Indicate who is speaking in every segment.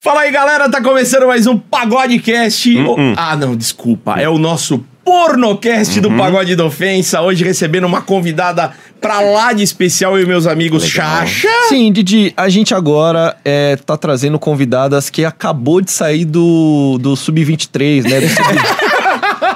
Speaker 1: Fala aí, galera, tá começando mais um Pagodecast.
Speaker 2: Hum,
Speaker 1: O- Ah, não, desculpa, é o nosso Pornocast
Speaker 2: Uhum.
Speaker 1: do Pagode da Ofensa. Hoje recebendo uma convidada pra lá de especial, eu e meus amigos Chacha.
Speaker 3: Sim, Didi, a gente agora é, tá trazendo convidadas que acabou de sair do, do Sub-23, né? Do sub,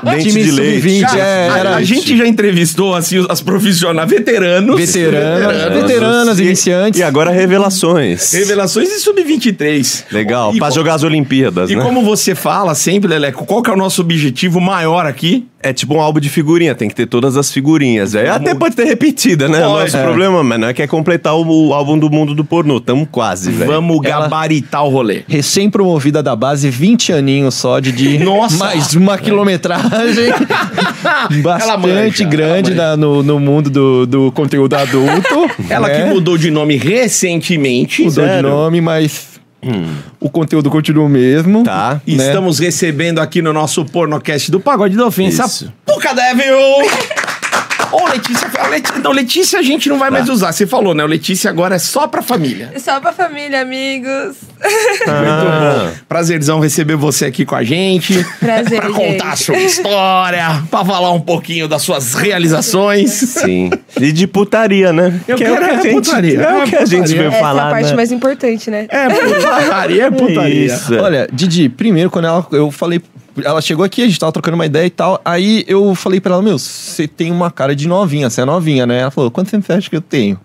Speaker 2: Dente
Speaker 3: time
Speaker 2: de leite.
Speaker 3: sub-20,
Speaker 1: Cara,
Speaker 3: é,
Speaker 1: a-
Speaker 3: era
Speaker 1: a, gente já entrevistou assim, os- as profissionais, veteranos.
Speaker 3: veterana, veteranas, iniciantes.
Speaker 2: E agora revelações.
Speaker 1: Revelações e sub-23.
Speaker 2: Legal,
Speaker 1: E
Speaker 2: pra
Speaker 1: co-
Speaker 2: jogar as Olimpíadas,
Speaker 1: E
Speaker 2: né?
Speaker 1: como você fala sempre, Leleco, qual que é o nosso objetivo maior aqui?
Speaker 2: É tipo um álbum de figurinha, tem que ter todas as figurinhas. É, até pode ter repetida, né?
Speaker 1: Pode.
Speaker 2: O nosso
Speaker 1: É.
Speaker 2: problema, mano, é que é completar o, o álbum do mundo do pornô. Tamo quase, velho.
Speaker 1: Vamos
Speaker 3: Ela-
Speaker 1: gabaritar o rolê.
Speaker 3: Recém-promovida da base, 20 aninhos só, Didi.
Speaker 1: Nossa!
Speaker 3: Mais uma quilometragem
Speaker 1: Ela manja,
Speaker 3: bastante
Speaker 1: ela
Speaker 3: grande
Speaker 1: manja.
Speaker 3: na- no, no mundo do, do conteúdo adulto.
Speaker 1: Ela
Speaker 3: né?
Speaker 1: que mudou de nome recentemente.
Speaker 3: mudou de nome, mas o conteúdo continua o mesmo.
Speaker 2: Tá.
Speaker 3: né?
Speaker 1: Estamos recebendo aqui no nosso pornocast do Pagode da Ofensa,
Speaker 2: Isso.
Speaker 1: Puca Devil! Ô, Letícia, a Leti- não, Letícia a gente não vai mais usar. Você falou, né? O Letícia agora é só pra família.
Speaker 4: Só pra família, amigos.
Speaker 1: Muito bom. Então, Prazerzão receber você aqui com a gente.
Speaker 4: Prazer,
Speaker 1: Pra contar a
Speaker 4: gente.
Speaker 1: sua história, pra falar um pouquinho das suas realizações.
Speaker 2: Sim. E de putaria, né?
Speaker 1: Eu
Speaker 2: Que é
Speaker 1: quero
Speaker 2: o que
Speaker 1: é
Speaker 2: a gente,
Speaker 1: putaria.
Speaker 2: É o que a gente
Speaker 1: Putaria.
Speaker 2: veio
Speaker 4: Essa é a
Speaker 2: falar,
Speaker 4: parte
Speaker 2: né?
Speaker 4: mais importante, né?
Speaker 1: É putaria, é putaria.
Speaker 2: Isso.
Speaker 3: Olha, Didi, primeiro quando ela, eu falei, ela chegou aqui, a gente tava trocando uma ideia e tal. Aí eu falei pra ela, meu, você tem uma cara de novinha, você é novinha, né? Ela falou, quanto tempo você acha que eu tenho?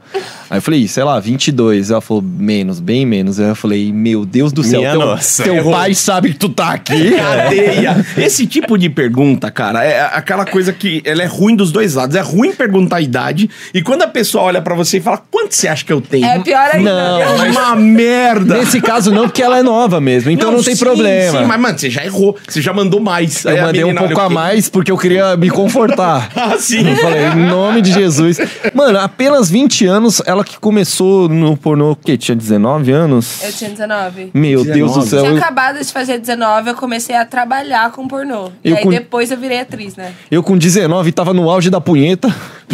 Speaker 3: Aí eu falei, sei lá, 22. Ela falou, menos, bem menos. Aí eu falei, meu Deus do céu,
Speaker 2: Minha nossa.
Speaker 3: teu, teu pai sabe que tu tá aqui.
Speaker 1: Cadeia. Esse tipo de pergunta, cara, é aquela coisa que ela é ruim dos dois lados. É ruim perguntar a idade e quando a pessoa olha pra você e fala, quanto você acha que eu tenho?
Speaker 4: É pior ainda.
Speaker 3: Não.
Speaker 1: Uma merda.
Speaker 3: Nesse caso não, porque ela é nova mesmo, então não, tem
Speaker 1: sim,
Speaker 3: problema.
Speaker 1: Sim, mas, mano, você já errou. Você já mandou mais. Aí
Speaker 3: Eu
Speaker 1: a
Speaker 3: mandei um
Speaker 1: menina olha,
Speaker 3: pouco a
Speaker 1: o quê?
Speaker 3: mais porque eu queria me confortar.
Speaker 1: Ah, sim.
Speaker 3: Eu falei, em nome de Jesus. Mano, apenas 20 anos, ela que começou no pornô, o quê? Tinha 19 anos?
Speaker 4: Eu tinha 19.
Speaker 3: Meu
Speaker 1: 19.
Speaker 3: Deus do céu.
Speaker 4: Tinha
Speaker 3: Eu,
Speaker 4: acabado de fazer 19, eu comecei a trabalhar com pornô.
Speaker 3: Eu
Speaker 4: e aí
Speaker 3: com-
Speaker 4: depois eu virei atriz, né?
Speaker 3: eu com 19 tava no auge da punheta.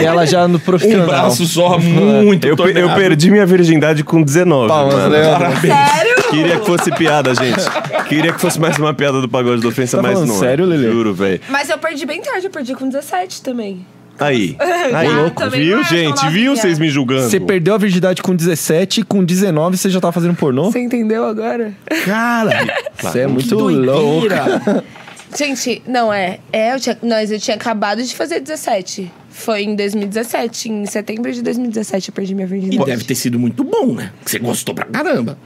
Speaker 3: e ela já no
Speaker 1: Um
Speaker 3: profissional.
Speaker 1: braço só, muito
Speaker 2: Eu, pe- eu
Speaker 1: torneado.
Speaker 2: perdi minha virgindade com 19,
Speaker 3: Palmas,
Speaker 2: mano.
Speaker 3: Leandro.
Speaker 1: Parabéns.
Speaker 4: Sério?
Speaker 2: Queria que fosse piada, gente. Queria que fosse mais uma piada do Pagode da Ofensa,
Speaker 3: Tá
Speaker 2: mas
Speaker 3: falando
Speaker 2: não. é.
Speaker 3: sério, Lelê?
Speaker 2: Juro, velho. Tá
Speaker 4: Mas eu perdi bem tarde, eu perdi com 17 também.
Speaker 2: Aí.
Speaker 4: Ah,
Speaker 2: Aí, louco.
Speaker 4: também
Speaker 2: Viu,
Speaker 4: não é tão
Speaker 2: gente?
Speaker 4: novinha.
Speaker 2: Viu vocês me julgando?
Speaker 3: Você perdeu a virgindade com 17 e com 19 você já tava fazendo pornô?
Speaker 4: Você entendeu agora?
Speaker 1: Cara,
Speaker 3: Você é muito louco.
Speaker 1: louca.
Speaker 4: Gente, não é. É, eu tinha, nós, eu tinha acabado de fazer 17. Foi em 2017. Em setembro de 2017 eu perdi minha
Speaker 1: E
Speaker 4: virgindade.
Speaker 1: deve ter sido muito bom, né? Porque Você gostou pra caramba.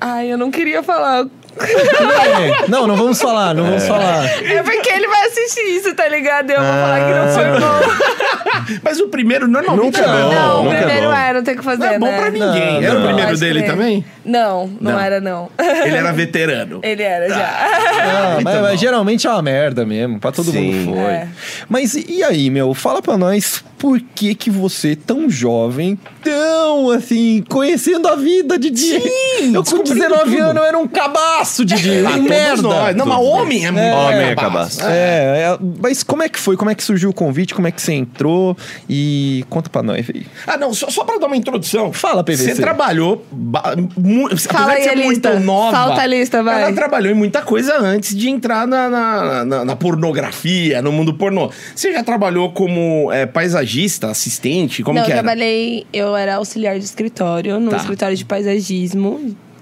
Speaker 4: Ai, eu não queria falar.
Speaker 3: É, Não, não vamos falar, não vamos falar.
Speaker 4: É porque ele vai assistir isso, tá ligado? Eu vou falar que
Speaker 1: Ah,
Speaker 4: não foi bom.
Speaker 1: Mas o primeiro normalmente
Speaker 2: Nunca é bom.
Speaker 4: Não, o
Speaker 2: nunca é
Speaker 4: primeiro
Speaker 2: bom.
Speaker 4: era, não tem o que fazer,
Speaker 1: Não é bom
Speaker 4: né?
Speaker 1: pra ninguém.
Speaker 3: Não,
Speaker 1: era o
Speaker 3: não.
Speaker 1: primeiro
Speaker 4: Pode
Speaker 1: dele
Speaker 4: crer.
Speaker 1: também?
Speaker 4: Não, não,
Speaker 1: Não.
Speaker 4: era, não.
Speaker 1: Ele era veterano.
Speaker 4: Ele era já.
Speaker 3: Ah,
Speaker 1: Muito
Speaker 3: mas,
Speaker 1: bom.
Speaker 3: mas geralmente é uma merda mesmo, pra todo
Speaker 2: Sim.
Speaker 3: mundo foi.
Speaker 4: É.
Speaker 3: Mas e e aí, meu? Fala pra nós por que que você, tão jovem, tão assim, conhecendo a vida, Didi? Sim, eu com
Speaker 1: descobrindo
Speaker 3: 19
Speaker 1: tudo.
Speaker 3: anos eu era um cabaço, Didi,
Speaker 1: Ah,
Speaker 3: um
Speaker 1: todos
Speaker 3: merda.
Speaker 1: nós. Não, mas homem é muito
Speaker 2: Homem é
Speaker 1: cabaço.
Speaker 2: cabaço.
Speaker 3: É, é, mas como é que foi? Como é que surgiu o convite? Como é que você entrou? E conta pra nós aí.
Speaker 1: Ah, não, só, só pra dar uma introdução.
Speaker 3: Fala,
Speaker 1: Você
Speaker 3: PVC.
Speaker 1: trabalhou. ba- mu- apesar
Speaker 4: aí
Speaker 1: de
Speaker 4: a
Speaker 1: ser muito
Speaker 4: lista.
Speaker 1: nova.
Speaker 4: Solta a lista, vai.
Speaker 1: Ela trabalhou em muita coisa antes de entrar na, na, na- na pornografia, no mundo pornô. Você já trabalhou como é, paisagista, assistente? Como
Speaker 4: não,
Speaker 1: que
Speaker 4: eu
Speaker 1: era?
Speaker 4: trabalhei, eu era auxiliar de escritório, num
Speaker 1: Tá.
Speaker 4: escritório de paisagismo.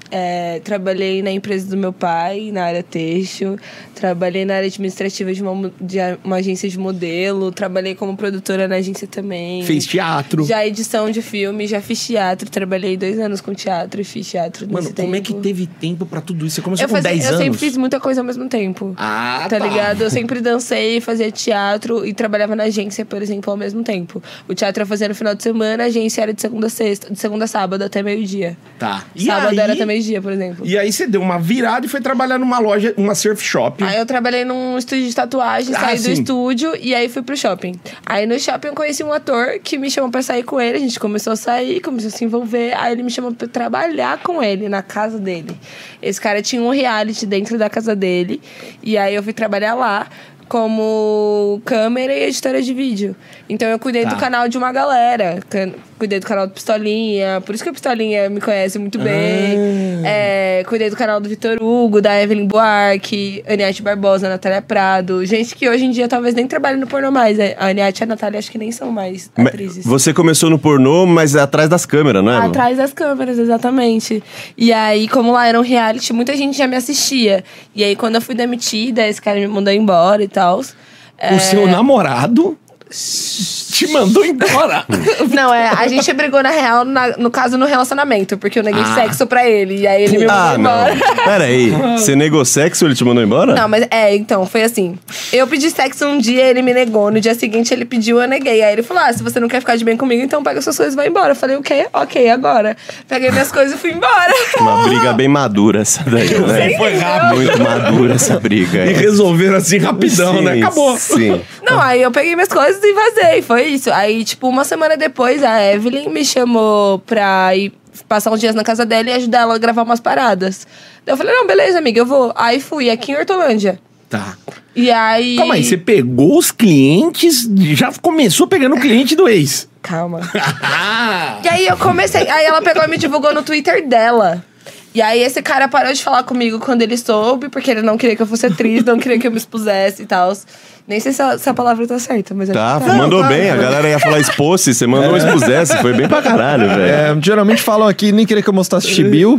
Speaker 4: É, trabalhei na empresa do meu pai, na área têxtil. Trabalhei na área administrativa de uma, mo- de a- uma agência de modelo. Trabalhei como produtora na agência também.
Speaker 1: Fez teatro.
Speaker 4: Já edição de filme, já fiz teatro. Trabalhei dois anos com teatro e fiz teatro
Speaker 1: Mano,
Speaker 4: nesse
Speaker 1: como é
Speaker 4: tempo.
Speaker 1: que teve tempo pra tudo isso? Você começou
Speaker 4: Eu,
Speaker 1: com
Speaker 4: fazia-
Speaker 1: 10
Speaker 4: eu
Speaker 1: anos.
Speaker 4: sempre fiz muita coisa ao mesmo tempo.
Speaker 1: Ah,
Speaker 4: tá ligado? Eu sempre dancei, fazia teatro e trabalhava na agência, por exemplo, ao mesmo tempo. O teatro eu fazia no final de semana, a agência era de segunda a sexta, de segunda a sábado até meio-dia.
Speaker 1: Tá. E
Speaker 4: Sábado
Speaker 1: aí-
Speaker 4: era até meio-dia, por exemplo.
Speaker 1: E aí você deu uma virada e foi trabalhar numa loja, uma surf shop.
Speaker 4: Aí eu trabalhei num estúdio de tatuagem,
Speaker 1: Ah,
Speaker 4: saí
Speaker 1: sim.
Speaker 4: do estúdio e aí fui pro shopping. Aí no shopping eu conheci um ator que me chamou pra sair com ele, a gente começou a sair, começou a se envolver, aí ele me chamou pra trabalhar com ele na casa dele. Esse cara tinha um reality dentro da casa dele e aí eu fui trabalhar lá. Como câmera e editora de vídeo. Então eu cuidei
Speaker 1: Tá.
Speaker 4: do canal de uma
Speaker 1: Ah,
Speaker 4: galera. can- Cuidei do canal do Pistolinha. Por isso que o Pistolinha me conhece muito bem. É, cuidei do canal do Vitor Hugo, da Evelyn Buarque, Aniette Barbosa, Natália Prado. Gente que hoje em dia talvez nem trabalhe no pornô mais. né? A Aniette e a Natália acho que nem são mais
Speaker 2: Me-
Speaker 4: atrizes.
Speaker 2: Você começou no pornô, mas é atrás das câmeras, não é? Lu?
Speaker 4: Atrás das câmeras, exatamente. E aí, como lá era um reality, muita gente já me assistia. E aí, quando eu fui demitida, esse cara me mandou embora e tal. É,
Speaker 1: O seu namorado te mandou embora.
Speaker 4: Não, é, a gente brigou na real, na- no caso, no relacionamento, porque eu neguei sexo pra ele. E aí ele me mandou
Speaker 2: Ah,
Speaker 4: embora.
Speaker 2: não. Pera aí. Você negou sexo ele te mandou embora?
Speaker 4: Não, mas é, então, foi assim. Eu pedi sexo um dia, ele me negou. No dia seguinte, ele pediu, eu neguei. Aí ele falou: ah, se você não quer ficar de bem comigo, então pega suas coisas e vai embora. Eu falei: o quê? Ok, agora. Peguei minhas coisas e fui embora.
Speaker 2: Uma briga bem madura essa daí, né?
Speaker 1: Foi rápido.
Speaker 2: Muito madura essa briga.
Speaker 1: E
Speaker 2: é.
Speaker 1: resolveram assim rapidão,
Speaker 2: Sim,
Speaker 1: né? Acabou.
Speaker 2: Sim.
Speaker 4: Não, aí eu peguei minhas coisas e vazei, foi isso. Aí, tipo, uma semana depois, a Evelyn me chamou pra ir passar uns dias na casa dela e ajudar ela a gravar umas paradas. Daí Eu falei, não, beleza, amiga, eu vou. Aí fui, aqui em Hortolândia.
Speaker 1: Tá.
Speaker 4: E aí...
Speaker 1: Calma aí, você pegou os clientes, já começou pegando o cliente do ex.
Speaker 4: Calma. E aí eu comecei. Aí ela pegou e me divulgou no Twitter dela. E aí esse cara parou de falar comigo quando ele soube, porque ele não queria que eu fosse atriz, não queria que eu me expusesse e tal. Nem sei se a, se a palavra tá certa, mas
Speaker 2: Tá,
Speaker 4: acho que tá.
Speaker 2: mandou bem. A galera ia falar expôs-se, você mandou
Speaker 1: É.
Speaker 2: um expusesse. Foi bem pra caralho, velho.
Speaker 3: É, geralmente falam aqui, nem queria que eu mostrasse Chibiu.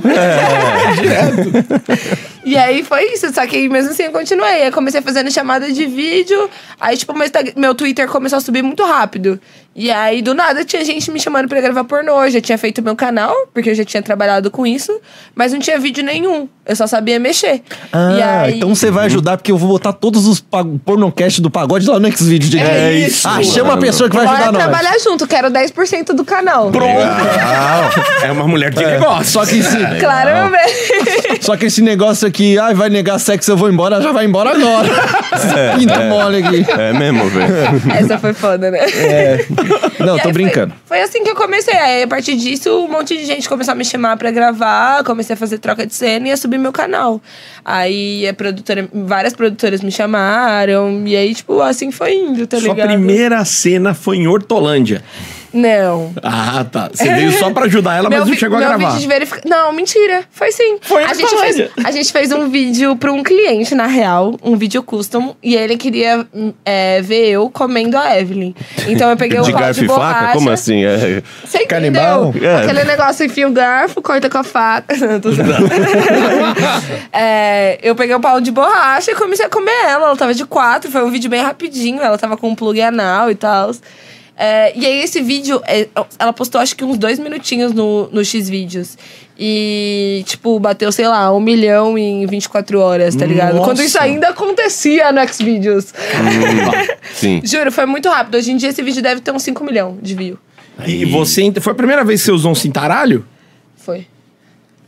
Speaker 4: E aí foi isso, só que aí mesmo assim eu continuei. Aí comecei fazendo chamada de vídeo, aí tipo, meu, Instagram- meu Twitter começou a subir muito rápido. E aí do nada tinha gente me chamando pra gravar pornô, eu já tinha feito meu canal, porque eu já tinha trabalhado com isso, mas não tinha vídeo nenhum, eu só sabia mexer. e
Speaker 3: Ah,
Speaker 4: aí...
Speaker 3: então você vai ajudar, porque eu vou botar todos os pa- pornocast do pagode lá no Xvideos, gente.
Speaker 4: É isso,
Speaker 3: Ah, chama a
Speaker 2: mano.
Speaker 3: pessoa que vai
Speaker 4: Bora
Speaker 3: ajudar nós.
Speaker 4: trabalhar junto, quero 10% do canal.
Speaker 2: Ah,
Speaker 1: É uma mulher de negócio.
Speaker 3: Só que, esse,
Speaker 4: Claro, velho.
Speaker 3: só que esse negócio aqui, ai, vai negar sexo, eu vou embora, já vai embora agora. Pinta mole aqui.
Speaker 2: É mesmo, velho.
Speaker 4: Essa foi foda, né?
Speaker 3: Não,
Speaker 4: E
Speaker 3: É. tô
Speaker 4: aí
Speaker 3: brincando.
Speaker 4: Foi, foi assim que eu comecei. Aí, a partir disso, um monte de gente começou a me chamar pra gravar, comecei a fazer troca de cena e a subir meu canal. Aí a produtora, várias produtoras me chamaram, e aí, tipo, assim foi indo, tá
Speaker 1: Sua
Speaker 4: ligado?
Speaker 1: primeira cena foi em Hortolândia.
Speaker 4: Não.
Speaker 1: Ah, tá. Você veio só pra ajudar ela, mas não
Speaker 4: vi-
Speaker 1: chegou a
Speaker 4: meu
Speaker 1: gravar.
Speaker 4: vídeo de verifica... Não, mentira. Foi sim.
Speaker 1: Foi
Speaker 4: a
Speaker 1: na
Speaker 4: gente
Speaker 1: Colônia.
Speaker 4: fez, a gente fez um vídeo pra um cliente, na real, um vídeo custom, e ele queria hum, é, ver eu comendo a Evelyn. Então eu peguei
Speaker 2: De
Speaker 4: um pau
Speaker 2: garfo
Speaker 4: de
Speaker 2: e faca?
Speaker 4: borracha.
Speaker 2: Como assim? É.
Speaker 4: Você
Speaker 3: Canibal?
Speaker 4: entendeu?
Speaker 2: É.
Speaker 4: Aquele negócio, enfia o garfo, corta com a faca. Não, tô zoando. É, eu peguei o pau de borracha e comecei a comer ela. Ela tava de quatro, foi um vídeo bem rapidinho. Ela tava com um plug anal e tal. e aí esse vídeo, é, ela postou acho que uns dois minutinhos no, no X-Vídeos. E, tipo, bateu, sei lá, um milhão em 24 horas, tá ligado?
Speaker 1: Nossa.
Speaker 4: Quando isso ainda acontecia no X-Vídeos.
Speaker 2: Sim.
Speaker 4: Juro, foi muito rápido. Hoje em dia esse vídeo deve ter uns 5 milhões de view.
Speaker 1: E você. ent- Foi a primeira vez que você usou um cintaralho?
Speaker 4: Foi.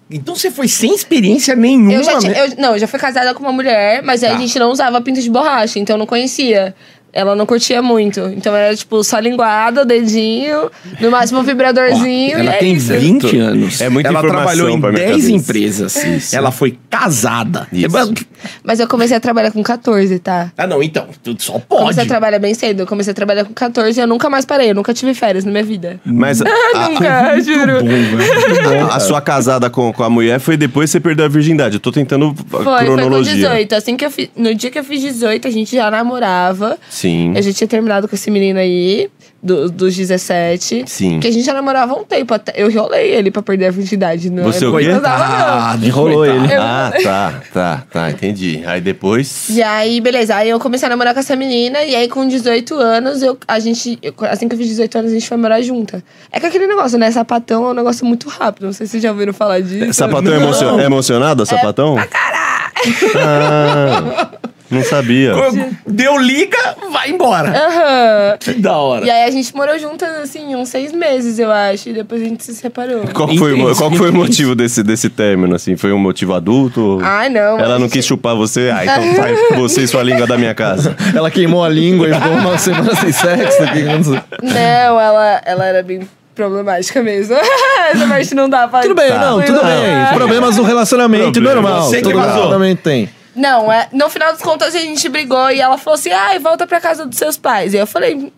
Speaker 1: Então você foi sem experiência nenhuma.
Speaker 4: Eu já
Speaker 1: né?
Speaker 4: tinha, eu- não, eu já fui casada com uma mulher, mas aí
Speaker 1: Tá.
Speaker 4: a gente não usava pinto de borracha, então eu não conhecia. Ela não curtia muito. Então era tipo só linguada, dedinho, no máximo um vibradorzinho.
Speaker 1: Ela
Speaker 4: e é
Speaker 1: tem
Speaker 4: isso.
Speaker 1: 20 anos.
Speaker 2: É muita
Speaker 1: Ela
Speaker 2: informação
Speaker 1: trabalhou em
Speaker 2: pra minha
Speaker 1: 10
Speaker 2: cabeça.
Speaker 1: empresas. Ela foi casada.
Speaker 2: Isso.
Speaker 1: É ba-
Speaker 4: Mas eu comecei a trabalhar com 14, tá?
Speaker 1: Ah, não, então. Tu só
Speaker 4: Comecei a
Speaker 1: pode.
Speaker 4: trabalhar bem cedo. Eu comecei a trabalhar com 14 e eu nunca mais parei. Eu nunca tive férias na minha vida.
Speaker 2: Mas a,
Speaker 4: nunca, juro.
Speaker 1: né?
Speaker 2: a- a sua casada com, com a mulher foi depois que você perdeu a virgindade. Eu tô tentando a
Speaker 4: Foi, foi com
Speaker 2: cronologia.
Speaker 4: 18. Assim que eu fi- no dia que eu fiz 18, a gente já namorava.
Speaker 2: Sim.
Speaker 4: Eu já tinha terminado com esse menino aí, do- dos 17.
Speaker 2: Sim.
Speaker 4: Que a gente já namorava há um tempo. Até, eu enrolei ele pra perder a virgindade. Não é?
Speaker 2: Você o quê?
Speaker 4: Não dava, não.
Speaker 1: Coitado, enrolou ele.
Speaker 4: Eu-
Speaker 2: Ah, tá, tá, tá, entendi. Aí depois.
Speaker 4: E aí, beleza. Aí eu comecei a namorar com essa menina. E aí, com 18 anos, eu, a gente... eu- assim que eu fiz 18 anos, a gente foi morar junta. É que aquele negócio, né? Sapatão é um negócio muito rápido. Não sei se vocês já ouviram falar disso.
Speaker 2: Sapatão é emocio- é emocionado, sapatão? Pra caralho! não sabia.
Speaker 1: Deu liga, vai embora.
Speaker 4: Aham.
Speaker 1: Que da hora.
Speaker 4: É. E aí, a gente morou juntas, assim, uns seis meses, eu acho. E depois a gente se separou.
Speaker 2: Qual que foi, o mo-
Speaker 1: Entendi.
Speaker 2: qual que foi o motivo desse, desse término, assim? Foi um motivo adulto?
Speaker 4: Ai, não.
Speaker 2: Ela
Speaker 4: mas-
Speaker 2: não quis chupar você? Ah, então sai você e sua língua da minha casa.
Speaker 3: Ela queimou a língua e ficou uma semana sem sexo. que não sei.
Speaker 4: Não, ela, ela era bem problemática mesmo. Essa parte não dá pra... Tá. É.
Speaker 3: Tudo bem, não, tudo bem. Problemas do relacionamento,
Speaker 2: Problema.
Speaker 3: normal.
Speaker 1: Você que
Speaker 3: todo
Speaker 1: vazou.
Speaker 3: relacionamento tem.
Speaker 4: Não, é, no final das contas a gente brigou e ela falou assim: ai, volta pra casa dos seus pais. E eu falei: hum,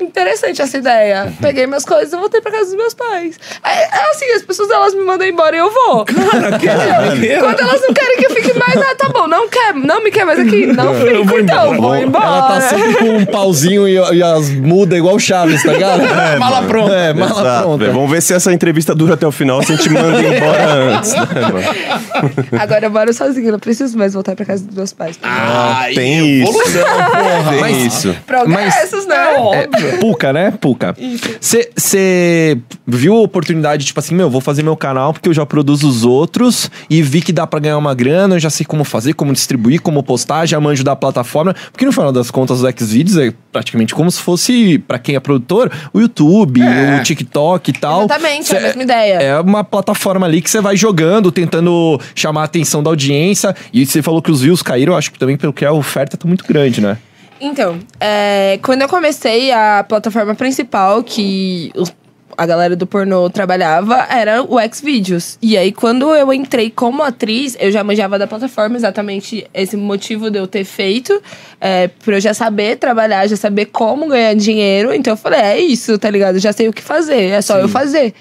Speaker 4: interessante essa
Speaker 1: Uhum.
Speaker 4: ideia. Peguei minhas coisas e voltei pra casa dos meus pais. É, é assim, as pessoas elas me mandam embora e eu vou.
Speaker 1: Cara, que doideira.
Speaker 4: Quando elas não querem que eu fique mais, ah, tá bom, não quer, não me quer mais aqui, não
Speaker 1: Eu
Speaker 4: fico,
Speaker 1: vou
Speaker 4: então,
Speaker 1: embora.
Speaker 4: vou embora.
Speaker 3: Ela tá sempre com um pauzinho e, e as muda igual o Chaves, tá ligado? É,
Speaker 1: Mala
Speaker 3: mano.
Speaker 1: pronta.
Speaker 3: É, mala
Speaker 2: Exato,
Speaker 3: pronta.
Speaker 2: velho. Vamos ver se essa entrevista dura até o final, se a gente manda embora antes. né, mano?
Speaker 4: Agora eu moro sozinha, não preciso mais voltar pra casa dos meus pais.
Speaker 1: Ah,
Speaker 4: tá
Speaker 1: Ai,
Speaker 2: Tem isso. Tem
Speaker 3: mas-
Speaker 2: isso.
Speaker 4: Progressos, né?
Speaker 3: É, Puca, né? Puca. Você viu a oportunidade, tipo assim, meu, vou fazer meu canal porque eu já produzo os outros e vi que dá pra ganhar uma grana, eu já sei como fazer, como distribuir, como postar, já manjo da plataforma. Porque no final das contas, o Xvideos é praticamente como se fosse, pra quem é produtor, o YouTube, o TikTok e tal.
Speaker 4: É. Exatamente, é a
Speaker 3: Cê-
Speaker 4: mesma ideia.
Speaker 3: é uma plataforma ali que você vai jogando, tentando chamar a atenção da audiência. E você falou que os views caíram, eu acho que também porque a oferta tá muito grande, né?
Speaker 4: Então, é, quando eu comecei, a plataforma principal que os- a galera do pornô trabalhava era o Xvideos. E aí, quando eu entrei como atriz, eu já manjava da plataforma exatamente esse motivo de eu ter feito. É, pra eu já saber trabalhar, já saber como ganhar dinheiro. Então eu falei, é isso, tá ligado? Eu Já sei o que fazer, é só eu fazer.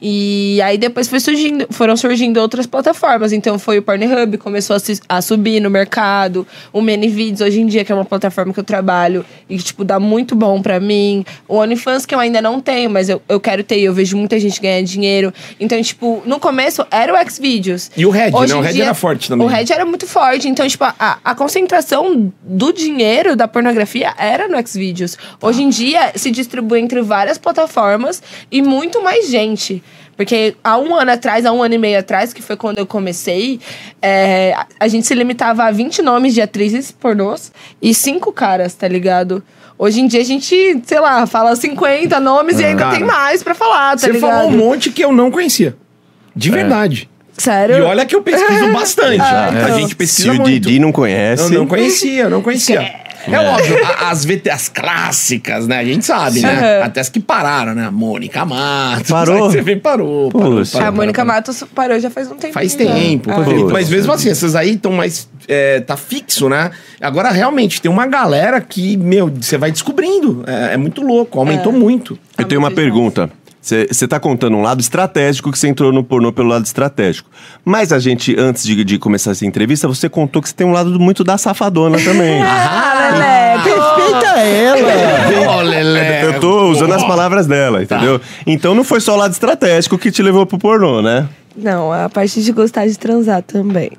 Speaker 4: E aí depois foi surgindo, foram surgindo outras plataformas. Então foi o Pornhub, começou a, se- a subir no mercado. O Manyvideos, hoje em dia, que é uma plataforma que eu trabalho e que, tipo, dá muito bom pra mim. O OnlyFans, que eu ainda não tenho, mas eu, eu quero ter. e Eu vejo muita gente ganhar dinheiro. Então, tipo, no começo era o Xvideos.
Speaker 1: E o Red,
Speaker 4: Hoje
Speaker 1: né? O
Speaker 4: em
Speaker 1: Red era forte também.
Speaker 4: O Red era muito forte. Então, tipo, a, a concentração do dinheiro da pornografia era no Xvideos.
Speaker 1: Tá.
Speaker 4: Hoje em dia, se distribui entre várias plataformas e muito mais gente. Porque há um ano atrás, há um ano e meio atrás, que foi quando eu comecei, é, a, a gente se limitava a 20 nomes de atrizes pornôs e cinco caras, tá ligado? Hoje em dia a gente, sei lá, fala 50 nomes e ainda
Speaker 1: Cara.
Speaker 4: tem mais pra falar, tá
Speaker 1: Você
Speaker 4: ligado?
Speaker 1: falou um monte que eu não conhecia.
Speaker 2: É.
Speaker 1: De verdade.
Speaker 4: Sério?
Speaker 1: E olha que eu pesquiso bastante.
Speaker 4: Ah,
Speaker 1: a
Speaker 4: então.
Speaker 1: gente
Speaker 2: É. Se
Speaker 1: pesquisa
Speaker 2: o
Speaker 1: muito.
Speaker 2: Didi não conhece.
Speaker 1: Eu não conhecia, não conhecia. É, óbvio, a- as, VT, as clássicas, né? A gente sabe, né?
Speaker 4: Aham.
Speaker 1: Até as que pararam, né? A Mônica Matos.
Speaker 2: Parou?
Speaker 1: Aí Você vê, parou. parou,
Speaker 2: Puxa.
Speaker 1: parou,
Speaker 4: a
Speaker 1: parou,
Speaker 4: Mônica
Speaker 1: parou.
Speaker 4: Matos parou já faz um tempo.
Speaker 1: Faz tempo.
Speaker 2: Ah.
Speaker 1: Felipe, Mas
Speaker 2: Putz.
Speaker 1: mesmo assim, essas aí estão mais. é, tá fixo, né? Agora, realmente, tem uma galera que, meu, você vai descobrindo. É, é muito louco, aumentou
Speaker 4: Ah.
Speaker 1: muito.
Speaker 2: Eu tenho uma
Speaker 4: Amor de
Speaker 2: pergunta. Você tá contando um lado estratégico que você entrou no pornô pelo lado estratégico. Mas a gente, antes de, de começar essa entrevista, você contou que você tem um lado muito da safadona também.
Speaker 4: Ah,
Speaker 1: É,
Speaker 4: Leleco!
Speaker 3: Perfeita ela!
Speaker 1: Ô, Lelé.
Speaker 2: É, Eu tô usando as palavras dela, entendeu? Então não foi só o lado estratégico que te levou pro pornô, né?
Speaker 4: Não, a parte de gostar de transar também.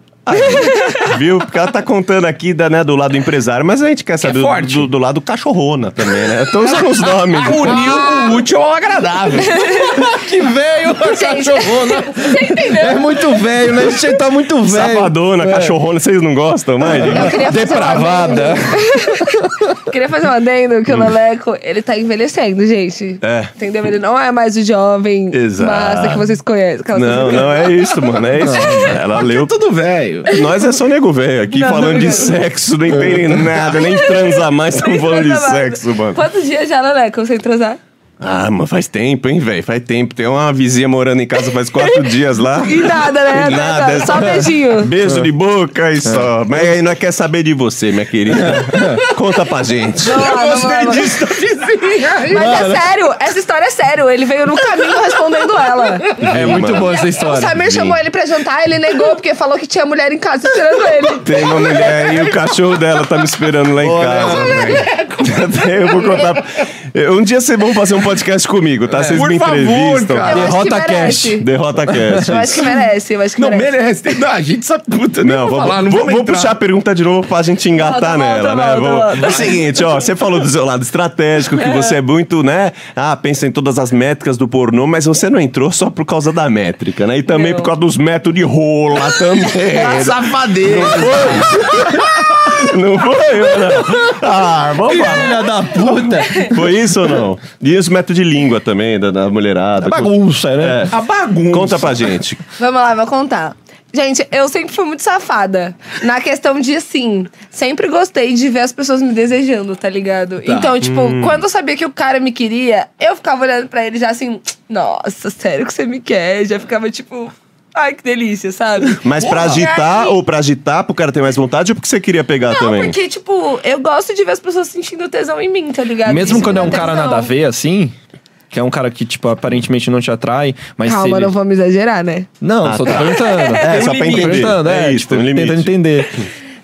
Speaker 2: Viu? Porque ela tá contando aqui da, né, do lado empresário, mas a gente quer saber do,
Speaker 1: forte.
Speaker 2: do, do lado cachorrona também, né? Então são os nomes.
Speaker 1: Uniu o
Speaker 3: é
Speaker 1: útil ao agradável.
Speaker 3: que veio
Speaker 2: Tá
Speaker 3: a cachorrona. É muito velho, né? Esse jeito tá muito velho.
Speaker 2: Safadona, cachorrona, vocês não gostam, mãe?
Speaker 4: Eu queria fazer
Speaker 2: Depravada.
Speaker 4: Eu queria fazer um adendo que o Leleco, ele tá envelhecendo, gente.
Speaker 2: É.
Speaker 4: Entendeu? Ele não é mais o jovem
Speaker 2: Exato.
Speaker 4: massa que vocês conhecem. aquelas
Speaker 2: Não,
Speaker 4: coisas-
Speaker 2: não é isso, mano. É isso. Ela leu.
Speaker 1: Tudo velho.
Speaker 2: Nós é só nego velho aqui
Speaker 4: Não,
Speaker 2: falando de
Speaker 4: obrigada.
Speaker 2: sexo, nem tem nada, nem transar mais, estamos falando de
Speaker 4: Transar mais.
Speaker 2: sexo, mano.
Speaker 4: Quantos dias já, Leleco, sem transar?
Speaker 2: Ah, mas faz tempo, hein, velho? Faz tempo. Tem uma vizinha morando em casa faz quatro dias lá.
Speaker 4: E nada, né?
Speaker 2: E nada, é
Speaker 4: Só beijinho.
Speaker 2: Beijo de boca e só. Mas aí nós quer saber de você, minha querida. Conta pra gente.
Speaker 4: Não, Ah, não, não, não.
Speaker 1: disso,
Speaker 4: Mas é sério, essa história é sério. Ele veio no caminho respondendo ela.
Speaker 3: É muito boa essa história.
Speaker 4: O Samir chamou ele pra jantar, ele negou, porque falou que tinha mulher em casa tirando ele.
Speaker 2: Tem uma mulher e o cachorro dela tá me esperando lá em casa. velho. Eu vou contar. Um dia vocês vão fazer um podcast comigo, tá? Vocês
Speaker 1: Por
Speaker 2: me
Speaker 1: favor,
Speaker 2: entrevistam.
Speaker 1: cara.
Speaker 3: Derrota
Speaker 4: merece.
Speaker 3: Cash.
Speaker 2: Derrota cast.
Speaker 4: Eu acho que merece, eu acho que
Speaker 1: Não,
Speaker 4: merece.
Speaker 1: merece. Tem- Não, a gente sabe puta. nem
Speaker 2: Não,
Speaker 1: vou
Speaker 2: vamos,
Speaker 1: falar, não
Speaker 2: vou,
Speaker 1: vamos
Speaker 2: vou
Speaker 1: entrar.
Speaker 2: puxar a pergunta de novo pra gente engatar
Speaker 4: Volta,
Speaker 2: nela,
Speaker 4: volta,
Speaker 2: né?
Speaker 4: volta,
Speaker 2: Vamos-
Speaker 4: volta.
Speaker 2: É o seguinte, ó, você falou do seu lado estratégico, que você é muito, né? Ah, pensa em todas as métricas do pornô, mas você não entrou só por causa da métrica, né? E também
Speaker 4: Não.
Speaker 2: por causa dos métodos de rola
Speaker 1: A
Speaker 2: também.
Speaker 1: safadeira.
Speaker 2: não foi eu, não. Ah, vamos lá.
Speaker 3: Filha da puta.
Speaker 2: Foi isso ou não? E os métodos de língua também, da, da mulherada.
Speaker 3: Bagunça, né?
Speaker 2: É.
Speaker 1: A bagunça.
Speaker 2: Conta pra gente.
Speaker 4: Vamos lá, vou contar. Gente, eu sempre fui muito safada. Na questão de, assim, sempre gostei de ver as pessoas me desejando, tá ligado? Então, tipo,
Speaker 2: Hum.
Speaker 4: quando eu sabia que o cara me queria, eu ficava olhando pra ele já assim, nossa, sério que você me quer? Já ficava tipo. Ai, que delícia, sabe?
Speaker 2: Mas pra
Speaker 4: Porra.
Speaker 2: agitar,
Speaker 4: E aí-
Speaker 2: ou pra agitar pro cara ter mais vontade, ou porque você queria pegar
Speaker 4: Não,
Speaker 2: também?
Speaker 4: porque, tipo, eu gosto de ver as pessoas sentindo tesão em mim, tá ligado?
Speaker 3: Mesmo
Speaker 4: Isso
Speaker 3: quando
Speaker 4: me
Speaker 3: é
Speaker 4: dá
Speaker 3: um cara
Speaker 4: tesão.
Speaker 3: nada a ver, assim, que é um cara que, tipo, aparentemente não te atrai, mas se
Speaker 4: Calma,
Speaker 3: ele...
Speaker 4: não vamos exagerar, né?
Speaker 3: Não, só tô perguntando.
Speaker 2: É, só pra
Speaker 3: Tô
Speaker 2: entender.
Speaker 3: perguntando, é,
Speaker 2: É isso,
Speaker 3: tipo,
Speaker 2: tem um limite.
Speaker 3: tentando entender.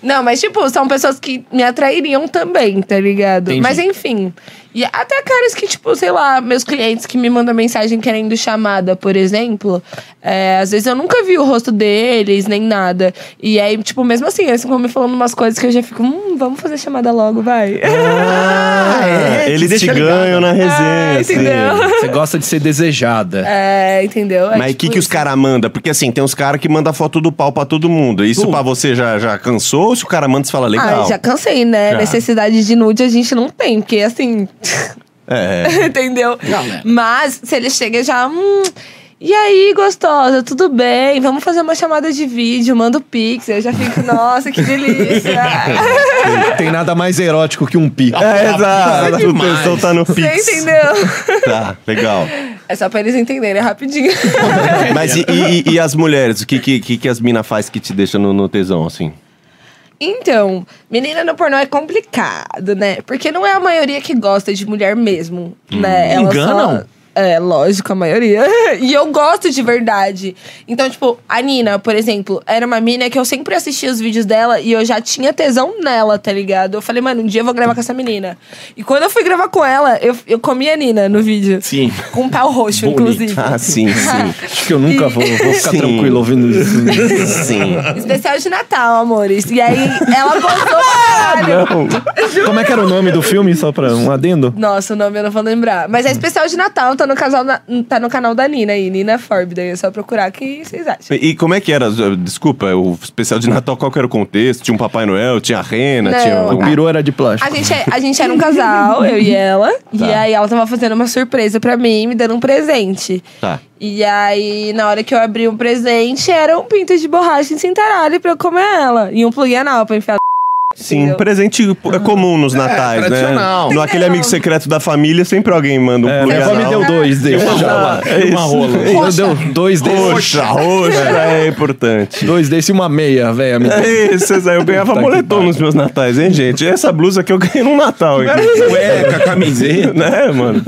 Speaker 4: Não, mas tipo, são pessoas que me atrairiam também, tá ligado?
Speaker 3: Entendi.
Speaker 4: Mas enfim. E até caras que, tipo, sei lá, meus clientes que me mandam mensagem querendo chamada, por exemplo. é, às vezes eu nunca vi o rosto deles, nem nada. E aí, tipo, mesmo assim, eles ficam me falando umas coisas que eu já fico, hum, vamos fazer chamada logo, vai.
Speaker 2: Ah,
Speaker 1: é,
Speaker 2: eles
Speaker 1: te
Speaker 2: te
Speaker 1: deixa
Speaker 2: ganham na resenha,
Speaker 4: tá Ah,
Speaker 2: assim.
Speaker 4: entendeu?
Speaker 3: Você gosta de ser desejada.
Speaker 4: É, entendeu? É,
Speaker 2: Mas o
Speaker 4: tipo
Speaker 2: que, que os
Speaker 4: isso.
Speaker 2: caras mandam? Porque assim, tem uns caras que mandam foto do pau pra todo mundo. Isso
Speaker 1: Tudo.
Speaker 2: pra você já, já cansou? Ou se o cara manda, você fala legal?
Speaker 4: Ah, já cansei, né?
Speaker 2: Já.
Speaker 4: Necessidade de nude a gente não tem, porque assim.
Speaker 2: É.
Speaker 4: Entendeu?
Speaker 1: Galera.
Speaker 4: Mas se ele chega já. "Hum, e aí, gostosa, tudo bem? Vamos fazer uma chamada de vídeo, manda o pix. Eu já fico, nossa, que delícia.
Speaker 3: Tem nada mais erótico que um pico.
Speaker 2: É,
Speaker 1: Isso é
Speaker 2: exato. O
Speaker 1: demais.
Speaker 2: pessoal tá no
Speaker 4: Você
Speaker 2: fixo.
Speaker 4: entendeu?
Speaker 2: Tá, legal.
Speaker 4: É só pra eles entenderem, é rapidinho. É.
Speaker 2: Mas e, e- e as mulheres? O que, que, que, que as minas faz que te deixa no, no tesão, assim?
Speaker 4: Então, menina no pornô é complicado, né? Porque não é a maioria que gosta de mulher mesmo, né? Ela
Speaker 1: Enganam?
Speaker 4: só- É, lógico, a maioria. E eu gosto de verdade. Então, tipo, a Nina, por exemplo, era uma mina que eu sempre assistia os vídeos dela e eu já tinha tesão nela, tá ligado? Eu falei, mano, um dia eu vou gravar com essa menina. E quando eu fui gravar com ela, eu, eu comi a Nina no vídeo.
Speaker 1: Sim.
Speaker 4: Com um pau roxo,
Speaker 1: Bonito.
Speaker 4: inclusive.
Speaker 2: Ah, sim, sim.
Speaker 3: Acho que eu nunca vou, vou ficar
Speaker 2: Sim.
Speaker 3: tranquilo ouvindo isso.
Speaker 2: Sim.
Speaker 4: Especial de Natal, amores. E aí, ela postou pra caralho.
Speaker 3: Como é que era o nome do filme, só pra um adendo?
Speaker 4: Nossa, o nome eu não vou lembrar.
Speaker 2: Hum.
Speaker 4: Mas é especial de Natal, tá no, casal na- tá no canal da Nina aí, Nina Forbes. Daí é só procurar que vocês acham.
Speaker 2: E como é que era? Desculpa, o especial de Natal, qual que era o contexto? Tinha um Papai Noel, tinha a Rena,
Speaker 4: Não,
Speaker 2: tinha
Speaker 3: O
Speaker 2: um...
Speaker 3: peru era de
Speaker 4: A
Speaker 3: plástico.
Speaker 4: gente, é- a gente era um casal, eu e ela. E
Speaker 2: Tá.
Speaker 4: aí ela tava fazendo uma surpresa pra mim, me dando um presente.
Speaker 2: Tá.
Speaker 4: E aí, na hora que eu abri o presente, era um pinto de borracha em cintaralho pra eu comer ela. E um plug anal pra enfiar.
Speaker 2: Sim,
Speaker 4: Entendeu?
Speaker 2: presente é comum nos natais,
Speaker 1: tradicional.
Speaker 2: né? No aquele amigo secreto da família, sempre alguém manda um
Speaker 3: É, minha avó me deu dois dele.
Speaker 1: rola.
Speaker 2: é
Speaker 1: Uma
Speaker 2: isso.
Speaker 1: rola.
Speaker 3: Eu deu dois desses.
Speaker 2: Roxa, roxa, é importante.
Speaker 3: Dois desses e uma meia, velha. me deu.
Speaker 2: É isso, Zé, eu ganhava
Speaker 3: Puta que
Speaker 2: moletom
Speaker 3: pariu.
Speaker 2: nos meus natais, hein, gente? Essa blusa que eu ganhei no Natal, hein?
Speaker 1: Cueca, camiseta.
Speaker 2: né, mano?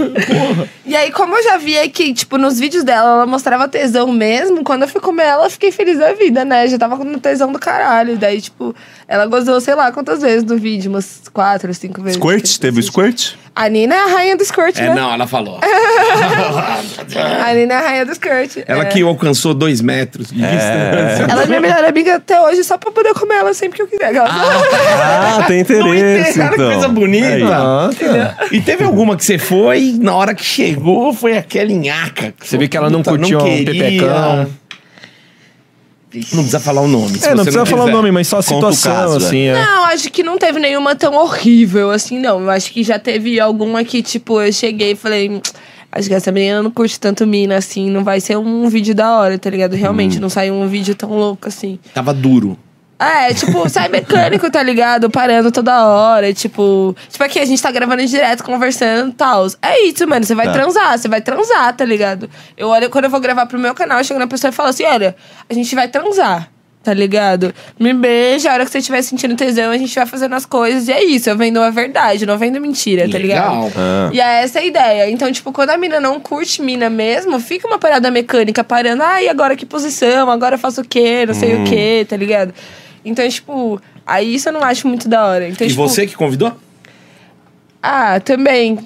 Speaker 4: E aí, como eu já via que, tipo, nos vídeos dela, ela mostrava tesão mesmo, quando eu fui comer ela, eu fiquei feliz da vida, né? Já tava com tesão do caralho. Daí, tipo, ela gozou, sei lá, quantas vezes no vídeo, umas quatro, cinco vezes.
Speaker 2: Squirt? Teve squirt?
Speaker 4: A Nina é a rainha do squirt,
Speaker 1: É,
Speaker 4: né?
Speaker 1: não, ela falou.
Speaker 4: A Nina é a rainha do squirt.
Speaker 1: Ela
Speaker 4: é.
Speaker 1: que alcançou dois metros de distância.
Speaker 4: Ela é minha melhor amiga até hoje, só pra poder comer ela sempre que eu quiser. Ela-
Speaker 2: Ah, tem
Speaker 1: Não entendo,
Speaker 2: interesse,
Speaker 1: cara, que
Speaker 2: então.
Speaker 1: coisa bonita.
Speaker 2: Aí.
Speaker 3: Ah, tá. Nossa.
Speaker 1: É. E teve alguma que você foi, e na hora que chegou, foi aquela nhaca.
Speaker 3: Você vê que ela não
Speaker 1: tá,
Speaker 3: curtiu um pepecão.
Speaker 1: Não precisa falar o nome. se
Speaker 3: É, não
Speaker 1: você
Speaker 3: precisa falar o
Speaker 1: quiser.
Speaker 3: nome, mas só a
Speaker 2: Conta o
Speaker 3: situação,
Speaker 2: caso, é.
Speaker 3: assim, é.
Speaker 4: Não, acho que não teve nenhuma tão horrível assim, não. Eu acho que já teve alguma que, tipo, eu cheguei e falei. "Tch, Acho que essa menina não curte tanto mina, assim. Não vai ser um vídeo da hora, tá ligado? Realmente, não saiu um vídeo tão louco assim.
Speaker 1: Tava duro.
Speaker 4: É, tipo, sai mecânico, tá ligado? Parando toda hora, tipo... Tipo, aqui a gente tá gravando direto, conversando e tal. É isso, mano, você vai
Speaker 2: Tá.
Speaker 4: transar, você vai transar, tá ligado? Eu olho, quando eu vou gravar pro meu canal, chega na pessoa e fala assim, olha, a gente vai transar, tá ligado? Me beija, a hora que você estiver sentindo tesão, a gente vai fazendo as coisas. E é isso, eu vendo a verdade, não vendo mentira, tá ligado?
Speaker 1: Legal.
Speaker 2: Ah.
Speaker 4: E é essa a ideia. Então, tipo, quando a mina não curte mina mesmo, fica uma parada mecânica parando. Ai, agora que posição? Agora eu faço o quê? Não
Speaker 1: Hum.
Speaker 4: sei o quê, tá ligado? Então, tipo, aí isso eu não acho muito da hora. Então,
Speaker 1: E
Speaker 4: tipo,
Speaker 1: você que convidou?
Speaker 4: Ah, também.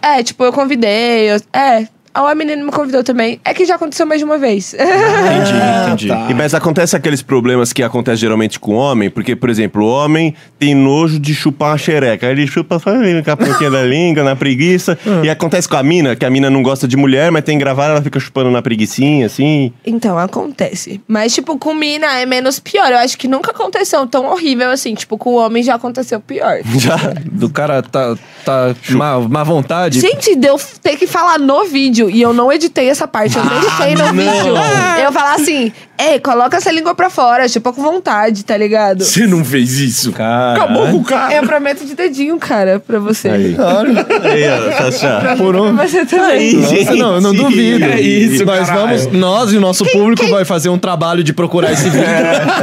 Speaker 4: É, tipo, eu convidei. eu- É. A menina me convidou também. É que já aconteceu mais de uma vez.
Speaker 3: Entendi, entendi.
Speaker 1: tá.
Speaker 2: E, mas acontece aqueles problemas que acontecem geralmente com o homem, porque, por exemplo, o homem tem nojo de chupar uma xereca. Aí Ele chupa só ali com a pontinha da língua, na preguiça.
Speaker 3: Ah.
Speaker 2: E acontece com a mina, que a mina não gosta de mulher, mas tem que gravar, ela fica chupando na preguicinha, assim.
Speaker 4: Então, acontece. Mas, tipo, com mina é menos pior. Eu acho que nunca aconteceu tão horrível assim. Tipo, com o homem já aconteceu pior.
Speaker 2: Já.
Speaker 3: é, Do cara tá, tá má, má vontade.
Speaker 4: Gente, deu f- ter que falar no vídeo. vídeo e eu não editei essa parte.
Speaker 1: Ah,
Speaker 4: Eu nem sei no vídeo. Eu falar assim, ei, coloca essa língua pra fora, chupa com vontade, tá ligado?
Speaker 1: Você não fez isso?
Speaker 3: Caralho.
Speaker 1: Acabou com o cara.
Speaker 3: É,
Speaker 4: Eu prometo de dedinho, cara, pra você.
Speaker 2: Aí, ó, tá Sasha.
Speaker 3: Por um...
Speaker 4: Pra você também.
Speaker 3: Nossa, não, eu não
Speaker 2: Sim.
Speaker 3: duvido.
Speaker 1: É isso,
Speaker 3: nós
Speaker 1: caralho.
Speaker 3: vamos, nós e o nosso público vai fazer um trabalho de procurar esse vídeo.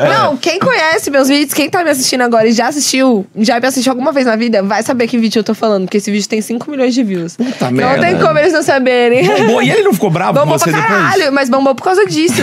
Speaker 4: Não, quem conhece meus vídeos, quem tá me assistindo agora e já assistiu, já me assistiu alguma vez na vida, vai saber que vídeo eu tô falando, porque esse vídeo tem 5 milhões de views.
Speaker 1: Puta
Speaker 4: não
Speaker 1: merda.
Speaker 4: tem como eles não saberem.
Speaker 1: Bom, e ele não ficou bravo com
Speaker 4: Bombou
Speaker 1: você
Speaker 4: pra
Speaker 1: depois?
Speaker 4: caralho, mas bombou por causa disso.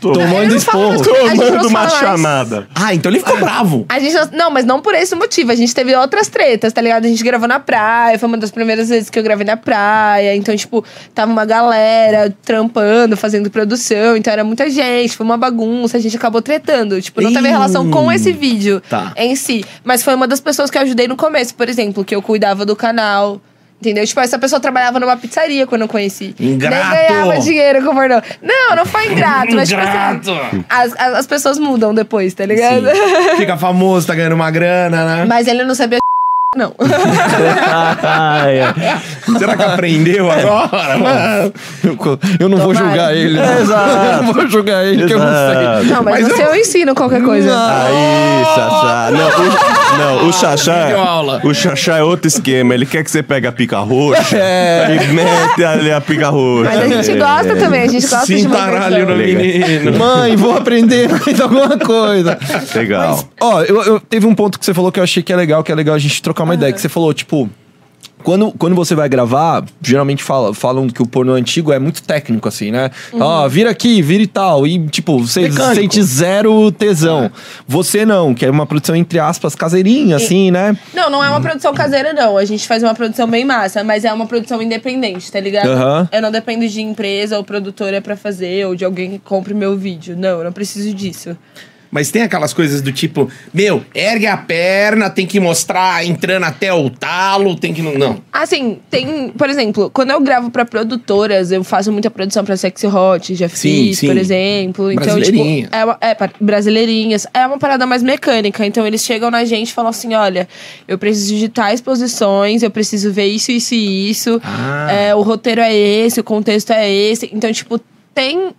Speaker 3: Tomou
Speaker 4: Eu
Speaker 3: ainda
Speaker 4: não falo
Speaker 3: esporro.
Speaker 4: mais com- a gente não
Speaker 2: Tomando uma
Speaker 4: fala mais.
Speaker 2: chamada.
Speaker 1: Ah, então ele ficou
Speaker 3: é.
Speaker 1: bravo.
Speaker 4: A gente não, não, mas não por esse motivo. A gente teve outras tretas, tá ligado? A gente gravou na praia, foi uma das primeiras vezes que eu gravei na praia. Então, tipo, tava uma galera trampando, fazendo produção. Então era muita gente, foi uma bagunça, a gente acabou tretando. Tipo, não teve
Speaker 1: Ih,
Speaker 4: relação com esse vídeo
Speaker 1: tá.
Speaker 4: em si. Mas foi uma das pessoas que eu ajudei no começo, por exemplo, que eu cuidava do canal. Entendeu? Tipo, essa pessoa trabalhava numa pizzaria quando eu conheci.
Speaker 1: Ingrato!
Speaker 4: Nem ganhava dinheiro com o pornô. Não, não foi ingrato, mas tipo assim,
Speaker 1: Ingrato!
Speaker 4: as, as, as pessoas mudam depois, tá
Speaker 3: É.
Speaker 4: ligado?
Speaker 1: Sim. Fica famoso, tá ganhando uma grana, né?
Speaker 4: Mas ele não sabia não.
Speaker 1: Será que aprendeu agora? mano?
Speaker 3: Eu, eu não vou
Speaker 4: Tomara.
Speaker 3: julgar ele.
Speaker 2: É,
Speaker 3: Exato. não vou julgar ele, que eu não sei.
Speaker 4: Não, mas,
Speaker 1: Mas
Speaker 4: você
Speaker 1: eu-
Speaker 4: eu... ensino qualquer coisa.
Speaker 2: Aí, Xaxá. Não, o, não,
Speaker 1: Ah,
Speaker 2: o Xaxá. é-
Speaker 1: Videoaula.
Speaker 2: O Xaxá é outro esquema. Ele quer que você pegue a pica roxa e mete ali a pica roxa.
Speaker 4: É.
Speaker 2: É.
Speaker 4: Mas a gente gosta também, a gente gosta de
Speaker 1: Sim,
Speaker 4: uma
Speaker 1: taralho no
Speaker 4: invenção.
Speaker 2: Legal.
Speaker 1: menino.
Speaker 3: Mãe, vou aprender mais alguma coisa.
Speaker 2: Legal.
Speaker 3: Ó, eu, eu- teve um ponto que você falou que eu achei que é legal, que é legal a gente trocar uma ideia, que você falou, tipo. Quando, quando você vai gravar, geralmente fala, falam que o porno antigo é muito técnico, assim, né? Ó, vira aqui, vira e tal. E, tipo, você
Speaker 1: Mecânico.
Speaker 3: sente zero tesão. Você não, que é uma produção, entre aspas, caseirinha, assim, né?
Speaker 4: Não, não é uma produção caseira, não. A gente faz uma produção bem massa, mas é uma produção independente, tá ligado?
Speaker 3: Aham.
Speaker 4: Eu não dependo de empresa ou produtora pra fazer, ou de alguém que compre meu vídeo. Não, eu não preciso disso.
Speaker 1: Mas tem aquelas coisas do tipo, meu, ergue a perna, tem que mostrar entrando até o talo, tem que. não- Não.
Speaker 4: Assim, tem, por exemplo, quando eu gravo pra produtoras, eu faço muita produção pra Sexy Hot, já fiz,
Speaker 1: Sim, sim.
Speaker 4: por exemplo. Então, tipo,
Speaker 1: Brasileirinhas.
Speaker 4: é, uma- é pa- brasileirinhas. É uma parada mais mecânica. Então, eles chegam na gente e falam assim: olha, eu preciso de tais posições, eu preciso ver isso, isso e isso.
Speaker 1: Ah.
Speaker 4: É, o roteiro é esse, o contexto é esse. Então, tipo, tem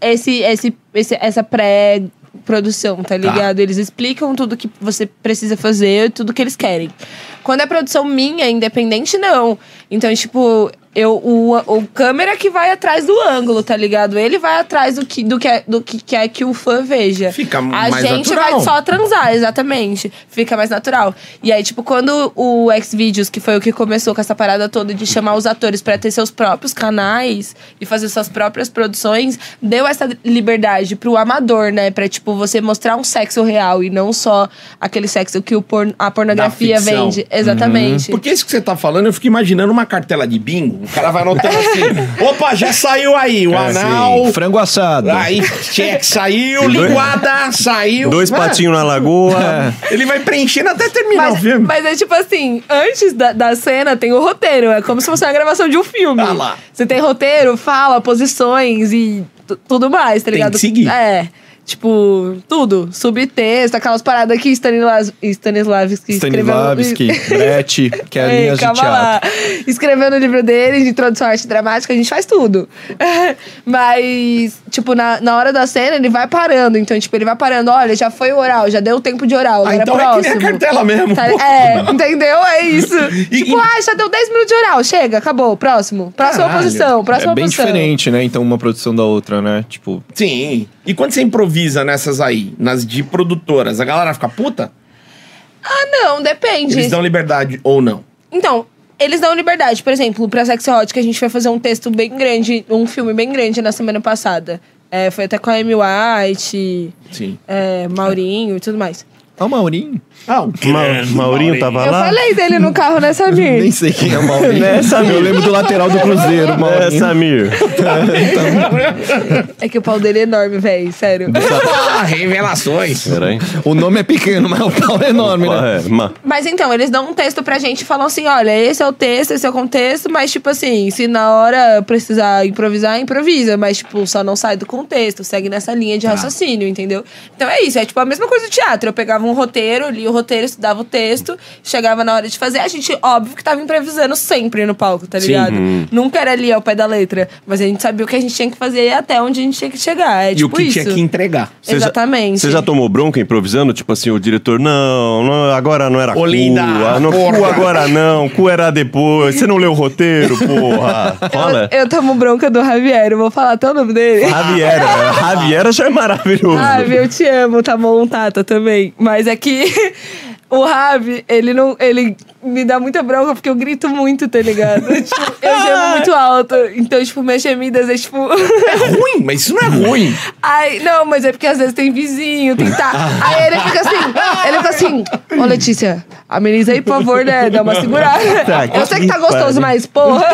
Speaker 4: esse, esse, esse, essa pré. Produção, tá ligado? Eles explicam tudo que você precisa fazer, tudo que eles querem. Quando é produção minha, independente, não. Então, tipo, eu, o, o câmera que vai atrás do ângulo, tá ligado? Ele vai atrás do que, do que, é- do que quer que o fã veja.
Speaker 1: Fica
Speaker 4: A
Speaker 1: mais
Speaker 4: gente
Speaker 1: natural.
Speaker 4: vai só transar, exatamente. Fica mais natural. E aí, tipo, quando o Xvideos, que foi o que começou com essa parada toda de chamar os atores pra ter seus próprios canais e fazer suas próprias produções, deu essa liberdade pro amador, né? Pra, tipo, você mostrar um sexo real e não só aquele sexo que o porn- a pornografia
Speaker 1: Da ficção.
Speaker 4: vende. Exatamente.
Speaker 1: Porque isso que você tá falando, eu fico imaginando uma cartela de bingo. O cara vai anotando assim. Opa, já saiu aí. O
Speaker 2: assim,
Speaker 1: anal.
Speaker 3: Frango assado.
Speaker 1: Aí, check, saiu, linguada, saiu.
Speaker 2: Dois
Speaker 1: Ah,
Speaker 2: patinhos na
Speaker 4: É.
Speaker 2: lagoa.
Speaker 1: Ele vai preenchendo até terminar o
Speaker 4: Mas,
Speaker 1: filme.
Speaker 4: mas é tipo assim, antes da, da cena tem o roteiro. É como se fosse uma gravação de um filme.
Speaker 1: Ah lá.
Speaker 4: Você tem roteiro, fala, posições e tu- tudo mais, tá
Speaker 1: Tem
Speaker 4: ligado?
Speaker 1: que seguir.
Speaker 4: É. Tipo, tudo. Subtexto, aquelas paradas que Stanislas, Stanislavski
Speaker 3: Stanislavski, Brett, que é
Speaker 4: Ei,
Speaker 3: linhas de
Speaker 4: calma
Speaker 3: teatro.
Speaker 4: lá. Escrevendo o livro dele, de introdução à arte dramática, a gente faz tudo. Mas, tipo, na, na hora da cena, ele vai parando. Então, tipo, ele vai parando. Olha, já foi o oral, já deu o tempo de oral.
Speaker 1: Ah,
Speaker 4: agora
Speaker 1: então é que
Speaker 4: próximo.
Speaker 1: nem a cartela mesmo,
Speaker 4: Tá-
Speaker 1: pô.
Speaker 4: é, entendeu? É isso. tipo,
Speaker 1: e-
Speaker 4: ah, já deu 10 minutos de oral. Chega, acabou. Próximo. Próxima
Speaker 1: Caralho.
Speaker 4: posição. Próxima
Speaker 3: É bem
Speaker 4: posição.
Speaker 3: diferente, né? Então, uma produção da outra, né? Tipo,
Speaker 1: Sim. E quando você improvisa nessas aí, nas de produtoras, a galera fica puta?
Speaker 4: Ah, não, depende.
Speaker 1: Eles dão liberdade ou não?
Speaker 4: Então, eles dão liberdade. Por exemplo, pra Sex Hot, que a gente foi fazer um texto bem grande, um filme bem grande na semana passada. É, foi até com a Amy White,
Speaker 1: Sim.
Speaker 4: é, Maurinho e tudo mais.
Speaker 3: ah, o Maurinho?
Speaker 1: Ah, o
Speaker 2: Ma Maurinho tava
Speaker 4: Eu
Speaker 2: lá.
Speaker 4: falei dele no carro, né, Samir?
Speaker 3: Nem sei quem é o Maurinho.
Speaker 2: Né, Samir?
Speaker 3: Eu lembro do lateral do Cruzeiro,
Speaker 2: É,
Speaker 3: Maurinho.
Speaker 2: Samir.
Speaker 4: É que o pau dele é enorme, velho, sério.
Speaker 1: Ah, revelações.
Speaker 2: Peraí.
Speaker 3: O nome é pequeno, mas o pau é enorme, né?
Speaker 2: É, ma
Speaker 4: Mas então, eles dão um texto pra gente e falam assim: olha, esse é o texto, esse é o contexto, mas tipo assim, se na hora precisar improvisar, improvisa, mas tipo,
Speaker 1: Tá.
Speaker 4: só não sai do contexto, segue nessa linha de raciocínio, entendeu? Então é isso, é tipo a mesma coisa do teatro. Eu pegava um um roteiro, lia o roteiro, estudava o texto, chegava na hora de fazer. A gente, óbvio, que tava improvisando sempre no palco, tá ligado?
Speaker 1: Uhum.
Speaker 4: Nunca era ali ao pé da letra, mas a gente sabia o que a gente tinha que fazer e até onde a gente tinha que chegar. É
Speaker 1: E
Speaker 4: tipo
Speaker 1: o que
Speaker 4: isso.
Speaker 1: tinha que entregar.
Speaker 2: Você já-
Speaker 4: Exatamente.
Speaker 2: Você já tomou bronca improvisando? Tipo assim, o diretor, não, não, agora não era
Speaker 1: Ô, linda,
Speaker 2: cu. ah, não, cu
Speaker 1: porra.
Speaker 2: agora não, cu era depois. Você não leu o roteiro, porra. Fala.
Speaker 4: Eu, eu tomo bronca do Javier, eu vou falar até o nome dele.
Speaker 2: Raviera.
Speaker 4: Ah.
Speaker 2: Raviera já é maravilhoso.
Speaker 4: Ravi, eu te amo, tá bom, Tata, também. Mas é que o Ravi, ele não. Ele me dá muita bronca porque eu grito muito, tá ligado? Tipo, eu gemo muito alto. Então, tipo, minhas gemidas é tipo.
Speaker 1: Ruim, mas isso não é ruim.
Speaker 4: Ai, não, mas é porque às vezes tem vizinho, tem tá. Aí ele fica assim, ele fica assim, ô Letícia, ameniza aí, por favor, né? Dá uma segurada.
Speaker 2: Tá, que
Speaker 4: eu sei que tá gostoso,
Speaker 2: pariu.
Speaker 4: mas, porra.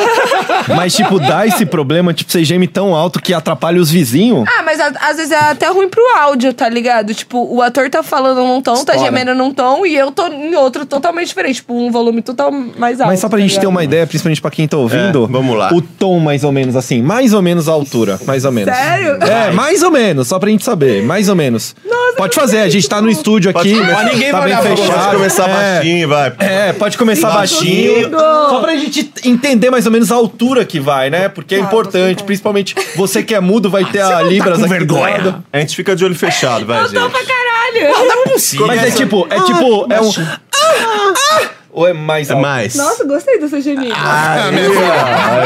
Speaker 3: Mas, tipo, dá esse problema, tipo, você geme tão alto que atrapalha os vizinhos.
Speaker 4: Ah, mas a- às vezes é até ruim pro áudio, tá ligado? Tipo, o ator tá falando num tom, tá
Speaker 1: Estoura.
Speaker 4: gemendo num tom e eu tô em outro totalmente diferente. Tipo, um volume total mais alto.
Speaker 3: Mas só pra
Speaker 4: tá
Speaker 3: gente ter
Speaker 4: ligado?
Speaker 3: uma ideia, principalmente pra quem tá ouvindo.
Speaker 2: É, vamos lá.
Speaker 3: O tom, mais ou menos, assim. Mais ou menos a altura. Mais ou menos.
Speaker 4: Sério?
Speaker 3: É, mais ou menos, só pra gente saber. Mais ou menos. pode fazer, a gente tá no estúdio aqui.
Speaker 1: começar. tipo, Mas ninguém
Speaker 3: tá
Speaker 1: vai
Speaker 3: bem
Speaker 1: olhar pra você.
Speaker 3: fechado.
Speaker 2: Pode começar
Speaker 3: é,
Speaker 2: baixinho, vai.
Speaker 3: É, pode começar baixinho.
Speaker 4: consigo.
Speaker 3: Só pra gente entender mais ou menos a altura que vai, né? Porque é
Speaker 4: Tá,
Speaker 3: importante,
Speaker 4: você
Speaker 3: principalmente você que é mudo vai
Speaker 1: você
Speaker 3: ter
Speaker 1: não
Speaker 3: a
Speaker 1: tá
Speaker 3: Libras
Speaker 1: com
Speaker 3: aqui. do
Speaker 1: vergonha?
Speaker 3: lado.
Speaker 2: A gente fica de olho fechado, vai,
Speaker 4: Eu tô
Speaker 2: gente.
Speaker 4: pra caralho!
Speaker 1: Não é possível.
Speaker 3: Mas é tipo, é tipo, é um. Ah, ah, Ou é mais
Speaker 2: É
Speaker 3: alto?
Speaker 2: mais.
Speaker 4: Nossa, gostei dessa gemida.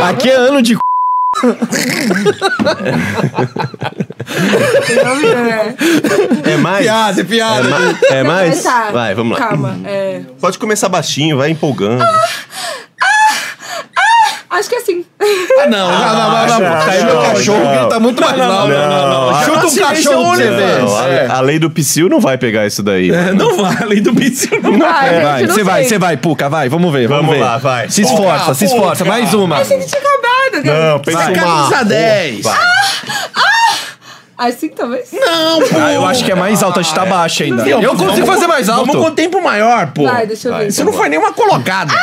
Speaker 3: Aqui é ano de c****.
Speaker 2: É mais?
Speaker 1: piada, é piada.
Speaker 2: É mais? É mais?
Speaker 4: Começar.
Speaker 2: Vai, vamos lá.
Speaker 4: Tá, Calma, é.
Speaker 2: Pode começar baixinho, vai empolgando.
Speaker 4: Acho que é assim.
Speaker 1: Ah, não, não, não, não, não.
Speaker 2: não,
Speaker 1: Tá aí meu
Speaker 2: não,
Speaker 1: cachorro
Speaker 2: não.
Speaker 1: grita muito mais alto.
Speaker 2: não.
Speaker 1: Chuta um
Speaker 3: Silêncio
Speaker 1: cachorro pra
Speaker 3: é
Speaker 1: você ver.
Speaker 2: Não, a, a lei do psiu não vai pegar isso daí.
Speaker 1: É, Não vale, do Bizinho não vale.
Speaker 4: Ai,
Speaker 3: Vai,
Speaker 4: gente, não
Speaker 3: você vai,
Speaker 4: sei.
Speaker 3: você vai, Puca, vai, vamos ver. Vamos,
Speaker 2: Vamos
Speaker 3: ver.
Speaker 2: lá, vai.
Speaker 3: Se esforça,
Speaker 1: Puca,
Speaker 3: se esforça.
Speaker 1: Puca.
Speaker 3: Mais uma.
Speaker 4: Achei que tinha acabado, cara.
Speaker 2: Não, pensa
Speaker 1: Vai.
Speaker 2: uma...
Speaker 1: Camisa Ah, 10.
Speaker 2: Vai.
Speaker 4: Assim talvez?
Speaker 1: Não, pô.
Speaker 3: Ah, eu acho que é mais alto, a gente tá baixo ainda.
Speaker 1: Meu,
Speaker 3: Eu consigo
Speaker 1: vamos-
Speaker 3: fazer mais alto.
Speaker 1: Vamos com tempo maior, pô.
Speaker 4: Vai, deixa eu
Speaker 2: Vai.
Speaker 4: ver.
Speaker 1: Isso não foi nenhuma colocada.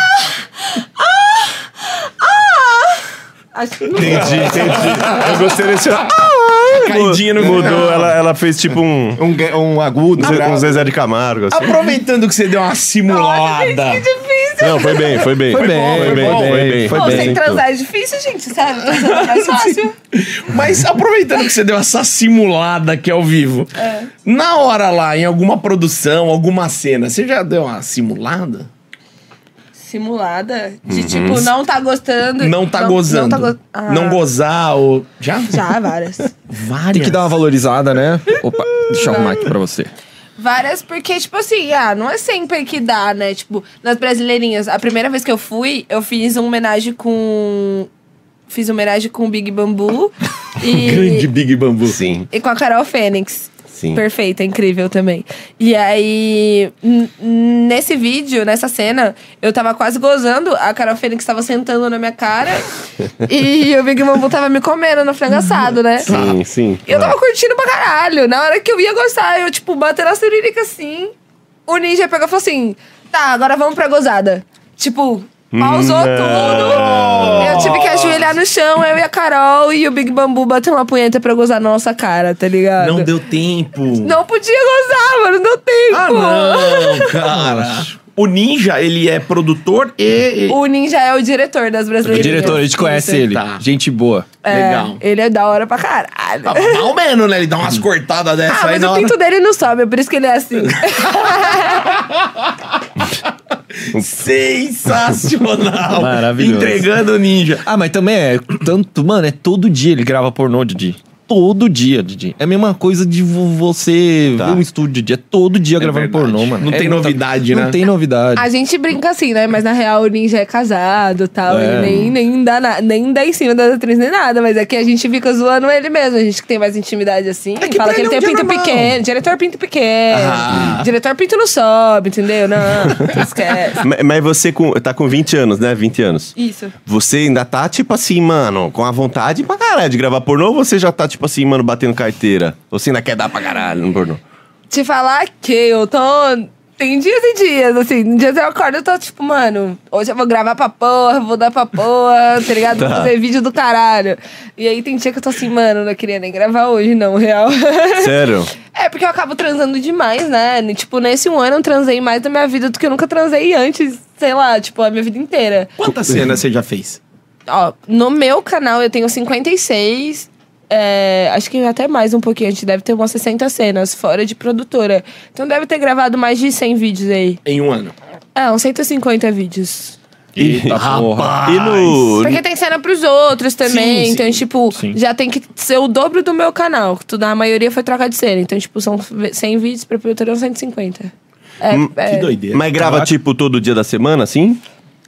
Speaker 4: Acho que não.
Speaker 2: Entendi, entendi. Eu gostei desse... Ah,
Speaker 1: Caidinha no-
Speaker 2: Mudou, ela, ela fez tipo um...
Speaker 3: Um, gue- um agudo.
Speaker 2: Zé- Um Zezé de Camargo, assim.
Speaker 1: Aproveitando que você deu uma
Speaker 4: Nossa, gente,
Speaker 1: simulada.
Speaker 4: que difícil.
Speaker 2: Não, foi bem, foi bem.
Speaker 3: Foi bem,
Speaker 2: foi
Speaker 3: foi
Speaker 2: bom,
Speaker 3: bem,
Speaker 2: foi bem.
Speaker 3: foi
Speaker 4: Pô,
Speaker 3: bem.
Speaker 4: sem transar é difícil, gente, sério. Transar é mais fácil.
Speaker 1: Mas aproveitando que você deu essa simulada aqui ao vivo,
Speaker 4: É.
Speaker 1: na hora lá, em alguma produção, alguma cena, você já deu uma simulada?
Speaker 4: Simulada? De tipo, não tá gostando.
Speaker 1: Uhum. Não tá gozando. Não,
Speaker 4: Não, go- Ah,
Speaker 1: gozar ou. Já?
Speaker 4: Já, várias.
Speaker 1: Várias.
Speaker 3: Tem que dar uma valorizada, né? Opa, deixa eu arrumar aqui pra você.
Speaker 4: várias, porque, tipo assim, ah, não é sempre que dá, né? Tipo, nas brasileirinhas, a primeira vez que eu fui, eu fiz uma homenagem com. Fiz uma homenagem com o Big Bambu e,
Speaker 1: Big Bambu.
Speaker 2: Sim,
Speaker 4: e com a Carol Fênix.
Speaker 2: sim.
Speaker 4: Perfeita, incrível também. E aí, n- nesse vídeo, nessa cena, eu tava quase gozando, a Carol Fênix tava sentando na minha cara e o Big Mambo tava me comendo no frango assado, né?
Speaker 2: Sim, sim.
Speaker 4: E eu tava curtindo pra caralho. Na hora que eu ia gostar, eu, tipo, batendo a cirílica assim, o ninja pegou e falou assim: tá, agora vamos pra gozada. Tipo, pausou tudo. Eu tive que ajoelhar no chão, eu e a Carol e o Big Bambu batendo uma punheta pra gozar na nossa cara, tá ligado?
Speaker 1: Não deu tempo.
Speaker 4: Não podia gozar, mano, não deu tempo.
Speaker 1: Ah, não, cara. Tá? O Ninja, ele é produtor e.
Speaker 4: O ninja é o diretor das brasileiras.
Speaker 3: Diretor, a gente conhece ele.
Speaker 1: Tá.
Speaker 3: Gente boa.
Speaker 1: Legal.
Speaker 4: Ele é da hora pra caralho.
Speaker 1: Ah, mas Ao menos, né? Ele dá
Speaker 3: Uhum.
Speaker 1: umas cortadas dessa
Speaker 4: Ah,
Speaker 1: aí
Speaker 4: mas
Speaker 1: na
Speaker 4: o
Speaker 1: hora.
Speaker 4: pinto dele não sobe, é por isso que ele é assim.
Speaker 1: Sensacional.
Speaker 3: Maravilhoso.
Speaker 1: Entregando o Ninja.
Speaker 3: Ah, mas também é tanto, mano, é todo dia ele grava pornô, Didi. Todo dia, Didi. É a mesma coisa de vo- você ver um estúdio, Didi. É todo dia gravando
Speaker 1: Tá. verdade.
Speaker 3: pornô, mano.
Speaker 1: Não
Speaker 3: É
Speaker 1: tem
Speaker 3: muita-
Speaker 1: novidade, né?
Speaker 3: Não tem novidade.
Speaker 4: A gente brinca assim, né? Mas na real o ninja é casado e tal.
Speaker 3: É.
Speaker 4: Ele nem, nem, dá na- nem dá em cima das atriz nem nada. Mas é que a gente fica zoando ele mesmo. A gente que tem mais intimidade assim.
Speaker 1: que
Speaker 4: fala
Speaker 1: pra
Speaker 4: que ele
Speaker 1: ele é
Speaker 4: tem
Speaker 1: um dia
Speaker 4: pinto
Speaker 1: normal.
Speaker 4: pequeno. Diretor pinto pequeno.
Speaker 1: Ah.
Speaker 4: Diretor pinto não sobe, entendeu? Não, esquece.
Speaker 2: Ma- Mas você com, tá com 20 anos, né? 20 anos.
Speaker 4: Isso.
Speaker 2: Você ainda tá, tipo assim, mano, com a vontade pra caralho de gravar pornô ou você já tá, tipo assim, mano, batendo carteira? Você ainda quer dar pra caralho no pornô?
Speaker 4: Te falar que eu tô Tem dias e dias, assim. Em dias eu acordo e tô tipo, mano, hoje eu vou gravar pra porra, vou dar pra porra, tá ligado? Vou fazer vídeo do caralho. E aí tem dia que eu tô assim, mano, não queria nem gravar hoje, não, real.
Speaker 2: Sério?
Speaker 4: É porque eu acabo transando demais, né? Tipo, nesse um ano eu transei mais na minha vida do que eu nunca transei antes, sei lá, tipo, a minha vida inteira.
Speaker 1: Quantas cenas você já fez?
Speaker 4: Ó, no meu canal eu tenho 56. é, acho que até mais um pouquinho, a gente deve ter umas 60 cenas, fora de produtora. Então deve ter gravado mais de 100 vídeos aí.
Speaker 1: Em um ano.
Speaker 4: É, uns 150 vídeos.
Speaker 3: Eita porra.
Speaker 2: E no.
Speaker 4: Porque tem cena pros outros também.
Speaker 1: Sim, sim.
Speaker 4: Então, tipo,
Speaker 3: Sim.
Speaker 4: já tem que ser o dobro do meu canal. que Tudo, a maioria foi troca de cena. Então, tipo, são 100 vídeos pra produtora, 150. É, é.
Speaker 1: Hum, Que doideira.
Speaker 2: Mas grava tipo todo dia da semana, assim?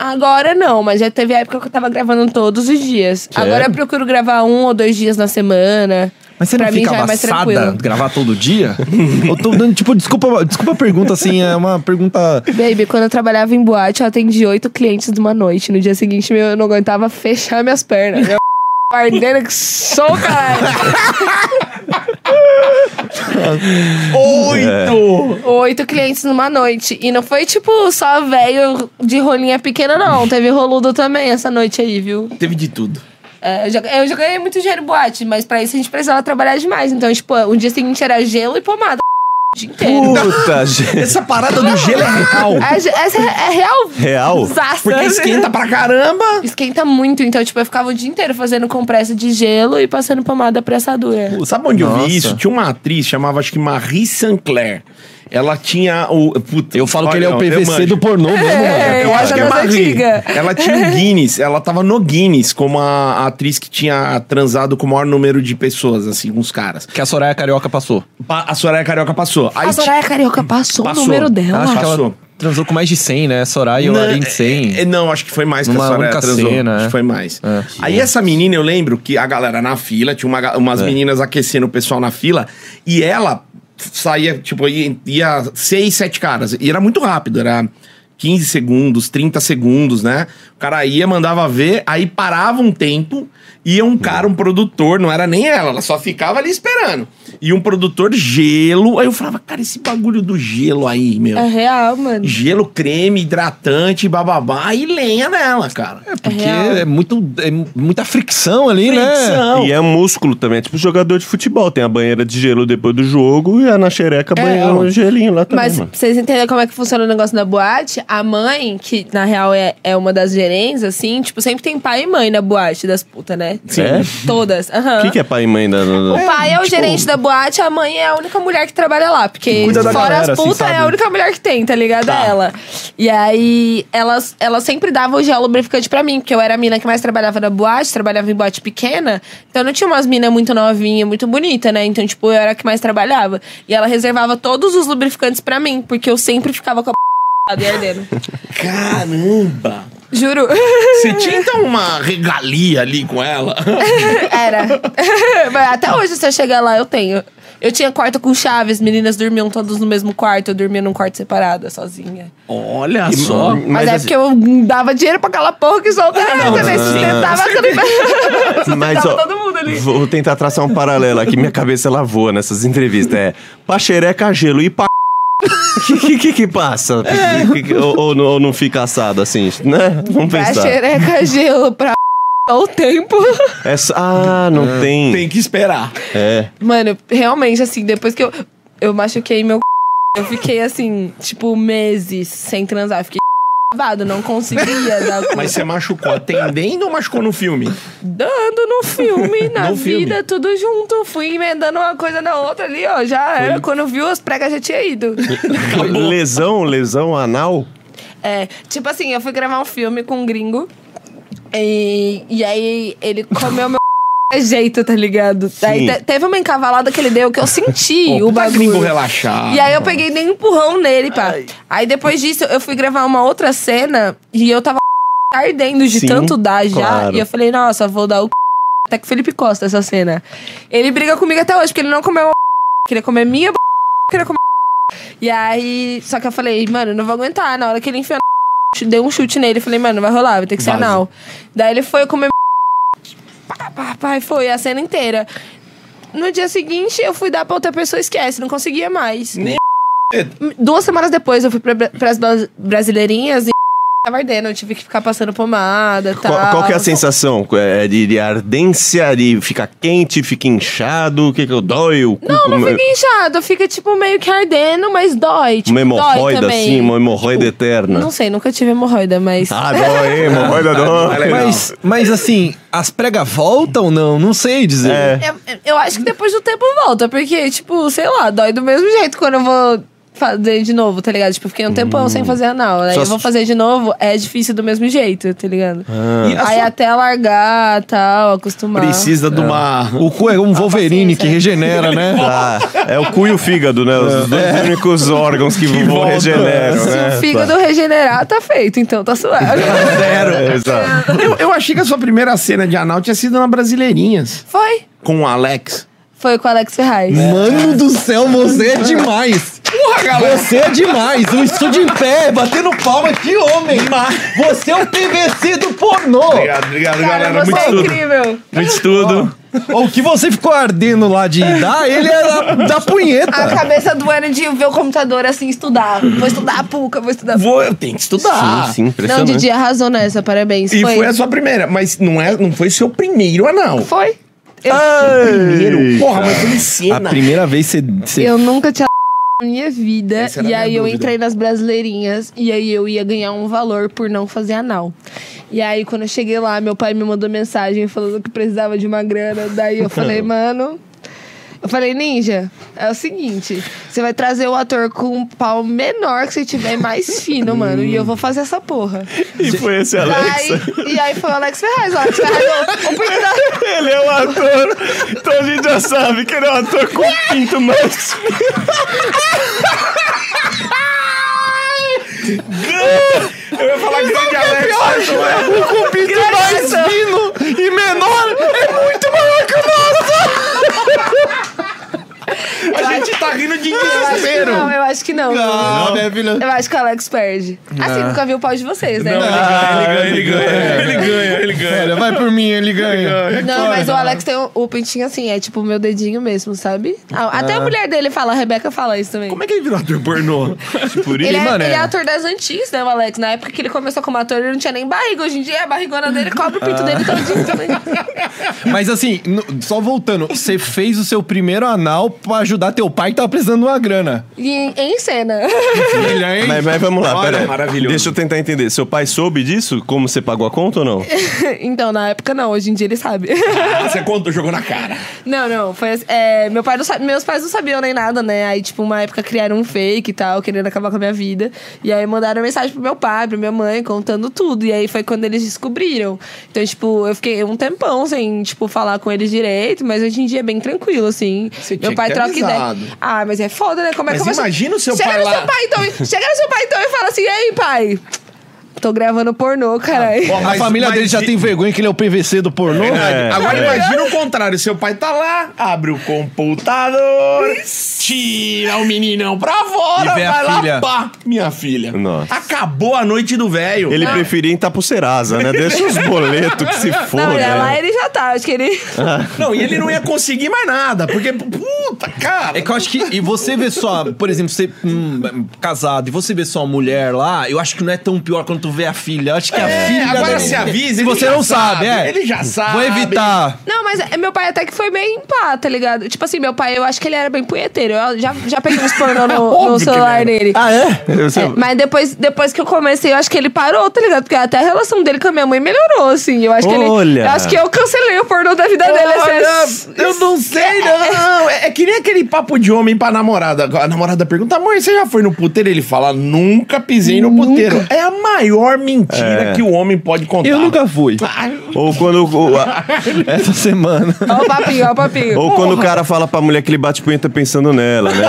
Speaker 4: Agora não, mas já teve época que eu tava gravando todos os dias. Agora eu procuro gravar um ou dois dias na semana.
Speaker 3: Mas você não
Speaker 4: pra mim
Speaker 3: fica
Speaker 4: já é mais
Speaker 3: amassada
Speaker 4: tranquilo.
Speaker 3: gravar todo dia? eu tô dando, tipo, desculpa, desculpa a pergunta, assim, é uma pergunta.
Speaker 4: Baby, quando eu trabalhava em boate, eu atendi oito clientes de uma noite. No dia seguinte, meu, eu não aguentava fechar minhas pernas. Meu ardendo que sou, caralho.
Speaker 1: Oito!
Speaker 4: Oito clientes numa noite. E não foi, tipo, só velho de rolinha pequena, não. Teve roludo também essa noite aí, viu?
Speaker 1: Teve de tudo.
Speaker 4: É, eu, já, eu já ganhei muito dinheiro em boate, mas pra isso a gente precisava trabalhar demais. Então, tipo, o dia seguinte era gelo e pomada. O dia inteiro.
Speaker 2: Puta, gente.
Speaker 1: Essa parada do gelo é real.
Speaker 4: É, ge- Essa é, é real.
Speaker 2: Real?
Speaker 4: Desastre.
Speaker 1: Porque esquenta pra caramba.
Speaker 4: Esquenta muito, então, tipo, eu ficava o dia inteiro fazendo compressa de gelo e passando pomada pressadura.
Speaker 1: Sabe onde eu
Speaker 3: Nossa.
Speaker 1: vi isso? Tinha uma atriz, chamava acho que Marie Sinclair. Ela tinha o. Puta,
Speaker 3: Eu falo que ele é o
Speaker 1: olha, não, eu
Speaker 3: PVC
Speaker 1: manjo.
Speaker 3: do pornô mesmo, mano.
Speaker 4: É,
Speaker 1: Eu acho
Speaker 4: essa
Speaker 1: que é
Speaker 4: das
Speaker 1: Marie.
Speaker 4: antigas.
Speaker 1: Ela tinha um Guinness, ela tava no Guinness como a, a atriz que tinha transado com o maior número de pessoas, assim, com os caras.
Speaker 3: Que a Soraya Carioca passou.
Speaker 1: Pa- a Soraya Carioca passou. Aí
Speaker 4: A Soraya Carioca passou,
Speaker 1: Passou.
Speaker 4: o número dela.
Speaker 3: Acho que
Speaker 1: Passou.
Speaker 3: ela transou com mais de 100, né? Soraya e Olarim de 100.
Speaker 1: É, é, não, acho que foi mais que
Speaker 3: Numa
Speaker 1: a Soraya
Speaker 3: única
Speaker 1: transou.
Speaker 3: cena,
Speaker 1: acho que
Speaker 3: é.
Speaker 1: foi mais.
Speaker 3: É.
Speaker 1: Aí essa menina, eu lembro que a galera na fila, tinha uma ga-
Speaker 3: É.
Speaker 1: umas meninas aquecendo o pessoal na fila, e ela saía, tipo, ia, ia seis, sete caras. E era muito rápido, era 15 segundos, 30 segundos, né? O cara ia, mandava ver, aí parava um tempo, ia um cara, um produtor, não era nem ela, ela só ficava ali esperando. E um produtor gelo, aí eu falava, cara, esse bagulho do gelo aí, meu
Speaker 4: É real, mano.
Speaker 1: gelo, creme, hidratante, bababá e lenha nela, cara.
Speaker 3: Porque
Speaker 4: real.
Speaker 3: é, muito, é muita fricção ali, né?
Speaker 1: Fricção.
Speaker 2: E é músculo também, é tipo jogador de futebol. Tem a banheira de gelo depois do jogo e a na xereca a banheira
Speaker 1: ó.
Speaker 2: no gelinho lá também,
Speaker 4: É, Mas pra
Speaker 2: tá mano.
Speaker 4: vocês entenderem como é que funciona o negócio da boate, a mãe, que na real é, é uma das gerentes, assim, tipo, sempre tem pai e mãe na boate das putas, né?
Speaker 2: Sim. É?
Speaker 4: Todas. aham.
Speaker 2: O que, que é pai e mãe da. da-
Speaker 4: O
Speaker 2: da-
Speaker 4: pai
Speaker 3: tipo,
Speaker 4: é o gerente da boate, a mãe é a única mulher que trabalha lá. Porque
Speaker 3: Cuida da
Speaker 4: fora
Speaker 3: galera,
Speaker 4: as
Speaker 3: assim,
Speaker 4: putas,
Speaker 3: sabe?
Speaker 4: é a única mulher que tem, tá ligado? É Ela. E aí, elas, elas sempre davam o gel lubrificante pra mim. Porque eu era a mina que mais trabalhava na boate, trabalhava em boate pequena. Então, não tinha umas minas muito novinha, muito bonita, né? Então, tipo, eu era a que mais trabalhava. E ela reservava todos os lubrificantes pra mim. Porque eu sempre ficava com a p****** e ardendo.
Speaker 1: Caramba!
Speaker 4: Juro.
Speaker 1: Você tinha então uma regalia ali com ela?
Speaker 4: Era. Mas até hoje, se eu chegar lá, eu tenho. Eu tinha quarto com chave, as meninas dormiam todas no mesmo quarto, eu dormia num quarto separado, sozinha.
Speaker 1: Olha só.
Speaker 2: Mas
Speaker 4: Mas, é
Speaker 2: assim-
Speaker 4: porque eu dava dinheiro pra aquela porra que soltava, né?
Speaker 1: não,
Speaker 4: também
Speaker 1: não,
Speaker 4: sustentava aquele-
Speaker 2: assim, Mas,
Speaker 4: Tava
Speaker 2: ó,
Speaker 4: todo mundo ali.
Speaker 2: vou tentar traçar um paralelo aqui. Minha cabeça ela voa nessas entrevistas. É pra xereca, gelo e pra. O que, que, que passa?
Speaker 4: É.
Speaker 2: Que- que- ou, ou não- ou não fica assado assim, né? Vamos
Speaker 4: Pra
Speaker 2: pensar.
Speaker 4: xereca, gelo, pra o tempo.
Speaker 2: É só- ah, não tem.
Speaker 1: Tem que esperar.
Speaker 2: É.
Speaker 4: Mano, realmente, assim, depois que eu, eu machuquei meu c... eu fiquei, assim, tipo, meses sem transar. Fiquei c******, não conseguia dar cu.
Speaker 1: Mas você machucou atendendo ou machucou no filme?
Speaker 4: dando no filme, na
Speaker 1: No filme.
Speaker 4: vida, tudo junto. Fui emendando uma coisa na outra ali, ó. Já era. Quando viu as pregas, já tinha ido.
Speaker 2: Lesão, lesão anal?
Speaker 4: é, tipo assim, eu fui gravar um filme com um gringo. E, e aí ele comeu meu jeito, tá ligado? Aí te- teve uma encavalada que ele deu que eu senti o
Speaker 1: puta
Speaker 4: bagulho.
Speaker 1: gringo relaxado.
Speaker 4: E aí eu peguei nem um empurrão nele, pá. Aí depois disso eu fui gravar uma outra cena e eu tava ardendo de
Speaker 2: Sim,
Speaker 4: tanto dar já.
Speaker 2: claro.
Speaker 4: E eu falei, nossa, vou dar o até que Felipe Costa essa cena. Ele briga comigo até hoje, porque ele não comeu a queria comer minha queria comer E aí, só que eu falei, mano, não vou aguentar. Na hora que ele enfiou a dei um chute nele, falei, mano, não vai rolar, vai ter que ser
Speaker 1: Vaza.
Speaker 4: anal. Daí ele foi comer pá, pá, pá, e foi a cena inteira. No dia seguinte, eu fui dar pra outra pessoa, esquece, não conseguia mais. Duas semanas depois eu fui pra, pras bra- brasileirinhas e tava ardendo. Eu tive que ficar passando pomada e tal.
Speaker 2: Qual, qual que é a sensação? É de, de ardência, de ficar quente, fica inchado, o que que eu dói? O cu,
Speaker 4: Não, não
Speaker 2: como- é?
Speaker 4: fica inchado, fica tipo meio que ardendo, mas dói. Tipo,
Speaker 2: uma
Speaker 4: dói
Speaker 2: hemorroida
Speaker 4: também. Tipo,
Speaker 2: assim, uma hemorroida eterna.
Speaker 4: Não sei, nunca tive hemorroida, mas.
Speaker 2: Ah, dói, hemorroida dói.
Speaker 3: Mas, mas assim, as pregas voltam ou não? Não sei dizer.
Speaker 2: É.
Speaker 4: Eu, eu acho que depois do tempo volta, porque, tipo, sei lá, dói do mesmo jeito quando eu vou fazer de novo, tá ligado? Tipo, eu fiquei um tempão sem fazer anal. Aí
Speaker 2: Só
Speaker 4: eu vou
Speaker 2: se-
Speaker 4: fazer de novo, é difícil do mesmo jeito, tá ligado?
Speaker 1: E a
Speaker 4: Aí
Speaker 1: sua-
Speaker 4: até largar tal, acostumar.
Speaker 1: Precisa de uma.
Speaker 3: O cu é um Wolverine
Speaker 4: paciência.
Speaker 3: que regenera, né?
Speaker 2: Ah, é o cu e o fígado, né?
Speaker 1: É.
Speaker 2: Os dois únicos órgãos que, vão
Speaker 1: voltam.
Speaker 2: regeneram,
Speaker 4: Se
Speaker 2: né?
Speaker 4: o fígado regenerar, tá feito, então tá suave.
Speaker 2: Zero. É, Exato.
Speaker 1: Eu, eu achei que a sua primeira cena de anal tinha sido na Brasileirinhas.
Speaker 4: Foi.
Speaker 1: Com o Alex.
Speaker 4: Foi com o Alex Ferraz.
Speaker 3: Mano do céu, você é demais!
Speaker 1: Porra, galera!
Speaker 3: Você é demais! Um estúdio em pé, batendo palma, que homem! Você é o PVC do pornô!
Speaker 1: Obrigado, obrigado,
Speaker 4: Cara,
Speaker 1: galera.
Speaker 4: você
Speaker 1: Muito
Speaker 4: é
Speaker 1: estudo.
Speaker 4: incrível.
Speaker 1: Muito estudo.
Speaker 3: O que você ficou ardendo lá de dar, ele era da
Speaker 4: A
Speaker 3: punheta!
Speaker 4: cabeça doendo de ver o computador assim, estudar. Vou estudar a PUCA, vou estudar.
Speaker 1: Vou, eu tenho que estudar.
Speaker 2: Sim, sim,
Speaker 4: Ah. Não,
Speaker 2: impressionante.
Speaker 4: Didi arrasou nessa, parabéns.
Speaker 1: E foi. a sua primeira, mas não, é, não foi seu primeiro anal.
Speaker 4: Foi.
Speaker 1: Primeiro. Porra, mas foi em
Speaker 3: A
Speaker 1: cena.
Speaker 3: primeira vez você. você-
Speaker 4: Eu nunca tinha na minha vida.
Speaker 1: Essa era
Speaker 4: E
Speaker 1: a
Speaker 4: aí
Speaker 1: minha
Speaker 4: eu
Speaker 1: dúvida.
Speaker 4: entrei nas brasileirinhas e aí eu ia ganhar um valor por não fazer anal. E aí, quando eu cheguei lá, meu pai me mandou mensagem falando que precisava de uma grana. Daí eu falei, mano. Eu falei, ninja, é o seguinte: você vai trazer o ator com um pau menor que você tiver e mais fino, mano. E eu vou fazer essa porra.
Speaker 2: E foi esse Alex.
Speaker 4: Daí, e aí foi o Alex Ferraz. O Alex Ferraz, o, o pinto da-
Speaker 2: Ele é um ator. Então a gente já sabe que ele é um ator com pinto mais.
Speaker 1: Eu ia falar grande Alex. mas não é.
Speaker 3: O pinto mais fino e menor é muito maior que o nosso!
Speaker 1: A gente tá rindo de
Speaker 4: Eu acho que
Speaker 1: desespero.
Speaker 4: não, eu acho que não.
Speaker 3: Não, né, deve não.
Speaker 4: Eu acho que o Alex perde. Assim, nunca vi o pau de vocês, né?
Speaker 1: Ah, ele ganha, ele ganha, ele ganha.
Speaker 3: Olha, vai por mim, ele ganha.
Speaker 1: é
Speaker 4: Não, mas o Alex tem o, o pintinho assim, é tipo o meu dedinho mesmo, sabe? Ah, Até a mulher dele fala, a Rebeca fala isso também.
Speaker 1: Como é que ele virou ator pornô?
Speaker 2: Por
Speaker 4: Ele,
Speaker 2: isso,
Speaker 4: é,
Speaker 3: mano,
Speaker 4: ele é
Speaker 3: é.
Speaker 4: ator das antigas, né, o Alex? Na época que ele começou como ator, ele não tinha nem barriga. Hoje em dia, a barrigona dele cobre o pinto dele todinho também.
Speaker 3: Mas assim, no- só voltando, você fez o seu primeiro anal pra ajudar teu pai que tava precisando de uma grana.
Speaker 4: E em, em cena.
Speaker 3: Filha, hein?
Speaker 2: Mas, mas vamos lá,
Speaker 1: Olha,
Speaker 2: pera. aí.
Speaker 1: maravilhoso.
Speaker 2: Deixa eu tentar entender. Seu pai soube disso? Como você pagou a conta ou não?
Speaker 4: então, na época não, hoje em dia ele sabe.
Speaker 1: Ah, Você contou, jogou na cara.
Speaker 4: Não, não. Foi assim, é, meu pai não sa- meus pais não sabiam nem nada, né? Aí, tipo, uma época criaram um fake e tal, querendo acabar com a minha vida. E aí mandaram mensagem pro meu pai, pra minha mãe, contando tudo. E aí foi quando eles descobriram. Então, tipo, eu fiquei um tempão sem, tipo, falar com eles direito, mas hoje em dia é bem tranquilo, assim.
Speaker 1: Você tinha
Speaker 4: meu
Speaker 1: que
Speaker 4: pai
Speaker 1: ter
Speaker 4: troca
Speaker 1: avisado.
Speaker 4: ideia. Ah, mas é foda, né? Como é
Speaker 1: Mas
Speaker 4: que eu vou-
Speaker 1: imagina o seu
Speaker 4: chega
Speaker 1: pai
Speaker 4: no
Speaker 1: lá.
Speaker 4: Seu pai, então, e- chega no seu pai então e fala assim: "E aí, pai? Tô gravando
Speaker 1: Ah,
Speaker 4: pornô, caralho.
Speaker 3: A família dele já tem vergonha que ele é o PVC do pornô.
Speaker 2: É,
Speaker 1: Agora
Speaker 2: é.
Speaker 1: imagina o contrário, seu pai tá lá, abre o computador, tira o meninão pra fora,
Speaker 3: E vê a
Speaker 1: vai lá,
Speaker 3: filha.
Speaker 1: pá, minha filha.
Speaker 2: Nossa.
Speaker 1: Acabou a noite do velho. Ah,
Speaker 2: Ele preferia entrar pro Serasa, né? Deixa os boletos que se foda.
Speaker 1: né?
Speaker 2: né?
Speaker 4: Não, ele- lá ele já tá, acho que ele.
Speaker 1: Não, e ele não ia conseguir mais nada, porque, puta, cara.
Speaker 3: É que eu acho que. E você vê só, por exemplo, você hum, casado e você vê só a mulher lá, eu acho que não é tão pior quando tu vê a filha. Eu acho que a
Speaker 1: É,
Speaker 3: filha.
Speaker 1: agora
Speaker 3: deve-
Speaker 1: se avisa,
Speaker 3: Se
Speaker 1: ele
Speaker 3: você
Speaker 1: já
Speaker 3: não sabe, é.
Speaker 1: Ele já sabe.
Speaker 3: Vou evitar.
Speaker 4: Não, mas é, meu pai até que foi bem pá, tá ligado? Tipo assim, meu pai, eu acho que ele era bem punheteiro. Eu já, já peguei uns pornô no- no,
Speaker 1: Óbvio que
Speaker 4: celular
Speaker 1: ele
Speaker 4: dele.
Speaker 2: Ah, é? Eu sei.
Speaker 4: É, mas depois, depois que eu comecei, eu acho que ele parou, tá ligado? Porque até a relação dele com a minha mãe melhorou, assim. Eu acho que ele.
Speaker 2: Olha!
Speaker 4: Eu acho que eu cancelei o pornô da vida dele.
Speaker 1: Olha,
Speaker 4: Assim,
Speaker 1: eu não sei, não. É, é que nem aquele papo de homem pra namorada. A namorada pergunta, amor, você já foi no puteiro? Ele fala, nunca pisei no puteiro. É a maior mentira
Speaker 2: É.
Speaker 1: que o homem pode contar.
Speaker 3: fui.
Speaker 1: Ah,
Speaker 2: Ou quando, ou, a-
Speaker 3: Essa semana.
Speaker 4: ó o papinho, ó o papinho.
Speaker 2: ou quando o cara fala pra mulher que ele bate punheta pensando nela, né?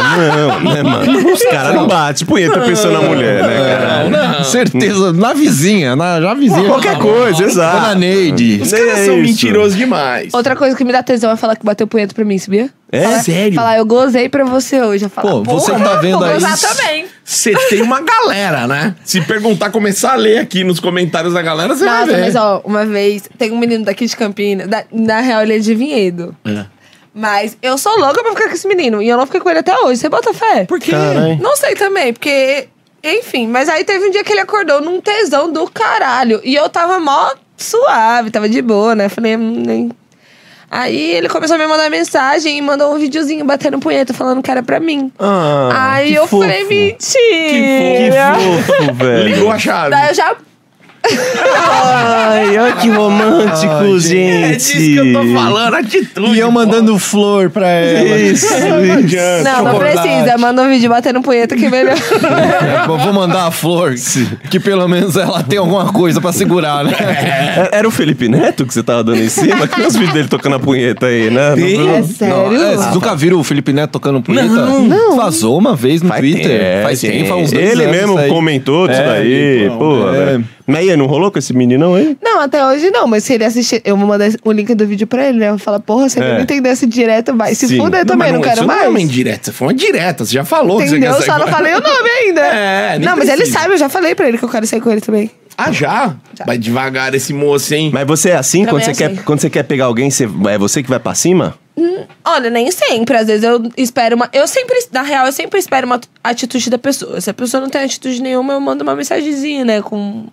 Speaker 2: Não, né, mano? Os caras não batem punheta pensando na mulher, né, cara?
Speaker 3: Certeza. Na vizinha, na, já vizinha.
Speaker 2: Qualquer coisa, exato.
Speaker 3: Dona Neide.
Speaker 1: Os caras são
Speaker 2: é isso.
Speaker 1: mentirosos demais.
Speaker 4: Outra coisa que me dá tesão é falar que bateu punheta pra mim, sabia?
Speaker 2: É?
Speaker 4: Falar-
Speaker 1: Sério?
Speaker 4: Falar, eu gozei pra você hoje. Eu falo,
Speaker 3: Pô, você
Speaker 4: porra,
Speaker 3: tá vendo
Speaker 4: vou
Speaker 3: aí?
Speaker 4: gozar também.
Speaker 1: Você tem uma galera, né? Se perguntar, começar a ler aqui nos comentários da galera, você vai
Speaker 4: Nossa,
Speaker 1: ver.
Speaker 4: mas ó, uma vez, tem um menino daqui de Campinas, da- na real ele é de Vinhedo. Mas eu sou louca pra ficar com esse menino. E eu não fiquei com ele até hoje. Você bota fé?
Speaker 1: Por quê?
Speaker 2: Caralho.
Speaker 4: Não sei também, porque. Enfim, mas aí teve um dia que ele acordou num tesão do caralho. E eu tava mó suave, tava de boa, né? Falei, hum, nem. Aí ele começou a me mandar mensagem e mandou um videozinho batendo punheta, falando que era pra mim.
Speaker 2: Ah,
Speaker 4: aí
Speaker 2: que
Speaker 4: eu
Speaker 2: fofo.
Speaker 4: falei, É. mentira!
Speaker 2: Que fofo, velho.
Speaker 1: Ligou a chave.
Speaker 4: Daí eu já.
Speaker 2: Ai, olha que romântico,
Speaker 1: É
Speaker 2: gente.
Speaker 1: disso que eu tô falando, atitude.
Speaker 3: E eu mandando flor pra ela.
Speaker 2: Isso,
Speaker 1: É,
Speaker 2: isso.
Speaker 1: tipo,
Speaker 4: Não, não
Speaker 3: Chocolate.
Speaker 4: precisa, manda um vídeo batendo punheta que é melhor.
Speaker 3: Eu Vou mandar a flor, que pelo menos ela tem alguma coisa pra segurar, né?
Speaker 2: É- Era o Felipe Neto que você tava dando em cima? Que os vídeos dele tocando a punheta aí, né? Não-
Speaker 4: É sério?
Speaker 3: Não, é, vocês nunca viram o Felipe Neto tocando punheta? Não. Vazou uma vez no Twitter.
Speaker 2: É,
Speaker 3: faz
Speaker 2: gente.
Speaker 3: tempo, faz uns dois
Speaker 2: Ele
Speaker 3: anos
Speaker 2: mesmo
Speaker 3: isso aí.
Speaker 2: comentou disso
Speaker 3: É,
Speaker 2: daí.
Speaker 3: então,
Speaker 2: Pô, né?
Speaker 3: é.
Speaker 2: velho. Mas aí, não rolou com esse meninão aí?
Speaker 4: Não, até hoje não, mas se ele assistir, eu vou mandar o link do vídeo pra ele, né? Eu vou falar, porra, se ele
Speaker 2: É.
Speaker 4: não entendeu esse direto, vai. Se
Speaker 2: Sim.
Speaker 4: fuder
Speaker 1: Não,
Speaker 4: também,
Speaker 1: mas
Speaker 4: não, quero
Speaker 1: isso Não é uma
Speaker 4: mais.
Speaker 1: indireta, foi uma direta. Você já falou que você
Speaker 4: Entendeu?
Speaker 1: quer
Speaker 4: Só
Speaker 1: sair
Speaker 4: não
Speaker 1: com-
Speaker 4: falei o nome ainda.
Speaker 1: É, nem
Speaker 4: Não, mas ele
Speaker 1: precisa.
Speaker 4: sabe, eu já falei pra ele que eu quero sair com ele também.
Speaker 1: Ah, já? Vai devagar esse moço, hein?
Speaker 2: Mas você é assim? Quando
Speaker 4: Também
Speaker 2: você,
Speaker 4: é assim.
Speaker 2: Quer, quando você quer pegar alguém, você, é você que vai pra cima?
Speaker 4: Olha, nem sempre. Às vezes eu espero uma. Eu sempre, na real, eu sempre espero uma atitude da pessoa. Se a pessoa não tem atitude nenhuma, eu mando uma mensagenzinha, né? Com.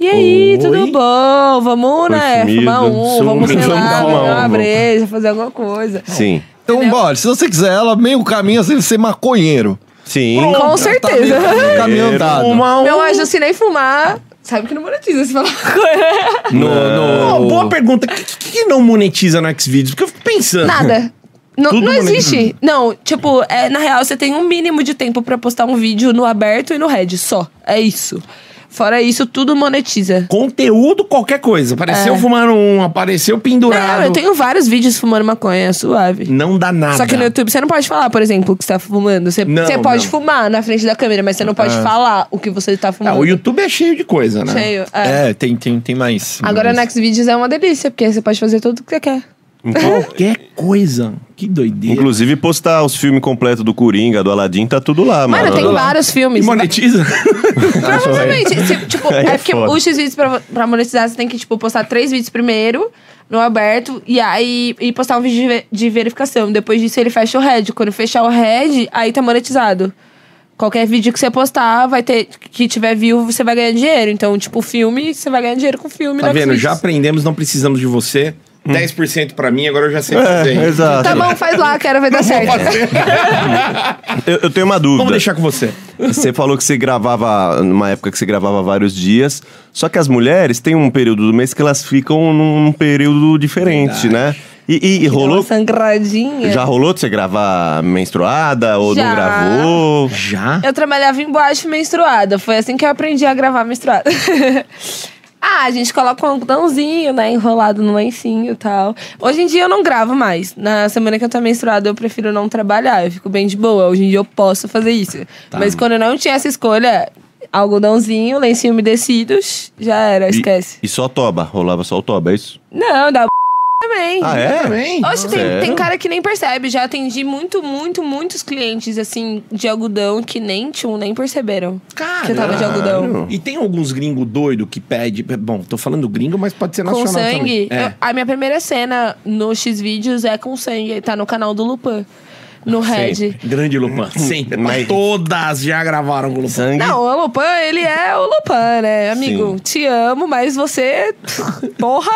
Speaker 4: E aí,
Speaker 1: Oi?
Speaker 4: tudo bom? Vamos, né?
Speaker 2: Oi,
Speaker 4: Fumar
Speaker 2: sumido.
Speaker 4: um,
Speaker 1: Sumido.
Speaker 4: vamos, sei lá,
Speaker 2: Vamos
Speaker 4: beber
Speaker 2: fumar
Speaker 4: uma
Speaker 2: um.
Speaker 4: breja, fazer alguma coisa.
Speaker 2: Sim.
Speaker 3: Então, bora, se você quiser ela, meio caminho assim, ser maconheiro.
Speaker 2: Sim.
Speaker 4: Com
Speaker 3: Tá
Speaker 4: certeza.
Speaker 3: meio caminho- caminho andado.
Speaker 1: Uma, um.
Speaker 4: Meu anjo, se nem fumar, sabe que não monetiza se falar coisa.
Speaker 3: No,
Speaker 1: Uma
Speaker 3: no...
Speaker 1: boa pergunta. O que, que- que não monetiza no Xvideos? Porque eu fico pensando.
Speaker 4: Nada. Não,
Speaker 1: Tudo
Speaker 4: não
Speaker 1: monetiza.
Speaker 4: existe. Não, tipo, é, na real, você tem um mínimo de tempo pra postar um vídeo no aberto e no red, só. É isso. Fora isso, tudo monetiza.
Speaker 1: Conteúdo, qualquer coisa. Apareceu fumando um, apareceu pendurado.
Speaker 4: É. Não, É, eu tenho vários vídeos fumando maconha, suave.
Speaker 1: Não dá nada.
Speaker 4: Só que no YouTube você não pode falar, por exemplo, o que você tá fumando. Você,
Speaker 1: Não,
Speaker 4: você pode
Speaker 1: não.
Speaker 4: fumar na frente da câmera, mas você não pode falar o que você tá
Speaker 1: Ah,
Speaker 4: fumando.
Speaker 1: o YouTube é cheio de coisa, né?
Speaker 4: Cheio. É.
Speaker 3: É, tem, tem, tem mais.
Speaker 4: Agora,
Speaker 3: mais.
Speaker 4: Xvideos é uma delícia, porque você pode fazer tudo o que você quer.
Speaker 1: Qualquer coisa. Que doideira.
Speaker 2: Inclusive, postar os filmes completos do Coringa, do Aladdin, tá tudo lá, mano.
Speaker 4: Mano, tem vários
Speaker 1: E
Speaker 4: filmes.
Speaker 1: monetiza?
Speaker 4: Provavelmente. Se, tipo,
Speaker 2: Aí
Speaker 4: é,
Speaker 2: é
Speaker 4: porque
Speaker 2: foda.
Speaker 4: os X vídeos pra, pra monetizar, você tem que, tipo, postar três vídeos primeiro no aberto e aí e postar um vídeo de, ve- de verificação. Depois disso, ele fecha o head. Quando fechar o head, aí tá monetizado. Qualquer vídeo que você postar, vai ter. Que tiver view, você vai ganhar dinheiro. Então, tipo, filme, você vai ganhar dinheiro com filme
Speaker 1: Tá
Speaker 4: no
Speaker 1: vendo?
Speaker 4: Xvideos.
Speaker 1: Já aprendemos, não precisamos de você. 10% pra mim, agora eu já sei fazer.
Speaker 2: Hum. É, exato.
Speaker 4: Tá bom, faz lá, quero ver dar certo.
Speaker 2: Eu, eu tenho uma dúvida.
Speaker 1: Vamos deixar com você.
Speaker 2: Você falou que você gravava, numa época que você gravava vários dias, só que as mulheres têm um período do mês que elas ficam num período diferente, né? E, e- e
Speaker 4: Uma
Speaker 2: rolou.
Speaker 4: sangradinha.
Speaker 2: Já rolou de você gravar menstruada ou não
Speaker 4: É. Já.
Speaker 2: gravou?
Speaker 1: Já?
Speaker 4: Eu trabalhava em boate menstruada. Foi assim que eu aprendi a gravar menstruada. ah, a gente coloca um algodãozinho, né? Enrolado no lencinho e tal. Hoje em dia eu não gravo mais. Na semana que eu tô menstruada, eu prefiro não trabalhar. Eu fico bem de boa. Hoje em dia eu posso fazer isso.
Speaker 2: Tá.
Speaker 4: Mas quando eu não tinha essa escolha, algodãozinho, lencinho umedecido, já era,
Speaker 2: E-
Speaker 4: esquece.
Speaker 2: E, só toba, rolava só o toba, é isso?
Speaker 4: Não, dá também.
Speaker 2: Ah, é?
Speaker 1: Também.
Speaker 4: Oxe, tem,
Speaker 2: Sério?
Speaker 4: tem cara que nem percebe. Já atendi muito, muito, muitos clientes, assim, de algodão que nem tchum, nem perceberam.
Speaker 1: Cara.
Speaker 4: Que eu tava de algodão.
Speaker 1: E tem alguns gringo doido que pede. é, Bom, tô falando gringo, mas pode ser
Speaker 4: Com
Speaker 1: nacional
Speaker 4: sangue?
Speaker 1: também. É.
Speaker 4: Eu- a minha primeira cena no X-Vídeos é com sangue. aí Tá no canal do Lupan. No Red.
Speaker 1: Grande Lupan. Sempre.
Speaker 2: Mas-
Speaker 1: Todas já gravaram com o Lupan.
Speaker 2: Sangue.
Speaker 4: Não, o Lupan, ele é o Lupan, né? Amigo, te amo, mas você. Porra!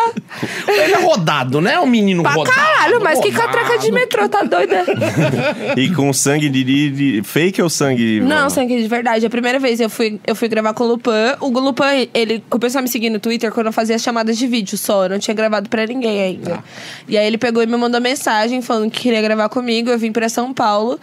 Speaker 1: Ele é rodado, né? É um menino
Speaker 4: pra
Speaker 1: rodado.
Speaker 4: caralho, mas que
Speaker 1: rodado.
Speaker 4: catraca de metrô, tá doida?
Speaker 2: E com sangue de, de- de- fake ou sangue?
Speaker 4: Não, sangue de verdade. A primeira vez eu fui, eu fui gravar com o Lupan. O Lupan, ele começou a me seguir no Twitter quando eu fazia as chamadas de vídeo só. Eu não tinha gravado pra ninguém ainda. E aí ele pegou e me mandou mensagem falando que queria gravar comigo. Eu vim pra São Paulo.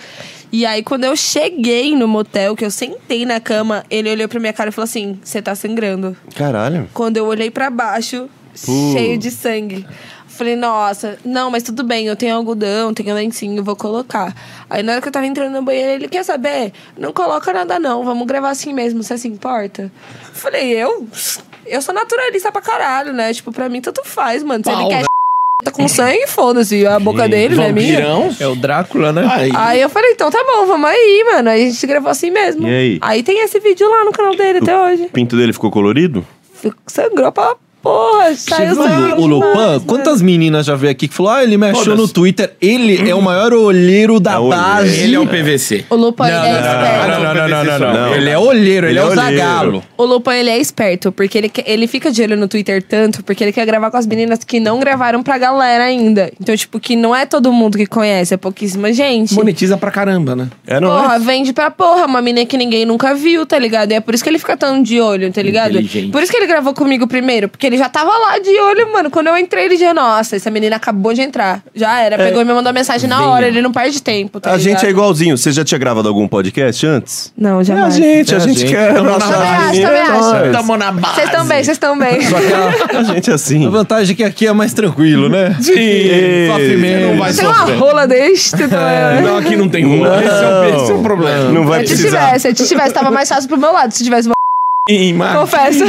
Speaker 4: E aí quando eu cheguei no motel, que eu sentei na cama, ele olhou pra minha cara e falou assim: Você tá sangrando.
Speaker 2: Caralho.
Speaker 4: Quando eu olhei pra baixo, cheio de sangue. Falei, nossa, não, mas tudo bem, eu tenho algodão, tenho lencinho, vou colocar. Aí na hora que eu tava entrando no banheiro, ele quer saber? Não coloca nada não, vamos gravar assim mesmo, você se importa? Falei, eu? Eu sou naturalista pra caralho, né? Tipo, pra mim tanto faz, mano. Se
Speaker 1: Pau,
Speaker 4: ele quer
Speaker 1: né?
Speaker 4: tá com sangue, foda-se, a boca dele não é minha.
Speaker 1: Vampirão.
Speaker 3: É o Drácula, né?
Speaker 1: Aí.
Speaker 4: Aí eu falei, então tá bom, vamos aí, mano. Aí a gente gravou assim mesmo.
Speaker 2: E aí?
Speaker 4: aí tem esse vídeo lá no canal dele até hoje.
Speaker 2: O pinto dele ficou colorido?
Speaker 4: Fico- Sangrou pra Porra,
Speaker 3: Você
Speaker 4: saiu
Speaker 3: viu o, o Lupan? Quantas meninas já veio aqui que falou, ah, ele me achou
Speaker 1: Todas.
Speaker 3: no Twitter, ele é o maior olheiro da
Speaker 2: É olheiro.
Speaker 3: base.
Speaker 1: Ele é um PVC.
Speaker 4: O Lupan, ele é
Speaker 1: não,
Speaker 4: esperto.
Speaker 1: não, não, não, não, não.
Speaker 2: Não.
Speaker 3: Ele é olheiro,
Speaker 2: Ele
Speaker 3: ele, é
Speaker 2: é
Speaker 3: o
Speaker 2: olheiro.
Speaker 3: Zagalo.
Speaker 4: O Lupan, ele é esperto, porque ele, que- ele fica de olho no Twitter tanto, porque ele quer gravar com as meninas que não gravaram pra galera ainda. Então, tipo, que não é todo mundo que conhece, é pouquíssima gente.
Speaker 1: Monetiza pra caramba, né?
Speaker 2: É nóis.
Speaker 4: Porra, vende pra porra, uma menina que ninguém nunca viu, tá ligado? E é por isso que ele fica tão de olho, tá ligado?
Speaker 1: Inteligente.
Speaker 4: Por isso que ele gravou comigo primeiro, porque ele já tava lá de olho, mano. Quando eu entrei, ele já, nossa, essa menina acabou de entrar. Já era, pegou e me mandou mensagem na hora, ele não perde tempo, tá
Speaker 2: A
Speaker 4: ligado?
Speaker 2: gente é igualzinho. Você já tinha gravado algum podcast antes?
Speaker 4: Não,
Speaker 2: É a
Speaker 4: jamais.
Speaker 2: gente, a
Speaker 3: É a
Speaker 2: gente
Speaker 3: gente.
Speaker 2: quer.
Speaker 3: Tamo
Speaker 2: nossa
Speaker 4: Também acho,
Speaker 2: linha,
Speaker 4: também
Speaker 2: é
Speaker 4: acho.
Speaker 2: nóis.
Speaker 1: Tamo na base.
Speaker 4: Vocês estão bem, vocês estão bem.
Speaker 2: A gente é assim.
Speaker 3: A vantagem é que aqui é mais tranquilo, né? Sim.
Speaker 1: Você não vai
Speaker 4: Tem uma
Speaker 1: sofrer.
Speaker 4: rola deste
Speaker 2: É,
Speaker 4: também. né?
Speaker 1: Não, aqui não tem rua. Esse é o, esse é o problema.
Speaker 2: Não vai
Speaker 4: Se
Speaker 2: precisar.
Speaker 4: tivesse, se tivesse, tava mais fácil pro meu lado. Se tivesse uma.
Speaker 1: Ih,
Speaker 2: Ah.
Speaker 1: mas
Speaker 4: Confesso.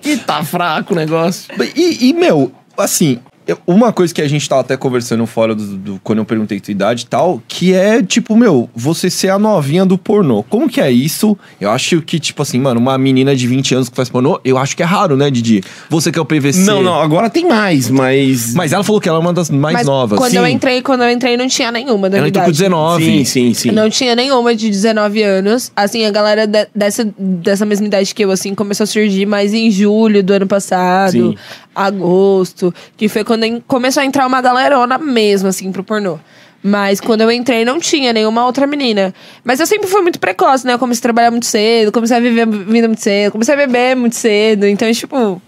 Speaker 1: que tá fraco o negócio.
Speaker 3: E, e, meu, assim, eu- uma coisa que a gente tava até conversando fora do, do- quando eu perguntei tua idade e tal, que é, tipo, meu, você ser a novinha do pornô. Como que é isso? Eu acho que, tipo assim, mano, uma menina de 20 anos que faz pornô, eu acho que é raro, né, Didi? Você que é o PVC.
Speaker 1: Não, não, agora tem mais, mas.
Speaker 3: Mas ela falou que ela é uma das mais
Speaker 4: Mas
Speaker 3: novas.
Speaker 4: quando
Speaker 3: Sim.
Speaker 4: eu entrei, quando eu entrei, não tinha nenhuma da
Speaker 3: Ela
Speaker 4: minha
Speaker 3: entrou com
Speaker 4: idade.
Speaker 3: 19.
Speaker 1: sim, sim, sim.
Speaker 4: Não tinha nenhuma de 19 anos. Assim, a galera de- dessa, dessa mesma idade que eu, assim, começou a surgir mais em julho do ano passado,
Speaker 1: Sim.
Speaker 4: agosto, que foi quando en- começou a entrar uma galerona mesmo, assim, pro pornô. Mas quando eu entrei, não tinha nenhuma outra menina. Mas eu sempre fui muito precoce, né? Eu comecei a trabalhar muito cedo, comecei a viver a vida muito cedo, comecei a beber muito cedo. Então, tipo,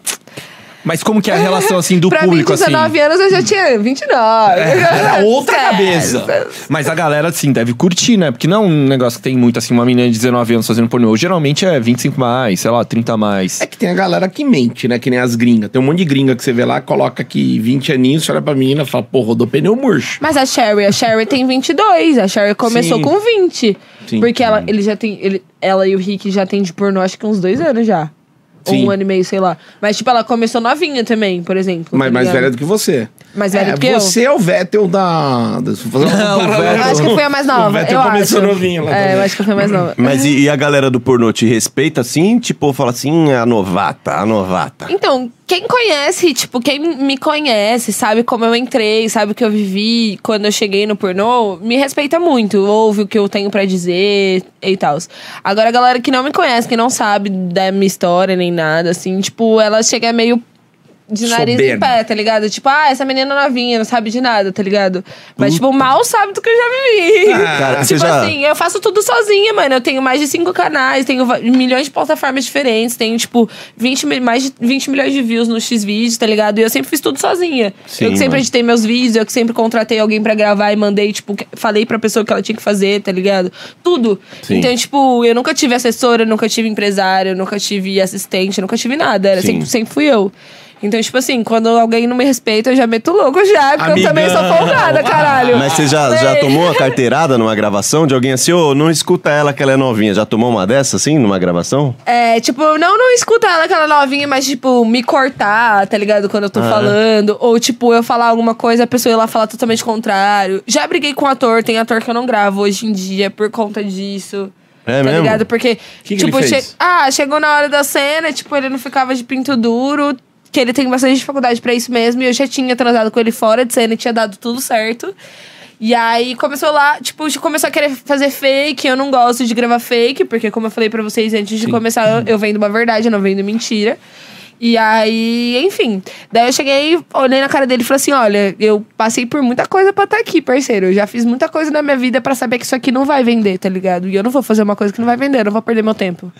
Speaker 3: Mas como que é a relação, assim, do
Speaker 4: pra
Speaker 3: público,
Speaker 4: mim,
Speaker 3: assim?
Speaker 4: 19 anos eu já tinha 29.
Speaker 1: Era outra
Speaker 4: É.
Speaker 1: cabeça.
Speaker 3: Mas a galera, assim, deve curtir, né? Porque não é um negócio que tem muito, assim, uma menina de 19 anos fazendo pornô. Geralmente é 25 mais, sei lá, 30 mais.
Speaker 1: É que tem a galera que mente, né? Que nem as gringas. Tem um monte de gringa que você vê lá, coloca aqui 20 aninhos, você olha pra menina e fala, pô, rodou pneu murcho.
Speaker 4: Mas a Sherry, a Sherry tem 22. A Sherry começou
Speaker 1: Sim.
Speaker 4: com 20.
Speaker 1: Sim.
Speaker 4: Porque ela, ele já tem, ele, ela e o Rick já tem de pornô, acho que uns dois anos já. Ou
Speaker 1: Sim.
Speaker 4: um ano e meio, sei lá. Mas, tipo, ela começou novinha também, por exemplo.
Speaker 1: Mas
Speaker 4: tá
Speaker 1: mais
Speaker 4: ligado?
Speaker 1: velha do que você.
Speaker 4: Mais velha
Speaker 1: é,
Speaker 4: do que eu?
Speaker 1: Você é o Vettel da. da- fazer uma comparação.
Speaker 4: Eu acho que foi a mais
Speaker 1: O
Speaker 4: nova.
Speaker 1: Vettel
Speaker 4: Eu
Speaker 1: começou
Speaker 4: acho.
Speaker 1: novinho lá.
Speaker 4: É,
Speaker 1: também.
Speaker 4: eu acho que foi a mais nova.
Speaker 2: Mas e, e a galera do pornô te respeita assim? Tipo, fala assim, a novata, a
Speaker 1: Tá.
Speaker 2: novata.
Speaker 4: Então, quem conhece, tipo, quem me conhece, sabe como eu entrei, sabe o que eu vivi quando eu cheguei no pornô, me respeita muito, ouve o que eu tenho pra dizer e tal. Agora, a galera que não me conhece, que não sabe da minha história nem nada, assim, tipo, ela chega meio de nariz em
Speaker 1: Soberba.
Speaker 4: pé, tá ligado? Tipo, ah, essa menina novinha, não sabe de nada, tá ligado? Mas, tipo, mal sabe do que eu já vivi.
Speaker 1: Ah, cara,
Speaker 2: você
Speaker 4: tipo
Speaker 2: já-
Speaker 4: assim, eu faço tudo sozinha, mano. Eu tenho mais de cinco canais, tenho va- milhões de plataformas diferentes, tenho, tipo, 20, mi- mais de 20 milhões de views no Xvideos, tá ligado? E eu sempre fiz tudo sozinha.
Speaker 2: Sim,
Speaker 4: eu que sempre
Speaker 2: mano.
Speaker 4: editei meus vídeos, eu que sempre contratei alguém pra gravar e mandei, tipo, que- falei pra pessoa o que ela tinha que fazer, tá ligado? Tudo.
Speaker 2: Sim.
Speaker 4: Então, tipo, eu nunca tive assessora, eu nunca tive empresário, eu nunca tive assistente, eu nunca tive nada. Era
Speaker 2: Sim.
Speaker 4: sempre, sempre fui eu. Então, tipo assim, quando alguém não me respeita, eu já meto louco já, porque eu também sou
Speaker 1: Amigão.
Speaker 4: folgada, caralho.
Speaker 2: Mas você já, já
Speaker 4: Sei.
Speaker 2: tomou a carteirada numa gravação de alguém assim, ô, não escuta ela que ela é novinha. Já tomou uma dessa assim, numa gravação?
Speaker 4: É, tipo, não, não escuta ela aquela novinha, mas, tipo, me cortar, tá ligado? Quando eu
Speaker 2: Ah, é?
Speaker 4: tô falando. Ou, tipo, eu falar alguma coisa, a pessoa ir lá falar totalmente contrário. Já briguei com ator, tem ator que eu não gravo hoje em dia por conta disso.
Speaker 2: É
Speaker 4: tá
Speaker 2: mesmo?
Speaker 4: ligado? Porque,
Speaker 1: Uhum. Que que
Speaker 4: tipo,
Speaker 1: ele
Speaker 4: che-
Speaker 1: fez?
Speaker 4: ah, chegou na hora da cena, tipo, ele não ficava de pinto duro. Que ele tem bastante dificuldade pra isso mesmo. E eu já tinha transado com ele fora de cena e tinha dado tudo certo. E aí começou lá, tipo, já começou a querer fazer fake. Eu não gosto de gravar fake, porque como eu falei pra vocês antes de começar, eu, eu vendo uma verdade, eu não vendo mentira. E aí, enfim. Daí eu cheguei, olhei na cara dele e falei assim: olha, eu passei por muita coisa pra estar aqui, parceiro. Eu já fiz muita coisa na minha vida pra saber que isso aqui não vai vender, tá ligado? E eu não vou fazer uma coisa que não vai vender, eu não vou perder meu tempo.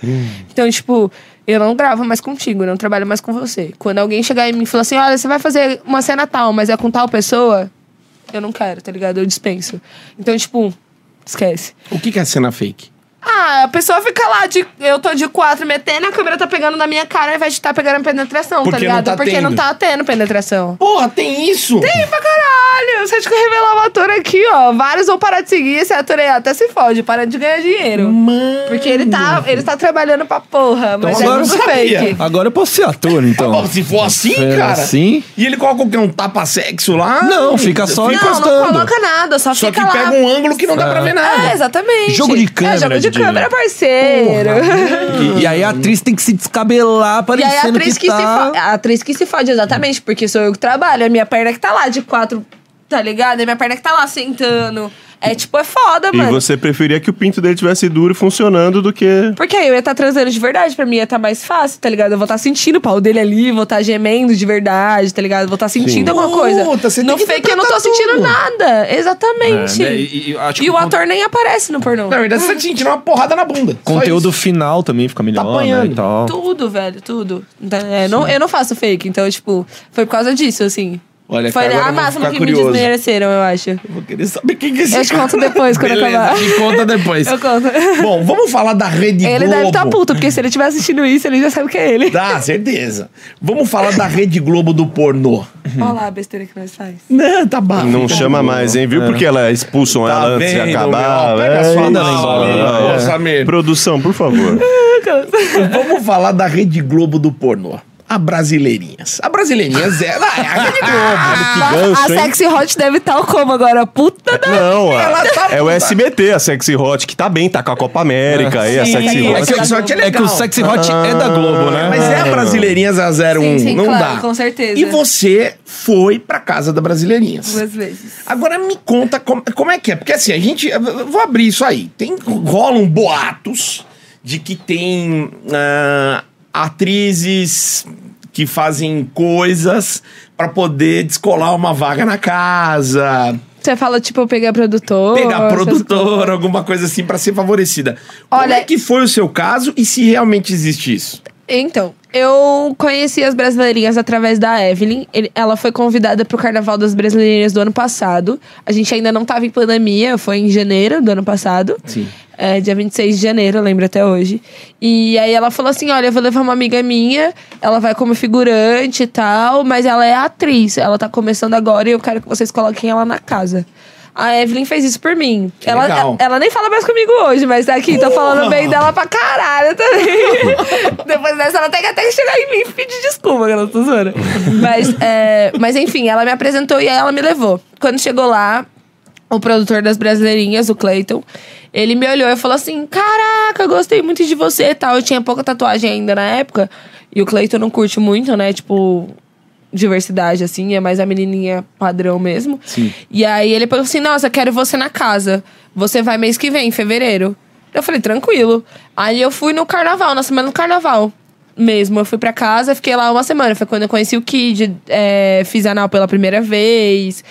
Speaker 4: Então, tipo, eu não gravo mais contigo, eu não trabalho mais com você. Quando alguém chegar em mim e falar assim: olha, você vai fazer uma cena tal, mas é com tal pessoa, eu não quero, tá ligado? Eu dispenso. Então, tipo, esquece.
Speaker 1: O que, que é cena fake?
Speaker 4: Ah, a pessoa fica lá de. Eu tô de quatro metendo, a câmera tá pegando na minha cara ao invés de tá pegando penetração, tá
Speaker 1: Porque não
Speaker 4: ligado?
Speaker 1: tá
Speaker 4: Porque não
Speaker 1: tendo.
Speaker 4: tá tendo penetração.
Speaker 1: Porra, tem isso?
Speaker 4: Ih, pra caralho! Você acha que eu revelar o ator aqui, ó? Vários vão parar de seguir, esse ator aí até se fode, para de ganhar dinheiro.
Speaker 1: Mano. Então
Speaker 4: Porque ele tá, ele tá trabalhando pra porra, mas
Speaker 3: agora eu
Speaker 4: é tudo
Speaker 1: sabia.
Speaker 4: fake.
Speaker 3: Agora eu posso ser ator, então.
Speaker 1: Pô, se for assim,
Speaker 3: É,
Speaker 1: cara.
Speaker 3: assim?
Speaker 1: E ele coloca o quê? Um tapa-sexo lá?
Speaker 3: Não, fica só
Speaker 4: Não, não
Speaker 3: encostando.
Speaker 4: coloca nada, só,
Speaker 1: Só que
Speaker 4: fica lá.
Speaker 1: pega um ângulo que não dá pra ver nada.
Speaker 4: É, exatamente.
Speaker 3: Jogo de
Speaker 4: É, jogo
Speaker 3: câmera,
Speaker 4: de de câmera, parceiro.
Speaker 5: E, e aí a atriz tem que se descabelar
Speaker 4: E aí a
Speaker 5: parecendo
Speaker 4: atriz
Speaker 5: que,
Speaker 4: que, se Ah,
Speaker 5: tá...
Speaker 4: fode. A atriz que se fode, exatamente, porque sou eu que trabalho. É minha perna que tá lá de quatro, tá ligado? É minha perna que tá lá sentando. É tipo, é foda,
Speaker 2: E
Speaker 4: mano.
Speaker 2: você preferia que o pinto dele tivesse duro e funcionando do que.
Speaker 4: Porque aí eu ia estar transando de verdade, pra mim ia estar mais fácil, tá ligado? Eu vou estar sentindo o pau dele ali, vou estar gemendo de verdade, tá ligado? Vou estar sentindo alguma coisa.
Speaker 1: Puta, você tem
Speaker 4: no
Speaker 1: que
Speaker 4: fake eu não tô
Speaker 1: interpretar
Speaker 4: sentindo
Speaker 1: tudo.
Speaker 4: nada. Exatamente.
Speaker 5: É, né?
Speaker 4: e,
Speaker 5: E- e eu acho que
Speaker 4: o ator nem aparece no pornô.
Speaker 1: Na verdade, você tá sentindo uma porrada na bunda. Só
Speaker 3: Conteúdo
Speaker 1: isso.
Speaker 3: final também fica melhor, né,
Speaker 1: apanhando.
Speaker 3: e tal.
Speaker 4: Tudo, velho, tudo. É, não, eu não faço fake, então, tipo, foi por causa disso, assim.
Speaker 1: Olha,
Speaker 4: foi
Speaker 1: cara, agora
Speaker 4: a
Speaker 1: eu vou
Speaker 4: máxima
Speaker 1: ficar
Speaker 4: que
Speaker 1: curioso.
Speaker 4: me desmereceram, eu acho.
Speaker 1: Vou querer saber quem que é esse
Speaker 4: Eu te
Speaker 1: cara.
Speaker 4: conto depois, quando
Speaker 1: Beleza,
Speaker 4: acabar.
Speaker 1: Me conta depois.
Speaker 4: Eu conto.
Speaker 1: Bom, vamos falar da Rede
Speaker 4: Ele
Speaker 1: Globo.
Speaker 4: deve estar puto, porque se ele estiver assistindo isso, ele já sabe que é ele.
Speaker 1: Tá, certeza. Vamos falar da Rede Globo do pornô.
Speaker 4: Olha
Speaker 1: Uhum.
Speaker 4: lá a besteira que nós faz.
Speaker 1: Não, tá bom.
Speaker 2: Não chama mais, hein? Viu? Porque ela expulsam
Speaker 1: É. Tá
Speaker 2: ela antes de
Speaker 1: vendo,
Speaker 2: acabar.
Speaker 1: meu? Pega
Speaker 2: velho.
Speaker 1: a sua
Speaker 2: Isso,
Speaker 1: mala ali,
Speaker 2: não.
Speaker 1: ô, Samir.
Speaker 2: Produção, por favor.
Speaker 1: Vamos falar da Rede Globo do pornô. A Brasileirinhas. A Brasileirinhas é, ela é a Rede Globo.
Speaker 4: Nossa,
Speaker 2: gancho, hein?
Speaker 4: Ah, a Sexy Hot deve estar como agora? Puta da.
Speaker 2: Não,
Speaker 1: Ela
Speaker 2: a-
Speaker 1: tá
Speaker 2: é o
Speaker 1: puta.
Speaker 2: SBT, a Sexy Hot, que tá bem, tá com a Copa América aí, a
Speaker 4: Sim,
Speaker 2: Sexy
Speaker 4: é
Speaker 2: Hot.
Speaker 1: É que, só que é legal.
Speaker 5: É que o sexy hot é da Globo,
Speaker 2: Ah.
Speaker 5: né?
Speaker 1: Mas é a Brasileirinhas a 01.
Speaker 4: Sim, sim,
Speaker 1: não
Speaker 4: claro,
Speaker 1: dá.
Speaker 4: com certeza.
Speaker 1: E você foi pra casa da Brasileirinhas.
Speaker 4: Duas vezes.
Speaker 1: Agora me conta como, como é que é, porque assim, a gente. eu Vou abrir isso aí. Tem, rolam boatos de que tem ah, atrizes que fazem coisas pra poder descolar uma vaga na casa,
Speaker 4: Você fala, tipo, eu peguei a produtora.
Speaker 1: pegar
Speaker 4: essas
Speaker 1: produtor, alguma coisa assim pra ser favorecida. como
Speaker 4: Olha-
Speaker 1: é que foi o seu caso e se realmente existe isso?
Speaker 4: Então, eu conheci as brasileirinhas através da Evelyn. Ele- ela foi convidada pro Carnaval das Brasileirinhas do ano passado. A gente ainda não tava em pandemia, foi em janeiro do ano passado. Sim. É, dia 26 de janeiro, eu lembro até hoje. E aí ela falou assim: olha, eu vou levar uma amiga minha, ela vai como figurante e tal, mas ela é atriz, ela tá começando agora e eu quero que vocês coloquem ela na casa. A Evelyn fez isso por mim. Ela,
Speaker 1: legal.
Speaker 4: ela nem fala mais comigo hoje, mas tá aqui, tô falando bem dela pra caralho também. Depois dessa, ela tem que até que chegar em mim e pedir desculpa, que eu não tô zoando. Mas, é, mas enfim, ela me apresentou e aí ela me levou. Quando chegou lá, o produtor das brasileirinhas, o Clayton, ele me olhou e falou assim: Caraca, gostei muito de você e tal. Eu tinha pouca tatuagem ainda na época. E o Clayton não curte muito, né? Tipo, diversidade, assim, é mais a menininha padrão mesmo. Sim. E aí ele falou assim: Nossa, quero você na casa. Você vai mês que vem, em fevereiro. Eu falei: Tranquilo. Aí eu fui no carnaval, na semana do carnaval mesmo. Eu fui pra casa, fiquei lá uma semana. Foi quando eu conheci o Kid, é, fiz anal pela primeira vez.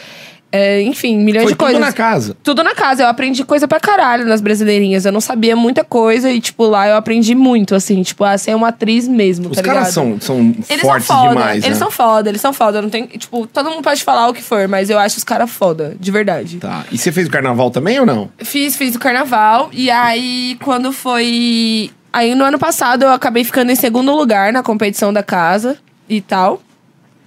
Speaker 4: É, enfim, milhões
Speaker 1: Foi
Speaker 4: de
Speaker 1: tudo
Speaker 4: coisas.
Speaker 1: na casa.
Speaker 4: Tudo na casa. Eu aprendi coisa pra caralho nas brasileirinhas. Eu não sabia muita coisa e, tipo, lá eu aprendi muito, assim. Tipo, a ser uma atriz mesmo,
Speaker 1: Os
Speaker 4: tá
Speaker 1: caras
Speaker 4: ligado?
Speaker 1: são, são
Speaker 4: Eles
Speaker 1: fortes
Speaker 4: são foda,
Speaker 1: demais.
Speaker 4: eles
Speaker 1: né?
Speaker 4: são foda, eles são foda. Não tem, tipo, todo mundo pode falar o que for, mas eu acho os caras foda, de verdade.
Speaker 1: Tá. E você fez o carnaval também ou não?
Speaker 4: Fiz, fiz o carnaval. E aí, quando foi. Aí no ano passado eu acabei ficando em segundo lugar na competição da casa e tal.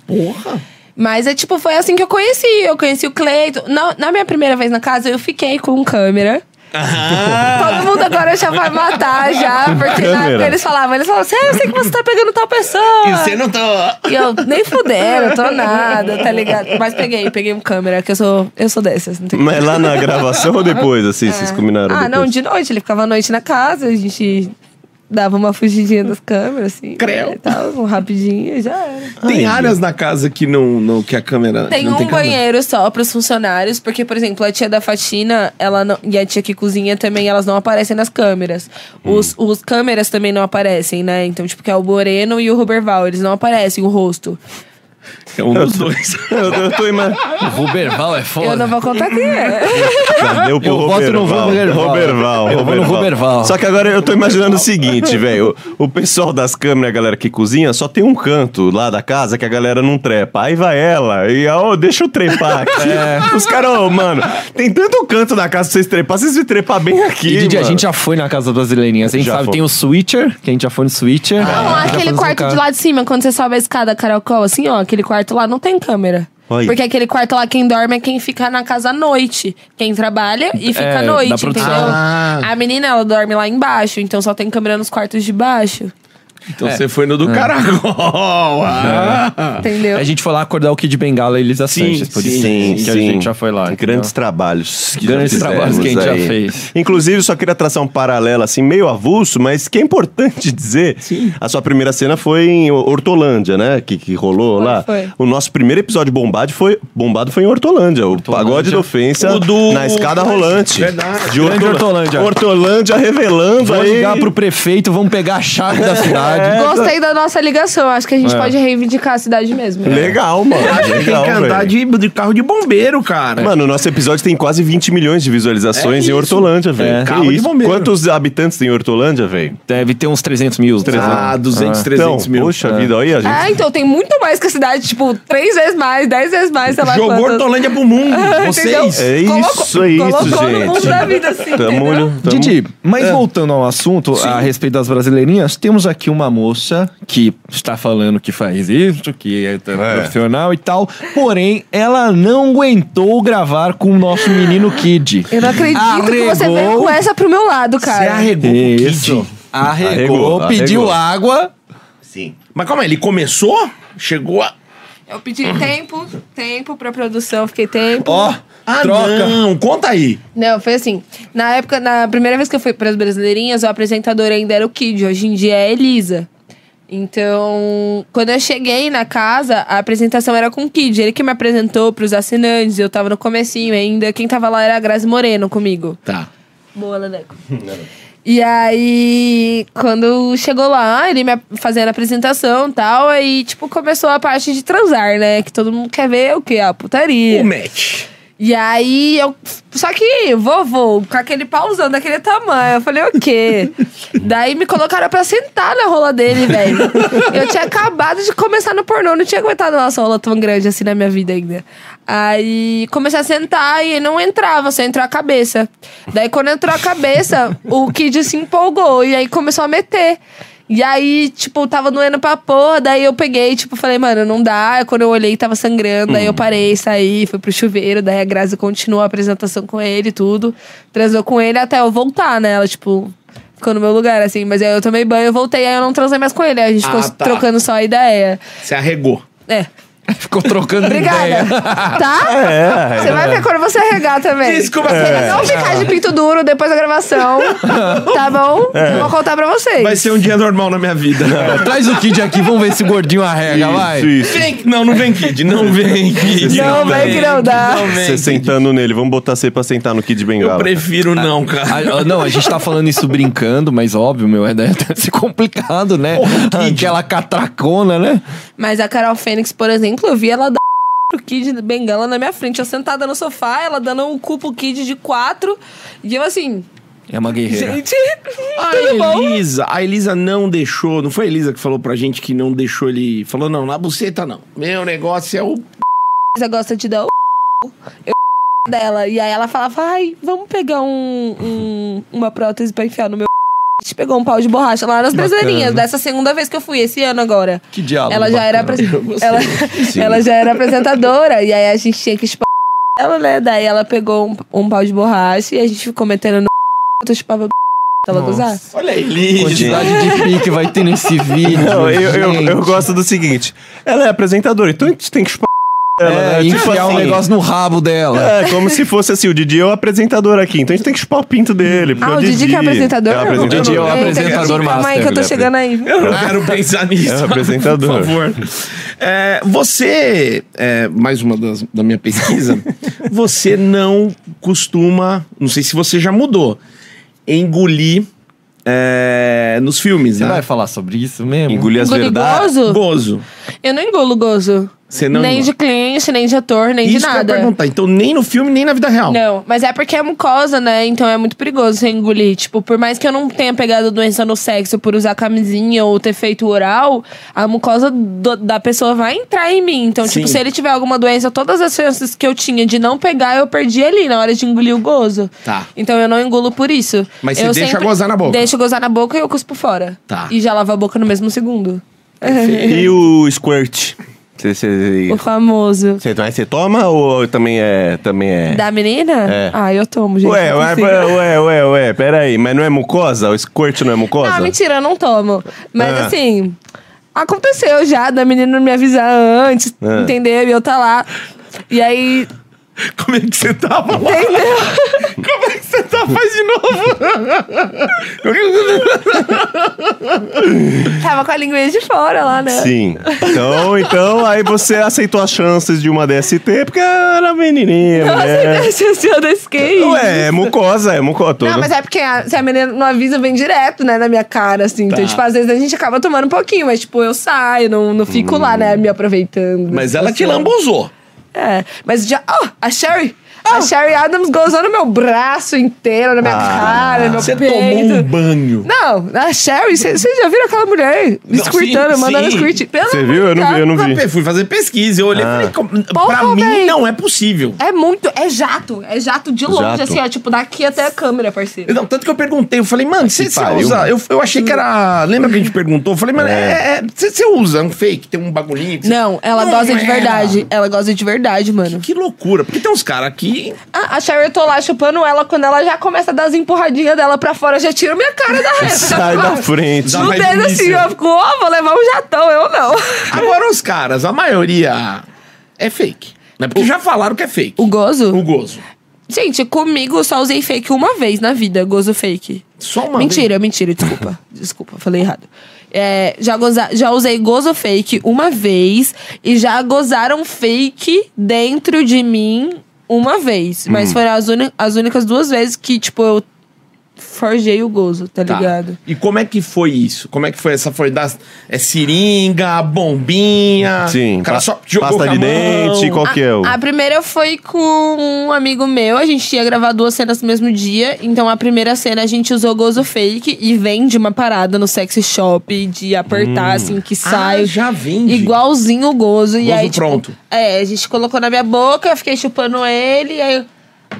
Speaker 1: Porra!
Speaker 4: Mas é tipo, foi assim que eu conheci. Eu conheci o Cleiton. Na, na minha primeira vez na casa, eu fiquei com câmera. Todo mundo agora já vai matar já, porque na
Speaker 2: Câmera.
Speaker 4: época eles falavam, eles falavam, sério, eu sei que você tá pegando tal pessoa.
Speaker 1: não tá.
Speaker 4: E eu nem fudendo, tô nada, tá ligado? Mas peguei, peguei um câmera, que eu sou, eu sou dessas, não tem
Speaker 2: Mas lá na gravação ou depois, assim, vocês combinaram?
Speaker 4: Ah,
Speaker 2: depois?
Speaker 4: não, de noite, ele ficava à noite na casa, a gente dava uma fugidinha das câmeras, assim.
Speaker 1: Creu.
Speaker 4: e Tal, um rapidinho, e já era.
Speaker 1: Tem áreas na casa que não, não que a câmera
Speaker 4: Tem
Speaker 1: não
Speaker 4: um
Speaker 1: câmera?
Speaker 4: banheiro só pros funcionários, porque, por exemplo, a tia da faxina ela não- e a tia que cozinha também, elas não aparecem nas câmeras. Os, os câmeras também não aparecem, né? Então, tipo, que é o Boreno e o Ruberval, eles não aparecem o rosto.
Speaker 1: É um dos dois.
Speaker 2: Eu, eu tô ima...
Speaker 5: O Ruberval é foda.
Speaker 4: Eu não vou contar quem é.
Speaker 2: Deu pro
Speaker 5: Eu voto no
Speaker 2: Roberval.
Speaker 5: Ruberval.
Speaker 2: Roberval,
Speaker 5: Eu vou no Ruberval.
Speaker 2: Só que agora eu tô imaginando o seguinte, velho. O o pessoal das câmeras, a galera que cozinha, só tem um canto lá da casa que a galera não trepa. Aí vai ela e, ó, deixa eu trepar aqui.
Speaker 5: É.
Speaker 2: Os caras, ô, mano, tem tanto canto na casa pra vocês trepar, vocês se trepar bem aqui,
Speaker 5: E Didi, a
Speaker 2: mano.
Speaker 5: gente já foi na casa brasileirinha. A gente
Speaker 2: Já
Speaker 5: sabe,
Speaker 2: foi.
Speaker 5: tem o Switcher, que a gente já foi no Switcher.
Speaker 3: É,
Speaker 4: Não,
Speaker 5: Já foi
Speaker 4: Ah, aquele
Speaker 5: no
Speaker 4: quarto
Speaker 5: Zucar.
Speaker 4: de lá de cima, quando você sobe a escada caracol, assim, ó, aquele quarto lá não tem câmera.
Speaker 2: Olha.
Speaker 4: Porque aquele quarto lá, quem dorme é quem fica na casa à noite. Quem trabalha e fica
Speaker 5: É,
Speaker 4: à
Speaker 5: da
Speaker 4: noite,
Speaker 5: produção.
Speaker 4: entendeu? A menina, ela dorme lá embaixo, então só tem câmera nos quartos de baixo.
Speaker 1: Então você foi no do Caracol. Ah.
Speaker 4: Entendeu?
Speaker 3: É,
Speaker 5: A gente foi lá acordar o Kid Bengala e Elisa
Speaker 1: Sim,
Speaker 5: Sanches, por
Speaker 1: sim,
Speaker 5: isso.
Speaker 2: Sim,
Speaker 5: que
Speaker 2: sim.
Speaker 5: a gente já foi lá.
Speaker 2: Grandes trabalhos. que
Speaker 5: Grandes
Speaker 2: já fizemos
Speaker 5: trabalhos que a gente já fez.
Speaker 2: Inclusive, só queria traçar um paralelo, assim, meio avulso, mas que é importante dizer. A sua primeira cena foi em O- Hortolândia, né? Que, que rolou
Speaker 4: Foi,
Speaker 2: lá.
Speaker 4: foi.
Speaker 2: O nosso primeiro episódio bombado foi, bombado foi em Hortolândia. O Pagode da Ofensa
Speaker 1: O do-
Speaker 2: na escada rolante.
Speaker 1: Verdade.
Speaker 2: De
Speaker 5: Grande
Speaker 2: Hortolândia.
Speaker 5: Hortolândia.
Speaker 2: Hortolândia revelando
Speaker 5: Vamos
Speaker 2: aí.
Speaker 5: ligar pro prefeito, vamos pegar a chave da cidade.
Speaker 4: Gostei da nossa ligação. Acho que a gente pode reivindicar a cidade mesmo. né?
Speaker 2: Legal, mano.
Speaker 1: Acho que tem
Speaker 2: Legal,
Speaker 1: que andar
Speaker 2: velho.
Speaker 1: Tá de, de carro de bombeiro, cara.
Speaker 2: Mano, o nosso episódio tem quase 20 milhões de visualizações
Speaker 1: É
Speaker 2: em
Speaker 1: isso.
Speaker 2: Hortolândia,
Speaker 1: É.
Speaker 2: velho. Que
Speaker 1: Carro de
Speaker 2: isso?
Speaker 1: bombeiro.
Speaker 2: Quantos habitantes tem em Hortolândia, velho?
Speaker 5: Deve ter uns 300 mil.
Speaker 2: 300.
Speaker 1: ah, 200, 300
Speaker 2: então,
Speaker 1: mil. É.
Speaker 2: Poxa vida, olha a gente.
Speaker 4: Ah, então tem muito mais que a cidade, tipo, três vezes mais, dez vezes mais, sei lá
Speaker 1: Jogou
Speaker 4: quantas.
Speaker 1: Hortolândia pro mundo.
Speaker 4: Entendeu?
Speaker 1: Vocês.
Speaker 2: É isso, é isso,
Speaker 4: colocou
Speaker 2: gente.
Speaker 4: no mundo da vida, assim,
Speaker 2: Tamo,
Speaker 4: entendeu?
Speaker 2: tamo...
Speaker 1: Então,
Speaker 5: Didi, mas
Speaker 1: é.
Speaker 5: voltando ao assunto, a respeito das brasileirinhas, temos aqui uma moça que está falando que faz isso, que é, t- profissional e tal, porém, ela não aguentou gravar com o nosso menino Kid.
Speaker 4: Eu não acredito que você veio com essa pro meu lado,
Speaker 1: Você
Speaker 4: cara.
Speaker 1: arregou com o Kid.
Speaker 5: Isso. Arregou,
Speaker 2: Arregou,
Speaker 5: pediu
Speaker 2: arregou.
Speaker 5: água.
Speaker 1: Mas calma aí, ele começou? Chegou a.
Speaker 4: Eu pedi tempo, tempo pra produção, fiquei tempo.
Speaker 5: Ó,
Speaker 1: Ah,
Speaker 5: troca.
Speaker 1: não. Conta aí.
Speaker 4: Não, foi assim. Na época, na primeira vez que eu fui para as Brasileirinhas, o apresentador ainda era o Kid, hoje em dia é a Elisa. Então, quando eu cheguei na casa, a apresentação era com o Kid, ele que me apresentou pros assinantes, eu tava no comecinho ainda, quem tava lá era a Grazi Moreno comigo.
Speaker 1: Tá.
Speaker 4: Boa, Leneco. E aí, quando chegou lá, ele me fazendo a apresentação e tal, aí, tipo, começou a parte de transar, né? Que todo mundo quer ver o quê? A putaria.
Speaker 1: O match.
Speaker 4: E aí eu. Só que vovô, com aquele pauzão daquele tamanho. Eu falei, o quê? Daí me colocaram pra sentar na rola dele, velho. Eu tinha acabado de começar no pornô, não tinha aguentado nossa rola tão grande assim na minha vida ainda. Aí comecei a sentar e não entrava, só entrou a cabeça. Daí quando entrou a cabeça, o Kid se empolgou e aí começou a meter. E aí, tipo, tava doendo pra porra, daí eu peguei, tipo, falei, mano, não dá. Aí Quando eu olhei, tava
Speaker 1: Uhum.
Speaker 4: sangrando, daí eu parei, saí, fui pro chuveiro, daí a Grazi continuou a apresentação com ele e tudo. Transou com ele até eu voltar, né? Ela, tipo, ficou no meu lugar, assim. Mas aí eu tomei banho, eu voltei, aí eu não transei mais com ele. Aí a gente
Speaker 1: Ah,
Speaker 4: ficou
Speaker 1: tá.
Speaker 4: trocando só ideia.
Speaker 1: Você arregou.
Speaker 4: É.
Speaker 5: Ficou trocando
Speaker 1: É.
Speaker 4: Obrigada.
Speaker 5: ideia.
Speaker 4: Tá? Você vai ver quando você regar também.
Speaker 1: Desculpa,
Speaker 4: Se ele
Speaker 1: é.
Speaker 4: não ficar de pinto duro depois da gravação, tá bom? Eu vou contar pra vocês.
Speaker 1: É. Vai ser um dia normal na minha vida.
Speaker 5: Traz o Kid aqui, vamos ver esse gordinho arrega, vai.
Speaker 2: Isso, isso.
Speaker 1: Vem- não, não vem, Kid. Não vem, Kid.
Speaker 4: Não vem que não dá.
Speaker 1: Não vem.
Speaker 2: Você sentando nele, vamos botar você pra sentar no Kid
Speaker 1: Eu
Speaker 2: Bengala.
Speaker 1: prefiro não, cara.
Speaker 5: A- a- não, a gente tá falando isso brincando, mas óbvio, meu, é deve ser complicado, né?
Speaker 1: Porra, Kid.
Speaker 5: Aquela catracona, né?
Speaker 4: Mas a Carol Fênix, por exemplo, eu vi ela dar pro Kid Bengala na minha frente. Eu sentada no sofá, ela dando um cu pro Kid de quatro. E eu assim,
Speaker 5: É uma guerreira.
Speaker 4: gente,
Speaker 1: A
Speaker 4: tudo bom?
Speaker 1: Elisa, a Elisa não deixou. Não foi a Elisa que falou pra gente que não deixou ele. Falou, não, na buceta não. Meu negócio é o.
Speaker 4: Você gosta de dar o eu dela. E aí ela falava, ai, vamos pegar um, um- uma prótese pra enfiar no meu a gente pegou um pau de borracha lá nas brasileirinhas, dessa segunda vez que eu fui, esse ano agora.
Speaker 5: Que
Speaker 1: Ah,
Speaker 5: diálogo.
Speaker 4: ela já era apres- ela, ela já era apresentadora e aí a gente tinha que chupar ela, né? Daí ela pegou um, um pau de borracha e a gente ficou metendo no eu chupava ela gozar.
Speaker 1: Olha a Elisa.
Speaker 5: Quantidade de pique vai ter nesse vídeo.
Speaker 2: Não, eu, eu,
Speaker 5: gente.
Speaker 2: eu gosto do seguinte: ela é apresentadora, então a gente tem que chupar ela,
Speaker 5: É,
Speaker 2: né? Tipo
Speaker 5: enfiar um
Speaker 2: assim,
Speaker 5: negócio no rabo dela.
Speaker 2: É, como se fosse assim, o Didi é o apresentador aqui, então a gente tem que chupar o pinto dele. porque
Speaker 4: Ah, o Didi que é apresentador?
Speaker 2: É o apresentador.
Speaker 5: Didi é o
Speaker 4: Eita,
Speaker 5: apresentador
Speaker 4: Calma aí que eu tô
Speaker 5: master,
Speaker 4: chegando aí.
Speaker 1: Eu não quero pensar nisso.
Speaker 2: É, apresentador.
Speaker 1: Por favor. É, você, é, mais uma das- da minha pesquisa, você não costuma, não sei se você já mudou, engolir é, nos filmes,
Speaker 5: Você
Speaker 1: né?
Speaker 5: vai falar sobre isso mesmo?
Speaker 2: Engolir as
Speaker 4: Engole
Speaker 2: verdades.
Speaker 4: gozo?
Speaker 1: Gozo.
Speaker 4: Eu não engolo gozo.
Speaker 1: Você não
Speaker 4: nem
Speaker 1: engola.
Speaker 4: de cliente, nem de ator, nem
Speaker 1: Isso
Speaker 4: de
Speaker 1: que eu ia
Speaker 4: nada.
Speaker 1: perguntar. Então, nem no filme, nem na vida real.
Speaker 4: Não, mas é porque é mucosa, né? Então é muito perigoso você engolir. Tipo, por mais que eu não tenha pegado doença no sexo por usar camisinha ou ter feito oral, a mucosa do- da pessoa vai entrar em mim. Então,
Speaker 1: Sim.
Speaker 4: tipo, se ele tiver alguma doença, todas as chances que eu tinha de não pegar, eu perdi ali na hora de engolir o gozo.
Speaker 1: Tá.
Speaker 4: Então eu não engulo por isso.
Speaker 1: Mas você
Speaker 4: eu
Speaker 1: deixa gozar na boca.
Speaker 4: Deixa gozar na boca e eu cuspo fora.
Speaker 1: Tá.
Speaker 4: E já lavo a boca no mesmo segundo.
Speaker 2: E o Squirt? Você- Você
Speaker 4: O famoso.
Speaker 2: você- mas você toma ou também é. Também é...
Speaker 4: Da menina?
Speaker 2: É.
Speaker 4: Ah, eu tomo, gente.
Speaker 2: Ué,
Speaker 4: não
Speaker 2: ué,
Speaker 4: consigo.
Speaker 2: ué, ué, ué, ué, peraí, mas não é mucosa? O squirt não é mucosa?
Speaker 4: Ah, mentira, eu não tomo. Mas
Speaker 1: É.
Speaker 2: Ah.
Speaker 4: assim, aconteceu já da menina não me avisar antes,
Speaker 1: É.
Speaker 2: Ah.
Speaker 4: entendeu? E eu tá lá. E aí,
Speaker 1: Como é que você tava lá?
Speaker 4: entendeu?
Speaker 1: Como é que você tá? Faz de novo.
Speaker 4: Tava com a linguinha de fora lá, né?
Speaker 2: Sim. Então, então, aí você aceitou as chances de uma DST porque era menininha,
Speaker 4: Nossa,
Speaker 1: é.
Speaker 2: mulher.
Speaker 4: sensação da skate.
Speaker 2: Ué, é mucosa, é mucosa. Todo...
Speaker 4: Não, mas é porque a- se a menina não avisa, vem direto, né, na minha cara, assim.
Speaker 1: Tá.
Speaker 4: Então, tipo, às vezes a gente acaba tomando um pouquinho, mas, tipo, eu saio, não, não
Speaker 1: Hum.
Speaker 4: fico lá, né, me aproveitando.
Speaker 1: Mas ela te
Speaker 4: Assim.
Speaker 1: lambuzou.
Speaker 4: É, mas já. Oh, a Sherry! A Sherry Adams gozou no meu braço inteiro, na minha cara, no meu
Speaker 1: Você
Speaker 4: peito.
Speaker 1: tomou um banho.
Speaker 4: Não, a Sherry, vocês já viram aquela mulher squirtando,
Speaker 1: sim,
Speaker 4: mandando
Speaker 1: sim.
Speaker 4: squirt? Pelo
Speaker 2: Você
Speaker 4: amor
Speaker 2: viu?
Speaker 4: de
Speaker 2: Eu não vi, eu
Speaker 4: Deus.
Speaker 2: não vi.
Speaker 1: Eu fui fazer pesquisa, eu olhei e
Speaker 2: Ah.
Speaker 1: falei, como-
Speaker 4: Porra,
Speaker 1: pra mim
Speaker 4: véi.
Speaker 1: não é possível.
Speaker 4: É muito, é jato, é jato de longe,
Speaker 2: Jato.
Speaker 4: assim, ó, tipo, daqui até a câmera, parceiro.
Speaker 1: Não, tanto que eu perguntei, eu falei, mano, você você
Speaker 2: pariu,
Speaker 1: usa?
Speaker 2: mano.
Speaker 1: Eu, eu achei que era. Lembra que a gente perguntou? Eu falei, mano, é- é- você você usa um fake, tem um bagulhinho. que você-
Speaker 4: Não, ela goza de
Speaker 1: era.
Speaker 4: verdade. Ela goza de verdade, mano.
Speaker 1: Que loucura, porque tem uns caras aqui.
Speaker 4: A, a Sherry, eu tô lá chupando ela, quando ela já começa a dar as empurradinhas dela pra fora, eu já tiro minha cara da reta. Tipo,
Speaker 2: Sai da frente.
Speaker 1: Dá
Speaker 4: No
Speaker 1: mais
Speaker 4: dedo assim,
Speaker 1: delícia.
Speaker 4: ó, ficou, ó, vou levar um jatão, eu não.
Speaker 1: Agora os caras, a maioria é fake. Né? Porque já falaram que é fake.
Speaker 4: O gozo?
Speaker 1: O gozo.
Speaker 4: Gente, comigo eu só usei fake uma vez na vida, gozo fake.
Speaker 1: Só uma
Speaker 4: mentira, mentira, desculpa. desculpa, falei errado. É, já, goza- já usei gozo fake uma vez e já gozaram fake dentro de mim uma vez.
Speaker 1: Hum.
Speaker 4: Mas foram as, uni- as únicas duas vezes que, tipo, eu forjei o gozo, tá,
Speaker 1: Tá.
Speaker 4: ligado?
Speaker 1: E como é que foi isso? Como é que foi essa foi das é seringa, bombinha?
Speaker 2: Sim,
Speaker 1: o cara
Speaker 2: pa-
Speaker 1: só jogou
Speaker 2: pasta
Speaker 1: com a
Speaker 2: de
Speaker 1: mão.
Speaker 2: dente, qual que é o...
Speaker 4: A primeira foi com um amigo meu, a gente ia gravar duas cenas no mesmo dia. Então a primeira cena a gente usou gozo fake e vende uma parada no sexy shop de
Speaker 2: Hum.
Speaker 4: apertar assim que sai.
Speaker 1: Ah, já vende.
Speaker 4: Igualzinho o gozo. e
Speaker 1: Gozo
Speaker 4: aí, tipo,
Speaker 1: pronto.
Speaker 4: É, a gente colocou na minha boca, eu fiquei chupando ele, e aí eu-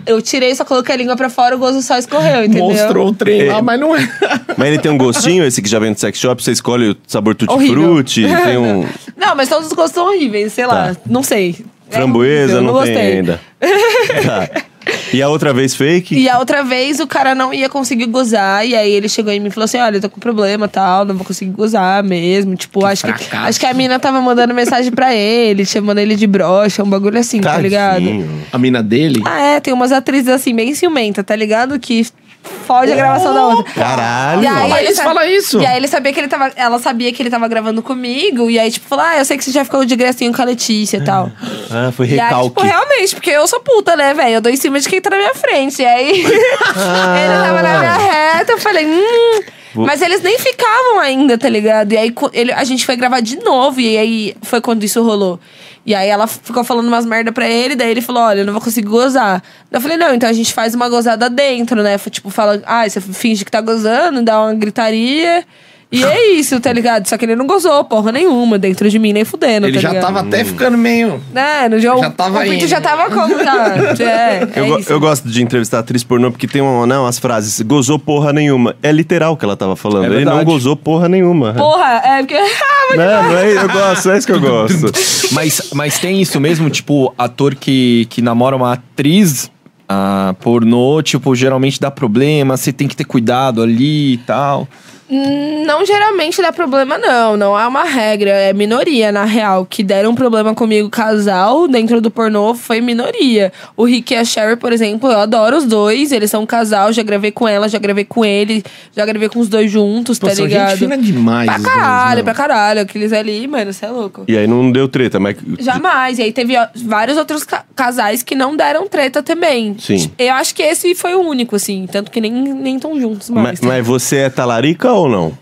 Speaker 4: eu tirei, só coloquei a língua pra fora, o gozo só escorreu, entendeu? Ah,
Speaker 1: Mostrou o trem lá, mas não é.
Speaker 2: Mas ele tem um gostinho, esse que já vem do sex shop, você escolhe o sabor
Speaker 4: Horrível.
Speaker 2: tutti-frutti, tem um...
Speaker 4: Não, mas todos os gostos são horríveis, sei lá, não sei. É
Speaker 2: Tá. Framboesa,
Speaker 4: horrível,
Speaker 2: não, tem
Speaker 4: gostei.
Speaker 2: ainda. Tá. E a outra vez fake?
Speaker 4: E a outra vez o cara não ia conseguir gozar. E aí ele chegou em mim e falou assim: Olha, eu tô com problema tal, não vou conseguir gozar mesmo. Tipo, acho que,
Speaker 1: fracasso.
Speaker 4: acho que a mina tava mandando mensagem pra ele, chamando ele de broxa, um bagulho assim, tá ligado?
Speaker 2: Tadinho.
Speaker 1: A mina dele?
Speaker 4: Ah, é, tem umas atrizes assim, bem ciumenta, tá ligado? Que fode a gravação da outra.
Speaker 2: Caralho.
Speaker 4: E aí
Speaker 1: Mas
Speaker 4: ele sa-
Speaker 1: fala isso.
Speaker 4: E aí ele sabia que ele tava. Ela sabia que ele tava gravando comigo. E aí, tipo, falou: Ah, eu sei que você já ficou de gracinha com a Letícia e tal.
Speaker 2: Ah, foi
Speaker 4: E aí, tipo,
Speaker 2: recalque.
Speaker 4: realmente, porque eu sou puta, né, velho? Eu dou em cima de quem tá na minha frente. E aí, ele tava na minha reta, eu falei, hum. Mas eles nem ficavam ainda, tá ligado? E aí co- ele, a gente foi gravar de novo, e aí foi quando isso rolou. E aí ela ficou falando umas merda pra ele, daí ele falou, olha, eu não vou conseguir gozar. Daí Eu falei, não, então a gente faz uma gozada dentro, né? Foi, Tipo, fala, ah, você finge que tá gozando, dá uma gritaria. E é isso, tá ligado? Só que ele não gozou porra nenhuma dentro de mim, nem fudendo,
Speaker 1: ele
Speaker 4: tá
Speaker 1: já
Speaker 4: ligado?
Speaker 1: tava até ficando meio.
Speaker 4: Né? No jogo,
Speaker 1: Já tava
Speaker 4: o Pinto
Speaker 1: indo.
Speaker 4: já tava como, tá? É, é
Speaker 2: Eu, go-
Speaker 4: isso.
Speaker 2: eu gosto de entrevistar atriz pornô porque tem uma, não, umas frases, gozou porra nenhuma. É literal o que ela tava falando. ele não
Speaker 3: verdade.
Speaker 2: gozou porra nenhuma.
Speaker 4: Porra, é porque... Ah, mas-
Speaker 2: Não, não é, eu gosto, é isso que eu gosto.
Speaker 3: Mas, mas tem isso mesmo, tipo, ator que, que namora uma atriz ah, pornô, tipo, geralmente dá problema, você tem que ter cuidado ali e tal.
Speaker 4: não geralmente dá problema, não. Não é uma regra, é minoria, na real. Que deram problema comigo, casal, dentro do pornô, foi minoria. O Rick e a Sherry, por exemplo, eu adoro os dois. Eles são um casal, já gravei com ela, já gravei com ele, já gravei com os dois juntos,
Speaker 1: Pô,
Speaker 4: tá
Speaker 1: são
Speaker 4: ligado?
Speaker 1: gente fina demais.
Speaker 4: Pra
Speaker 1: os dois,
Speaker 4: caralho,
Speaker 1: mano.
Speaker 4: pra caralho. Aqueles ali, mano, você é louco.
Speaker 2: E aí não deu treta, mas.
Speaker 4: Jamais. E aí teve ó, vários outros ca- casais que não deram treta também.
Speaker 2: Sim.
Speaker 4: Eu acho que esse foi o único, assim. Tanto que nem nem tão juntos
Speaker 2: Mas,
Speaker 4: mais.
Speaker 2: mas você é talarica ou não?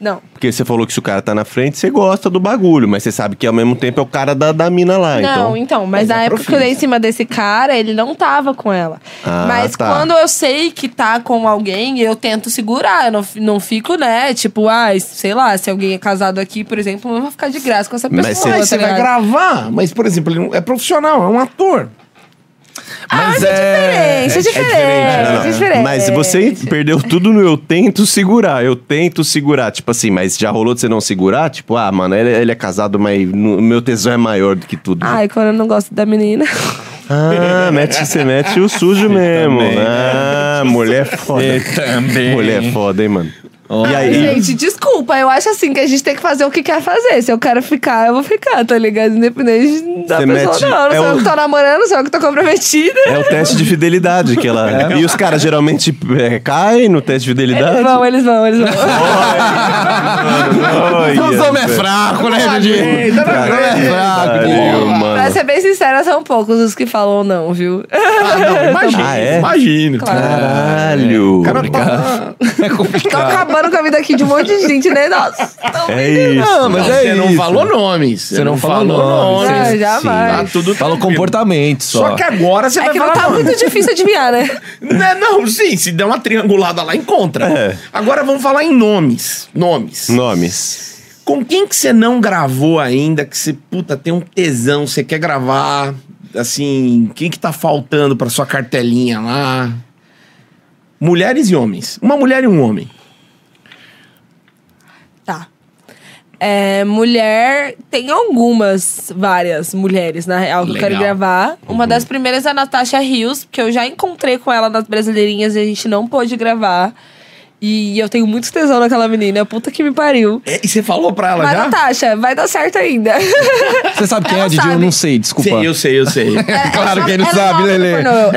Speaker 4: Não.
Speaker 2: Porque você falou que se o cara tá na frente, você gosta do bagulho, mas você sabe que ao mesmo tempo é o cara da, da mina lá.
Speaker 4: não,
Speaker 2: então.
Speaker 4: então,
Speaker 1: Mas
Speaker 4: mas na
Speaker 1: é
Speaker 4: época que eu dei em cima desse cara, ele não tava com ela.
Speaker 2: Ah,
Speaker 4: mas
Speaker 2: tá.
Speaker 4: quando eu sei que tá com alguém, eu tento segurar. Eu não, f- não fico, né? Tipo, ai, sei lá, se alguém é casado aqui, por exemplo, eu não vou ficar de graça com essa
Speaker 2: Mas
Speaker 4: pessoa.
Speaker 2: cê-
Speaker 1: Mas
Speaker 4: tá
Speaker 1: você vai
Speaker 4: ligado?
Speaker 1: gravar, mas, por exemplo, ele não- é profissional, é um ator.
Speaker 4: Mas Ah, é diferente, é diferente.
Speaker 2: Não, não.
Speaker 4: É diferente.
Speaker 2: né? Mas você perdeu tudo no eu tento segurar, eu tento segurar. Tipo assim, mas já rolou de você não segurar? Tipo, ah, mano, ele, ele é casado, mas no- meu tesão é maior do que tudo.
Speaker 4: Ai, quando eu não gosto da menina.
Speaker 2: Ah, mete, você mete o sujo mesmo. Ah, mulher é foda.
Speaker 3: também.
Speaker 2: Mulher é foda, hein, mano. E
Speaker 4: Ai,
Speaker 2: aí?
Speaker 4: gente, desculpa. Eu acho assim que a gente tem que fazer o que quer fazer. Se eu quero ficar, eu vou ficar, tá ligado? Independente da
Speaker 2: Você
Speaker 4: pessoa,
Speaker 2: mete-
Speaker 4: não. Não
Speaker 2: é
Speaker 4: sou eu
Speaker 2: o-
Speaker 4: que tô namorando, sou eu que tô comprometida.
Speaker 2: É o teste de fidelidade que ela. E os caras geralmente é, caem no teste de fidelidade.
Speaker 4: Eles vão, eles vão, eles vão.
Speaker 2: Olha,
Speaker 3: Os homens é
Speaker 2: velho.
Speaker 3: fraco, né, Didi?
Speaker 1: Eita, tá
Speaker 3: Os homens é fraco.
Speaker 2: Pariu,
Speaker 4: pra
Speaker 2: mano.
Speaker 4: ser bem sincera, são poucos os que falam não, viu?
Speaker 1: Ah, não, imagino,
Speaker 2: Ah, é?
Speaker 1: imagino.
Speaker 2: Caralho.
Speaker 1: Cara, tá-
Speaker 5: É
Speaker 4: Tô acabando com a vida aqui de um monte de gente, né? Nossa, tô
Speaker 2: É isso.
Speaker 3: mas
Speaker 1: você não falou nomes. Você
Speaker 3: não falou nomes,
Speaker 1: nomes. Tá
Speaker 4: Ah, jamais.
Speaker 1: tudo
Speaker 3: Fala
Speaker 1: tranquilo.
Speaker 3: comportamento
Speaker 1: Só
Speaker 3: só.
Speaker 1: que agora você
Speaker 4: É
Speaker 1: vai
Speaker 4: que não
Speaker 1: falar
Speaker 4: tá
Speaker 1: nome.
Speaker 4: muito difícil adivinhar, né?
Speaker 1: Né, Não, sim, se der uma triangulada lá, encontra. Agora vamos falar em nomes. Nomes.
Speaker 2: Nomes.
Speaker 1: Com quem que você não gravou ainda, que você, puta, tem um tesão, você quer gravar, assim, quem que tá faltando pra sua cartelinha lá? Mulheres e homens. Uma mulher e um homem.
Speaker 4: Tá. É, mulher, tem algumas, várias mulheres, na real, que eu quero
Speaker 1: Legal.
Speaker 4: gravar. Uma das primeiras é a Natasha Rios, porque eu já encontrei com ela nas Brasileirinhas e a gente não pôde gravar. E eu tenho muito tesão naquela menina, puta que me pariu.
Speaker 1: É, e você falou pra ela
Speaker 4: Mas,
Speaker 1: já?
Speaker 4: Natasha, vai dar certo ainda.
Speaker 3: Você sabe quem é,
Speaker 4: Ela
Speaker 3: Didi? Eu
Speaker 4: sabe.
Speaker 3: não sei, desculpa.
Speaker 1: Sei, eu sei, eu sei.
Speaker 4: Ela-
Speaker 3: que ele
Speaker 4: ela é
Speaker 3: sabe,
Speaker 4: nova no
Speaker 3: Lelê.
Speaker 4: pornô.
Speaker 1: é nova.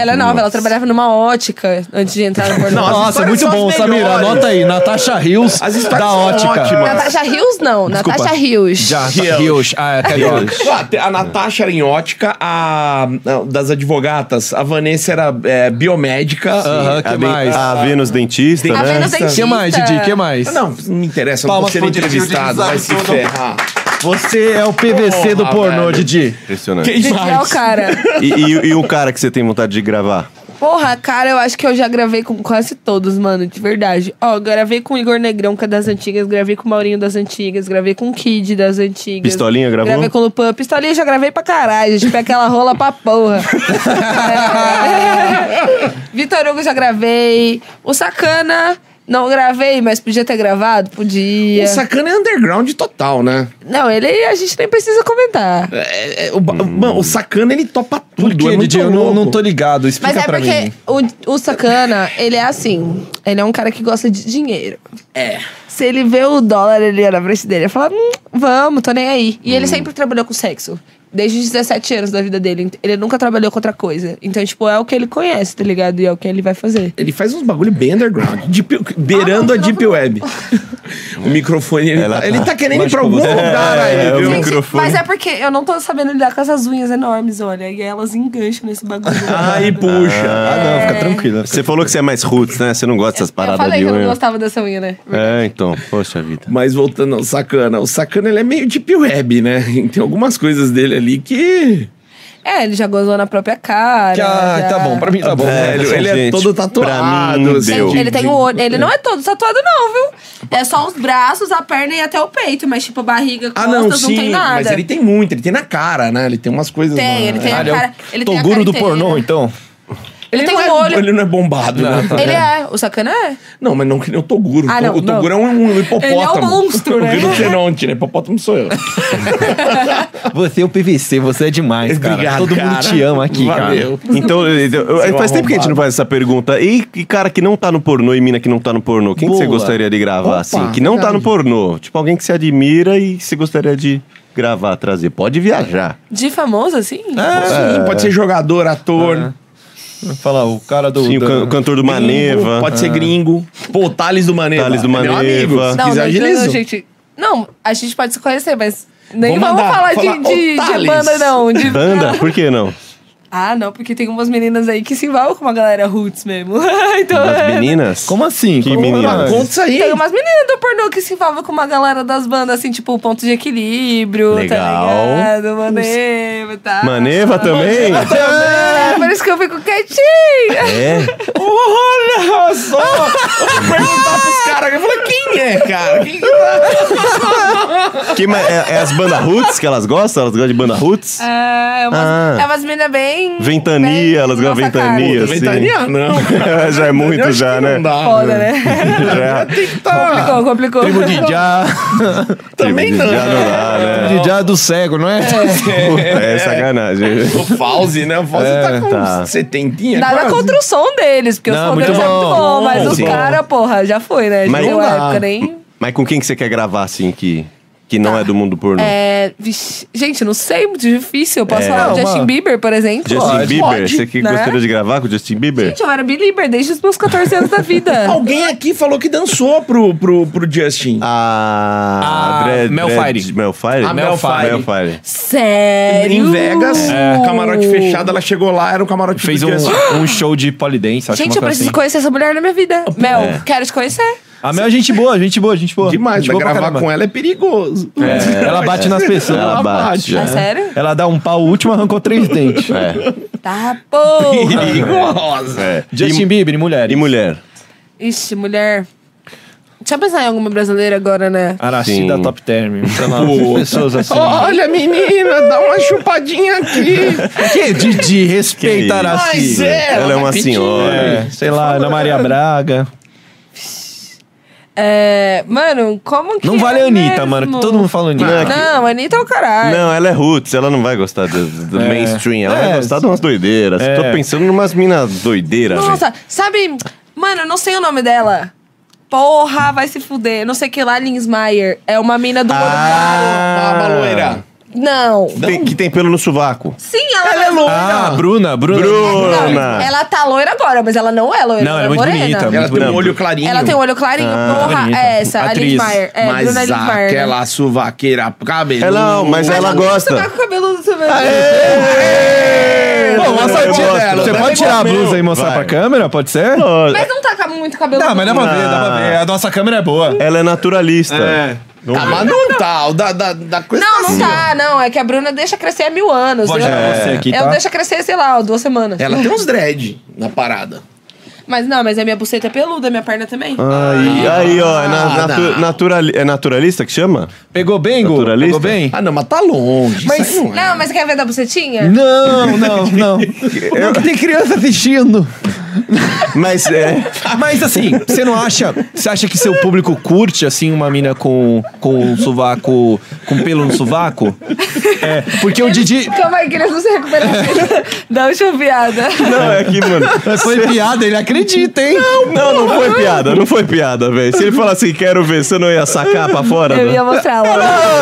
Speaker 4: Ela é nova, ela trabalhava numa ótica antes de entrar no pornô.
Speaker 1: Nossa,
Speaker 3: Nossa, é
Speaker 1: histórias
Speaker 3: muito
Speaker 1: são as
Speaker 3: bom, Samira.
Speaker 1: melhores.
Speaker 3: Anota aí. Natasha Rios
Speaker 1: As histórias
Speaker 3: da
Speaker 1: são
Speaker 3: ótica.
Speaker 1: ótimas.
Speaker 4: Natasha Rios, não.
Speaker 3: Desculpa.
Speaker 4: Natasha Rios.
Speaker 3: Já,
Speaker 1: Rios.
Speaker 3: Rios. Ah, é, cadê?
Speaker 1: Ah, te- a Natasha era em ótica, a a- das advogatas, a Vanessa era é, biomédica.
Speaker 3: Aham,
Speaker 2: A,
Speaker 3: que
Speaker 2: Ven-
Speaker 3: mais?
Speaker 2: a Vênus Dentista,
Speaker 4: A
Speaker 2: né?
Speaker 4: Vênus
Speaker 3: O que mais,
Speaker 4: dentista.
Speaker 3: Didi? que mais?
Speaker 1: Ah, Não, não me interessa, eu não vou
Speaker 3: Palmas
Speaker 1: ser
Speaker 3: pro Didi,
Speaker 1: entrevistado,
Speaker 3: Didi
Speaker 1: vai se
Speaker 3: Zartudo.
Speaker 1: ferrar.
Speaker 3: Você é o PVC do
Speaker 1: Porra,
Speaker 3: pornô,
Speaker 1: velho.
Speaker 3: Didi.
Speaker 2: Impressionante.
Speaker 1: Quem
Speaker 4: Didi é o cara.
Speaker 2: E, e, e o cara que você tem vontade de gravar?
Speaker 4: Porra, cara, eu acho que eu já gravei com quase todos, mano, de verdade. Ó, eu gravei com o Igor Negrão, que é das antigas, gravei com o Maurinho das antigas, gravei com o Kid das antigas.
Speaker 2: Pistolinha gravou?
Speaker 4: Gravei com o Lupan. Pistolinha eu já gravei pra caralho, gente, pega aquela rola pra porra. É. Vitor Hugo eu já gravei. O Sacana, não gravei, mas podia ter gravado? Podia.
Speaker 1: O Sacana é underground total, né?
Speaker 4: Não, ele a gente nem precisa comentar.
Speaker 1: É, é, o, ba- mano, o Sacana ele topa tudo.
Speaker 3: Por quê,
Speaker 1: é muito
Speaker 3: Didi? Eu não,
Speaker 1: louco.
Speaker 3: não tô ligado.
Speaker 4: Mas
Speaker 3: Explica
Speaker 4: é
Speaker 3: pra mim.
Speaker 4: porque o, o Sacana, ele é assim. Ele é um cara que gosta de dinheiro.
Speaker 1: É.
Speaker 4: Se ele vê o dólar ali na frente dele, ele fala, hum, vamos, tô nem aí. E ele sempre trabalhou com sexo. Desde os 17 anos da vida dele. Ele nunca trabalhou com outra coisa. Então, tipo, é o que ele conhece, tá ligado? E é o que ele vai fazer.
Speaker 1: Ele faz uns bagulho bem underground, deep- beirando a
Speaker 4: Ah, não,
Speaker 1: Deep Web. o microfone, ele,
Speaker 2: Ela
Speaker 1: tá,
Speaker 2: tá-
Speaker 1: ele tá querendo ir pra
Speaker 3: Lógico,
Speaker 1: algum
Speaker 3: você-
Speaker 1: lugar aí,
Speaker 2: É, é,
Speaker 1: viu?
Speaker 2: o microfone.
Speaker 4: Mas é porque eu não tô sabendo lidar com essas unhas enormes, olha. E elas engancham nesse bagulho.
Speaker 1: Aí puxa.
Speaker 3: Ah, não, fica tranquila.
Speaker 2: Você falou que você é mais roots, né? Você não gosta dessas
Speaker 4: eu
Speaker 2: paradas
Speaker 4: falei
Speaker 2: de
Speaker 4: que eu não
Speaker 2: unha.
Speaker 4: gostava dessa unha, né?
Speaker 2: É, então, poxa vida.
Speaker 1: Mas voltando ao Sacana, o Sacana ele é meio Deep Web, né? Tem algumas coisas dele ali que...
Speaker 4: É, ele já gozou na própria cara.
Speaker 3: Que, ah,
Speaker 4: já-
Speaker 3: tá bom. Pra mim tá bom.
Speaker 2: Velho,
Speaker 1: ele é
Speaker 2: Gente,
Speaker 1: todo
Speaker 2: pra
Speaker 1: tatuado.
Speaker 2: mim,
Speaker 1: assim,
Speaker 2: deu.
Speaker 1: de-
Speaker 4: Ele tem o olho. Ele não é todo tatuado, não, viu? É só os braços, a perna e até o peito. Mas, tipo, barriga,
Speaker 1: Ah,
Speaker 4: costas,
Speaker 1: não,
Speaker 4: não,
Speaker 1: sim.
Speaker 4: tem nada.
Speaker 1: Mas ele tem muito, ele tem na cara, né? Ele tem umas coisas...
Speaker 4: Tem,
Speaker 1: na-
Speaker 4: ele tem a
Speaker 3: Caralho, é o
Speaker 4: cara. Ele tem a
Speaker 3: Toguro
Speaker 4: cara
Speaker 3: do
Speaker 4: inteira.
Speaker 3: pornô, então.
Speaker 4: Ele, tem
Speaker 1: não
Speaker 4: o
Speaker 1: é,
Speaker 4: um olho.
Speaker 1: Ele não é bombado, né?
Speaker 4: Ele é. O sacana é.
Speaker 1: Não, mas não que nem o Toguro.
Speaker 4: Ah,
Speaker 1: O
Speaker 4: não,
Speaker 1: to- o Toguro
Speaker 4: não.
Speaker 1: é um, um hipopótamo.
Speaker 4: Ele é um monstro, né?
Speaker 1: O Genote, né? Hipopótamo sou eu.
Speaker 3: Você é o PVC, você é demais, cara.
Speaker 1: Obrigado,
Speaker 3: Todo mundo
Speaker 1: cara.
Speaker 3: te ama aqui,
Speaker 1: Valeu.
Speaker 3: cara.
Speaker 2: Então, então,
Speaker 1: Seu
Speaker 2: faz tempo que a gente
Speaker 1: arrombado.
Speaker 2: não faz essa pergunta. E, e cara que não tá no pornô e mina que não tá no pornô, quem que você
Speaker 3: Boa.
Speaker 2: gostaria de gravar,
Speaker 1: Opa,
Speaker 2: assim? Que não tá no pornô. Tipo, alguém que você admira e que você gostaria de gravar, trazer. Pode viajar.
Speaker 4: De famoso, assim?
Speaker 1: Sim, pode ser jogador, ator.
Speaker 3: Falar, o cara do.
Speaker 2: Sim, o
Speaker 3: do-
Speaker 2: can- cantor do
Speaker 1: gringo,
Speaker 2: Maneva.
Speaker 1: né?
Speaker 2: É.
Speaker 1: Pode ser gringo. Pô, o Thales do Maneva.
Speaker 2: Thales do
Speaker 1: É meu amigo.
Speaker 2: Maneva.
Speaker 1: Se
Speaker 4: Não,
Speaker 1: quiser,
Speaker 4: não,
Speaker 1: agiliza.
Speaker 4: não, gente. Não, a gente pode se conhecer, mas. Nem
Speaker 1: Vou
Speaker 4: vamos
Speaker 1: mandar,
Speaker 4: falar,
Speaker 1: falar,
Speaker 4: de, de,
Speaker 1: "Ô,
Speaker 4: de
Speaker 1: Thales."
Speaker 4: banda, não. De...
Speaker 2: Banda? Por que não?
Speaker 4: Ah, não, porque tem umas meninas aí que se envolvem com uma galera roots mesmo. então,
Speaker 2: As
Speaker 4: é.
Speaker 2: meninas?
Speaker 3: Como assim?
Speaker 2: Que
Speaker 3: Como-
Speaker 2: menina?
Speaker 3: Ah,
Speaker 1: Conta isso aí.
Speaker 4: Tem umas meninas do pornô que se envolvem com uma galera das bandas, assim, tipo, o ponto de equilíbrio,
Speaker 2: Legal.
Speaker 1: Ah,
Speaker 4: tá ligado? Maneva e tal.
Speaker 2: Maneva também?
Speaker 4: É por isso que eu fico quietinha.
Speaker 2: É.
Speaker 1: Olha só! Eu vou perguntar pros caras. Ah, Eu falei, quem é, cara? Quem que tá?
Speaker 2: Que ma- é, é as banda roots que elas gostam? Elas gostam de banda roots?
Speaker 4: Ah, é umas,
Speaker 2: Ah.
Speaker 4: é umas meninas bem.
Speaker 2: Ventania,
Speaker 4: bem
Speaker 2: elas gostam de
Speaker 4: nossa cara.
Speaker 2: ventania. assim.
Speaker 1: Ventania, não.
Speaker 2: já é
Speaker 1: é né? Ah, Eu
Speaker 2: muito,
Speaker 1: acho
Speaker 2: já,
Speaker 1: que
Speaker 2: né?
Speaker 1: Não dá. É.
Speaker 4: Foda, né?
Speaker 2: Já.
Speaker 1: Tá.
Speaker 4: Complicou, complicou.
Speaker 3: Ah, Tribo de Já.
Speaker 1: Também não.
Speaker 2: Tipo, Já não dá, né?
Speaker 3: Tribo de Já do cego, não é?
Speaker 2: Puta, é sacanagem.
Speaker 1: O Fauzi, né? O Fauzi tá com
Speaker 2: tá.
Speaker 1: setentinha.
Speaker 4: Nada
Speaker 1: quase.
Speaker 4: contra o som deles, porque
Speaker 3: Não,
Speaker 4: o som
Speaker 3: muito
Speaker 4: deles é
Speaker 3: bom.
Speaker 4: muito bom, mas os
Speaker 2: Sim.
Speaker 4: caras, porra, já foi, né?
Speaker 2: Mas-
Speaker 4: Deu
Speaker 2: Não Hum.
Speaker 1: dá.
Speaker 4: época nem. Tá.
Speaker 2: Mas com quem que você quer gravar, assim, que, que não é do mundo pornô?
Speaker 4: É, vixe, gente, não sei, muito difícil. Eu posso falar
Speaker 3: Não,
Speaker 4: do Justin
Speaker 3: mano.
Speaker 4: Bieber, por exemplo.
Speaker 2: É. Justin
Speaker 4: Ó,
Speaker 2: Bieber? você que
Speaker 4: né?
Speaker 2: gostaria de gravar com o Justin Bieber?
Speaker 4: Gente, eu era belieber desde os meus 14 anos da vida.
Speaker 1: Alguém aqui falou que dançou pro, pro, pro Justin.
Speaker 2: Ah,
Speaker 3: Ah,
Speaker 2: Dread,
Speaker 3: Mel
Speaker 2: Dread-
Speaker 3: Fire.
Speaker 2: Mel Fire?
Speaker 1: Ah, Mel Fire.
Speaker 2: Mel Fire.
Speaker 4: Sério?
Speaker 1: Em Vegas,
Speaker 3: É.
Speaker 1: camarote fechado, ela chegou lá, era um camarote
Speaker 3: Fez
Speaker 1: do
Speaker 3: um,
Speaker 1: Justin.
Speaker 3: um show de polidense, acho
Speaker 4: Gente,
Speaker 3: que
Speaker 4: eu
Speaker 3: uma coisa
Speaker 4: preciso
Speaker 3: assim.
Speaker 4: conhecer essa mulher na minha vida. Mel,
Speaker 2: É.
Speaker 4: quero te conhecer.
Speaker 3: A Mel é gente boa, gente boa, gente boa.
Speaker 1: Demais,
Speaker 3: gente
Speaker 1: mas
Speaker 3: boa pra
Speaker 1: gravar
Speaker 3: caramba.
Speaker 1: com ela é perigoso.
Speaker 3: É, ela bate nas pessoas.
Speaker 2: Ela bate,
Speaker 4: Ah,
Speaker 2: É.
Speaker 4: sério?
Speaker 3: Ela dá um pau, o último arrancou três dentes.
Speaker 2: É.
Speaker 4: Tá, porra.
Speaker 1: Perigosa.
Speaker 2: é.
Speaker 3: Justin Bieber e mulheres.
Speaker 2: E mulher?
Speaker 4: Ixi, mulher. Deixa eu pensar em alguma brasileira agora, né?
Speaker 3: Aracida
Speaker 2: Sim.
Speaker 3: Top Term. Sei lá, pessoas assim.
Speaker 1: Olha, menina, dá uma chupadinha aqui.
Speaker 3: que Didi, respeita a
Speaker 2: Que
Speaker 1: Mas
Speaker 3: Aracida.
Speaker 1: é,
Speaker 2: Ela é uma
Speaker 1: vai pedir.
Speaker 2: senhora.
Speaker 3: É, sei lá, Ana Maria Braga.
Speaker 4: É, mano, como que.
Speaker 3: Não vale
Speaker 4: é
Speaker 3: a Anitta,
Speaker 4: mesmo?
Speaker 3: mano, que todo mundo fala Anitta.
Speaker 2: Não,
Speaker 4: Não, Anitta é o caralho.
Speaker 2: Não, ela é roots, ela não vai gostar do, do
Speaker 3: É.
Speaker 2: mainstream, ela vai
Speaker 3: É.
Speaker 2: gostar de umas doideiras.
Speaker 3: É.
Speaker 2: Tô pensando em umas minas doideiras, velho.
Speaker 4: Nossa, sabe. Mano, eu não sei o nome dela. Porra, vai se fuder. Não sei o que lá, Linsmeyer. É uma mina do olho claro.
Speaker 1: Ah, uma loira.
Speaker 4: Não.
Speaker 2: Tem- que tem pelo no sovaco.
Speaker 4: Sim, ela.
Speaker 1: Ela é loira.
Speaker 3: Ah, Bruna, Bruna.
Speaker 4: não,
Speaker 2: Bruna!
Speaker 4: ela tá loira agora, mas ela não é loira.
Speaker 3: Não, ela é muito
Speaker 4: morena.
Speaker 3: bonita. Ah,
Speaker 1: ela tem
Speaker 2: Não,
Speaker 1: um olho clarinho.
Speaker 4: Ela tem um olho clarinho. porra,
Speaker 3: bonita.
Speaker 4: é essa, a
Speaker 3: Atriz.
Speaker 4: Linsmeyer. É,
Speaker 1: Mas
Speaker 4: Bruna Linsmeyer.
Speaker 1: aquela suvaqueira cabeluda.
Speaker 2: É, não, mas ela- gosta.
Speaker 4: Você tá com o cabelo também.
Speaker 3: Ah, é? Bom, uma né?
Speaker 1: Eu
Speaker 3: só
Speaker 1: gosto.
Speaker 3: tira- Você
Speaker 1: Ela é
Speaker 3: pode tirar a
Speaker 2: igual
Speaker 3: blusa
Speaker 2: meu.
Speaker 3: e mostrar
Speaker 2: Vai.
Speaker 3: pra câmera? Pode ser?
Speaker 4: Mas não tá com muito cabelo.
Speaker 3: Não, é mas dá pra
Speaker 2: Não.
Speaker 3: ver, dá pra ver. A nossa câmera é boa.
Speaker 2: Ela é naturalista. Não-
Speaker 1: Ah, mas não tá. O da, da, da coisa
Speaker 4: Não, não
Speaker 1: assim, ó.
Speaker 4: tá, não. É que a Bruna deixa crescer há mil anos.
Speaker 3: Vou
Speaker 4: Eu,
Speaker 3: ajudar você aqui,
Speaker 4: eu
Speaker 3: tá?
Speaker 4: deixo crescer, sei lá, duas semanas.
Speaker 1: Ela tem uns dread na parada.
Speaker 4: Mas não, mas a minha buceta é peluda, a minha perna também.
Speaker 2: Aí, aí, ó, é, na-
Speaker 1: Ah,
Speaker 2: natu-
Speaker 1: não.
Speaker 2: naturali- é naturalista que chama?
Speaker 3: Pegou bem, Gu?
Speaker 2: Naturalista?
Speaker 3: Pegou bem?
Speaker 1: Ah, não, mas tá longe.
Speaker 3: Mas-
Speaker 1: isso aí não é.
Speaker 4: Não, mas quer ver da bucetinha?
Speaker 3: Não, não, não. Não, que tem criança assistindo.
Speaker 2: Mas é.
Speaker 3: Mas assim, você não acha. Você acha que seu público curte, assim, uma mina com, com um sovaco. com pelo no sovaco? É, porque o Didi.
Speaker 4: Calma aí, que eles não se recuperam. Dá uma chuveada.
Speaker 2: Não, é aqui, mano.
Speaker 3: Foi piada, ele acredita, hein?
Speaker 2: Não, não foi piada, não foi piada, velho. Se ele falasse assim, quero ver, você não ia sacar pra fora?
Speaker 4: Eu
Speaker 2: né?
Speaker 4: ia mostrar lá.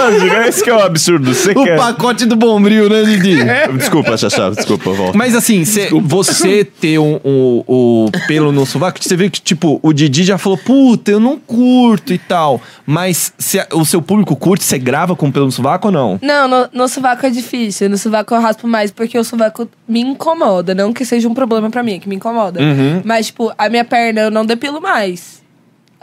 Speaker 2: Lógico, esse que é o É. absurdo. Você
Speaker 3: O
Speaker 2: quer.
Speaker 3: pacote do bombril, né, Didi?
Speaker 2: Desculpa, Xaxá, desculpa, volta.
Speaker 3: Mas assim, cê- você ter um, um- o pelo no sovaco, você vê que, tipo, o Didi já falou, puta, eu não curto e tal. Mas se a- o seu público curte, você grava com pelo no sovaco ou não?
Speaker 4: Não, no, no sovaco é difícil. No sovaco eu raspo mais, porque o sovaco me incomoda. Não que seja um problema pra mim, é que me incomoda. Mas, tipo, a minha perna eu não depilo mais.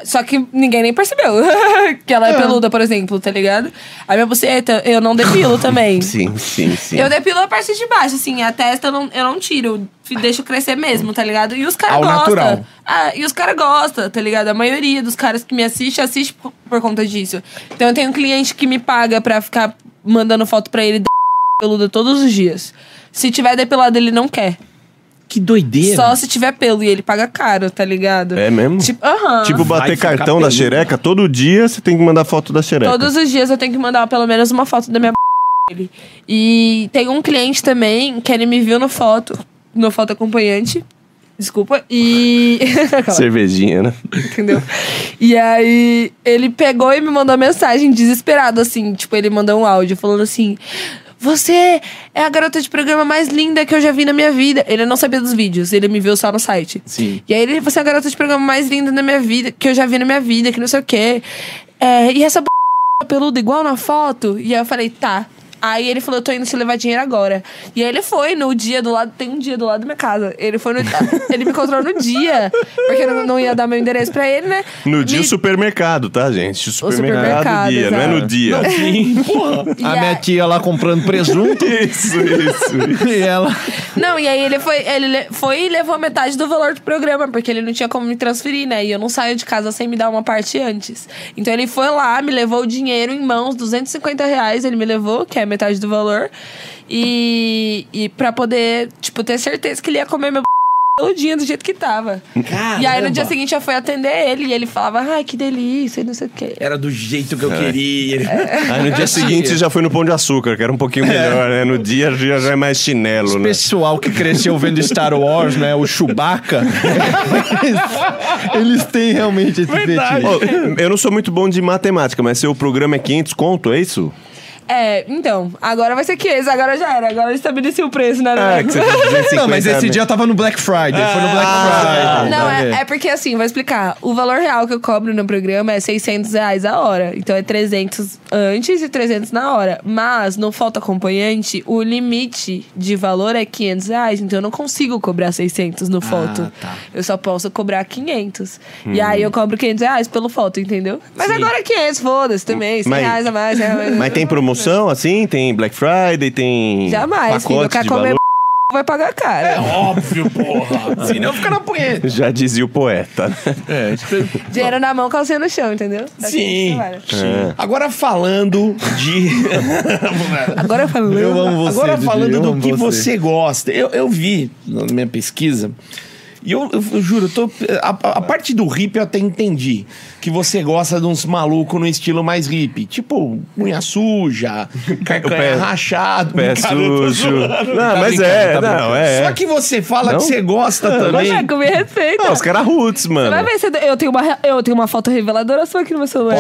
Speaker 4: Só que ninguém nem percebeu que ela é, peluda, por exemplo, tá ligado? A minha buceta eu não depilo também.
Speaker 2: Sim, sim, sim.
Speaker 4: Eu depilo a parte de baixo, assim, a testa eu não, eu não tiro, fi- deixo crescer mesmo, tá ligado? E os caras
Speaker 1: Ao
Speaker 4: gostam.
Speaker 1: natural.
Speaker 4: Ah, e os caras gostam, tá ligado? A maioria dos caras que me assiste, assiste por, por conta disso. Então eu tenho um cliente que me paga pra ficar mandando foto pra ele da peluda todos os dias. Se tiver depilado, ele não quer.
Speaker 3: Que doideira.
Speaker 4: Só se tiver pelo e ele paga caro, tá ligado?
Speaker 2: né? É mesmo?
Speaker 4: Tipo, aham.
Speaker 2: Tipo,
Speaker 1: Vai
Speaker 2: bater
Speaker 1: ficar
Speaker 2: cartão da
Speaker 1: peludo.
Speaker 2: xereca, todo dia você tem que mandar foto da xereca.
Speaker 4: Todos os dias eu tenho que mandar pelo menos uma foto da minha b- dele. E tem um cliente também que ele me viu no foto, no foto acompanhante. Desculpa. E. Calma,
Speaker 2: Cervejinha, né?
Speaker 4: Entendeu? E aí ele pegou e me mandou mensagem desesperado, assim. Tipo, ele mandou um áudio falando assim. Você é a garota de programa mais linda que eu já vi na minha vida. Ele não sabia dos vídeos, ele me viu só no site.
Speaker 1: Sim.
Speaker 4: E aí ele, você é a garota de programa mais linda da minha vida, que eu já vi na minha vida, que não sei o quê. É, e essa b... peluda igual na foto? E aí eu falei, tá. Aí ele falou, eu tô indo te levar dinheiro agora. E aí ele foi no dia do lado, tem um dia do lado da minha casa. Ele foi no. ele me encontrou no dia. Porque eu não, não ia dar meu endereço pra ele, né?
Speaker 2: No dia
Speaker 4: Me-
Speaker 2: supermercado, tá, gente? Supermercado,
Speaker 4: supermercado,
Speaker 2: dia, não é no
Speaker 4: exato.
Speaker 2: dia.
Speaker 4: e
Speaker 3: A
Speaker 4: aí-
Speaker 3: minha tia lá comprando presunto
Speaker 2: Isso, isso.
Speaker 3: e ela.
Speaker 4: Não, e aí ele foi, ele le- foi e levou metade do valor do programa, porque ele não tinha como me transferir, né? E eu não saio de casa sem me dar uma parte antes. Então ele foi lá, me levou o dinheiro em mãos, 250 reais ele me levou, que é metade do valor. E, e pra poder, tipo, ter certeza que ele ia comer meu peludinho do jeito que tava. E aí no dia seguinte eu fui atender ele e ele falava, ai, que delícia, e não sei o quê.
Speaker 1: Era do jeito que
Speaker 2: É.
Speaker 1: eu queria.
Speaker 2: Aí no dia seguinte você já foi no Pão de Açúcar, que era um pouquinho melhor, né? No dia já já é mais chinelo, né?
Speaker 3: pessoal que cresceu vendo Star Wars, né? O Chewbacca. eles, eles têm realmente esse fetiche.
Speaker 2: Ó, eu não sou muito bom de matemática, mas seu programa é 500 conto, é isso?
Speaker 4: É, então, agora vai ser 500, agora já era, agora eu estabeleci o preço, né?
Speaker 2: Ah, que você fez 250
Speaker 3: Não, mas esse
Speaker 2: mil.
Speaker 3: dia eu tava no Black Friday. foi no Black
Speaker 2: Ah,
Speaker 3: Friday. né?
Speaker 4: Não, é, é porque assim, vou explicar. O valor real que eu cobro no programa é 600 reais a hora. Então é 300 antes e 300 na hora. Mas, não falta acompanhante, o limite de valor é 500 reais. Então eu não consigo cobrar 600
Speaker 2: Ah,
Speaker 4: no foto.
Speaker 2: tá.
Speaker 4: Eu só posso cobrar 500. E
Speaker 2: Hum.
Speaker 4: aí eu cobro 500 reais pelo foto, entendeu? Mas agora é 500, foda-se também. 100
Speaker 2: Mas-
Speaker 4: reais a mais, 100 reais a mais.
Speaker 2: Mas tem promoção, assim? Tem Black Friday, tem
Speaker 4: Jamais, filho. Eu
Speaker 2: pacote
Speaker 4: quero
Speaker 2: de
Speaker 4: comer
Speaker 2: valor? É.
Speaker 4: vai pagar caro.
Speaker 1: É Óbvio, porra. Senão fica na punheta.
Speaker 2: Já dizia o poeta. né?
Speaker 4: Dinheiro na mão, calcinha no chão, entendeu? É assim que
Speaker 1: Sim.
Speaker 4: trabalha.
Speaker 2: É.
Speaker 1: Sim. Agora falando de.
Speaker 4: Agora falando.
Speaker 3: Eu amo você.
Speaker 1: Agora
Speaker 3: Didi,
Speaker 1: falando
Speaker 3: eu
Speaker 1: do
Speaker 3: amo
Speaker 1: que você gosta. Eu, eu vi na minha pesquisa. E eu, eu, eu juro, eu tô, a, a- a parte do hip eu até entendi. Que você gosta de uns malucos no estilo mais hip. Tipo, unha suja,
Speaker 2: pé-
Speaker 1: carcanha rachado,
Speaker 2: Pé
Speaker 1: cara, eu tô
Speaker 2: sujo.
Speaker 1: zoando.
Speaker 2: Não, mas é, não, é.
Speaker 1: Só que você fala
Speaker 2: Não?
Speaker 1: que você gosta
Speaker 4: Mas
Speaker 1: também.
Speaker 4: é, com minha receita.
Speaker 2: Não, os caras roots, mano.
Speaker 4: Vai ver se eu- eu tenho uma, re- eu tenho uma foto reveladora sua aqui no meu celular.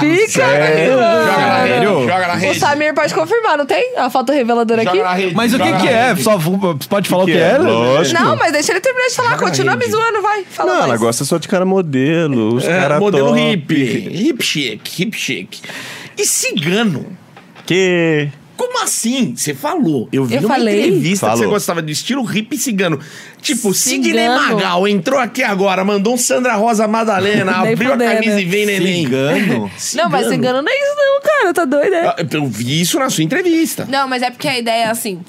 Speaker 2: Gente,
Speaker 4: Fica,
Speaker 2: sério?
Speaker 4: mano.
Speaker 1: Joga na rede,
Speaker 3: Sério?
Speaker 1: joga na
Speaker 4: O
Speaker 1: rede.
Speaker 4: Samir pode confirmar, não tem? A foto reveladora
Speaker 1: Joga
Speaker 4: aqui?
Speaker 1: na rede.
Speaker 3: Mas o
Speaker 1: joga
Speaker 3: que
Speaker 1: na
Speaker 3: que
Speaker 1: rede.
Speaker 3: é? Só vou- pode falar o
Speaker 2: que
Speaker 3: que,
Speaker 2: é?
Speaker 3: é?
Speaker 2: Lógico.
Speaker 4: Não, mas deixa ele terminar de falar. Continua me zoando, vai. Fala
Speaker 2: Não,
Speaker 4: mais.
Speaker 2: ela gosta só de cara modelo. Os
Speaker 1: É,
Speaker 2: cara
Speaker 1: modelo
Speaker 2: top.
Speaker 1: hip. Hip chic, hip chic. E cigano?
Speaker 2: Que...
Speaker 1: Como assim? Você falou. Eu vi
Speaker 4: Eu
Speaker 1: numa
Speaker 4: falei?
Speaker 1: entrevista que
Speaker 2: Falou.
Speaker 1: você gostava do estilo hip cigano. Tipo, Sidney
Speaker 4: Cigano.
Speaker 1: Magal entrou aqui agora, mandou um Sandra Rosa Madalena,
Speaker 4: Nem
Speaker 1: abriu a
Speaker 4: fudendo. né?
Speaker 1: camisa e vem neném.
Speaker 3: Cigano?
Speaker 1: tá
Speaker 4: Não, mas cigano não é isso, não, cara. Tá doido, é?
Speaker 1: Ah, Eu eu vi isso na sua entrevista.
Speaker 4: Não, mas é porque a ideia é assim.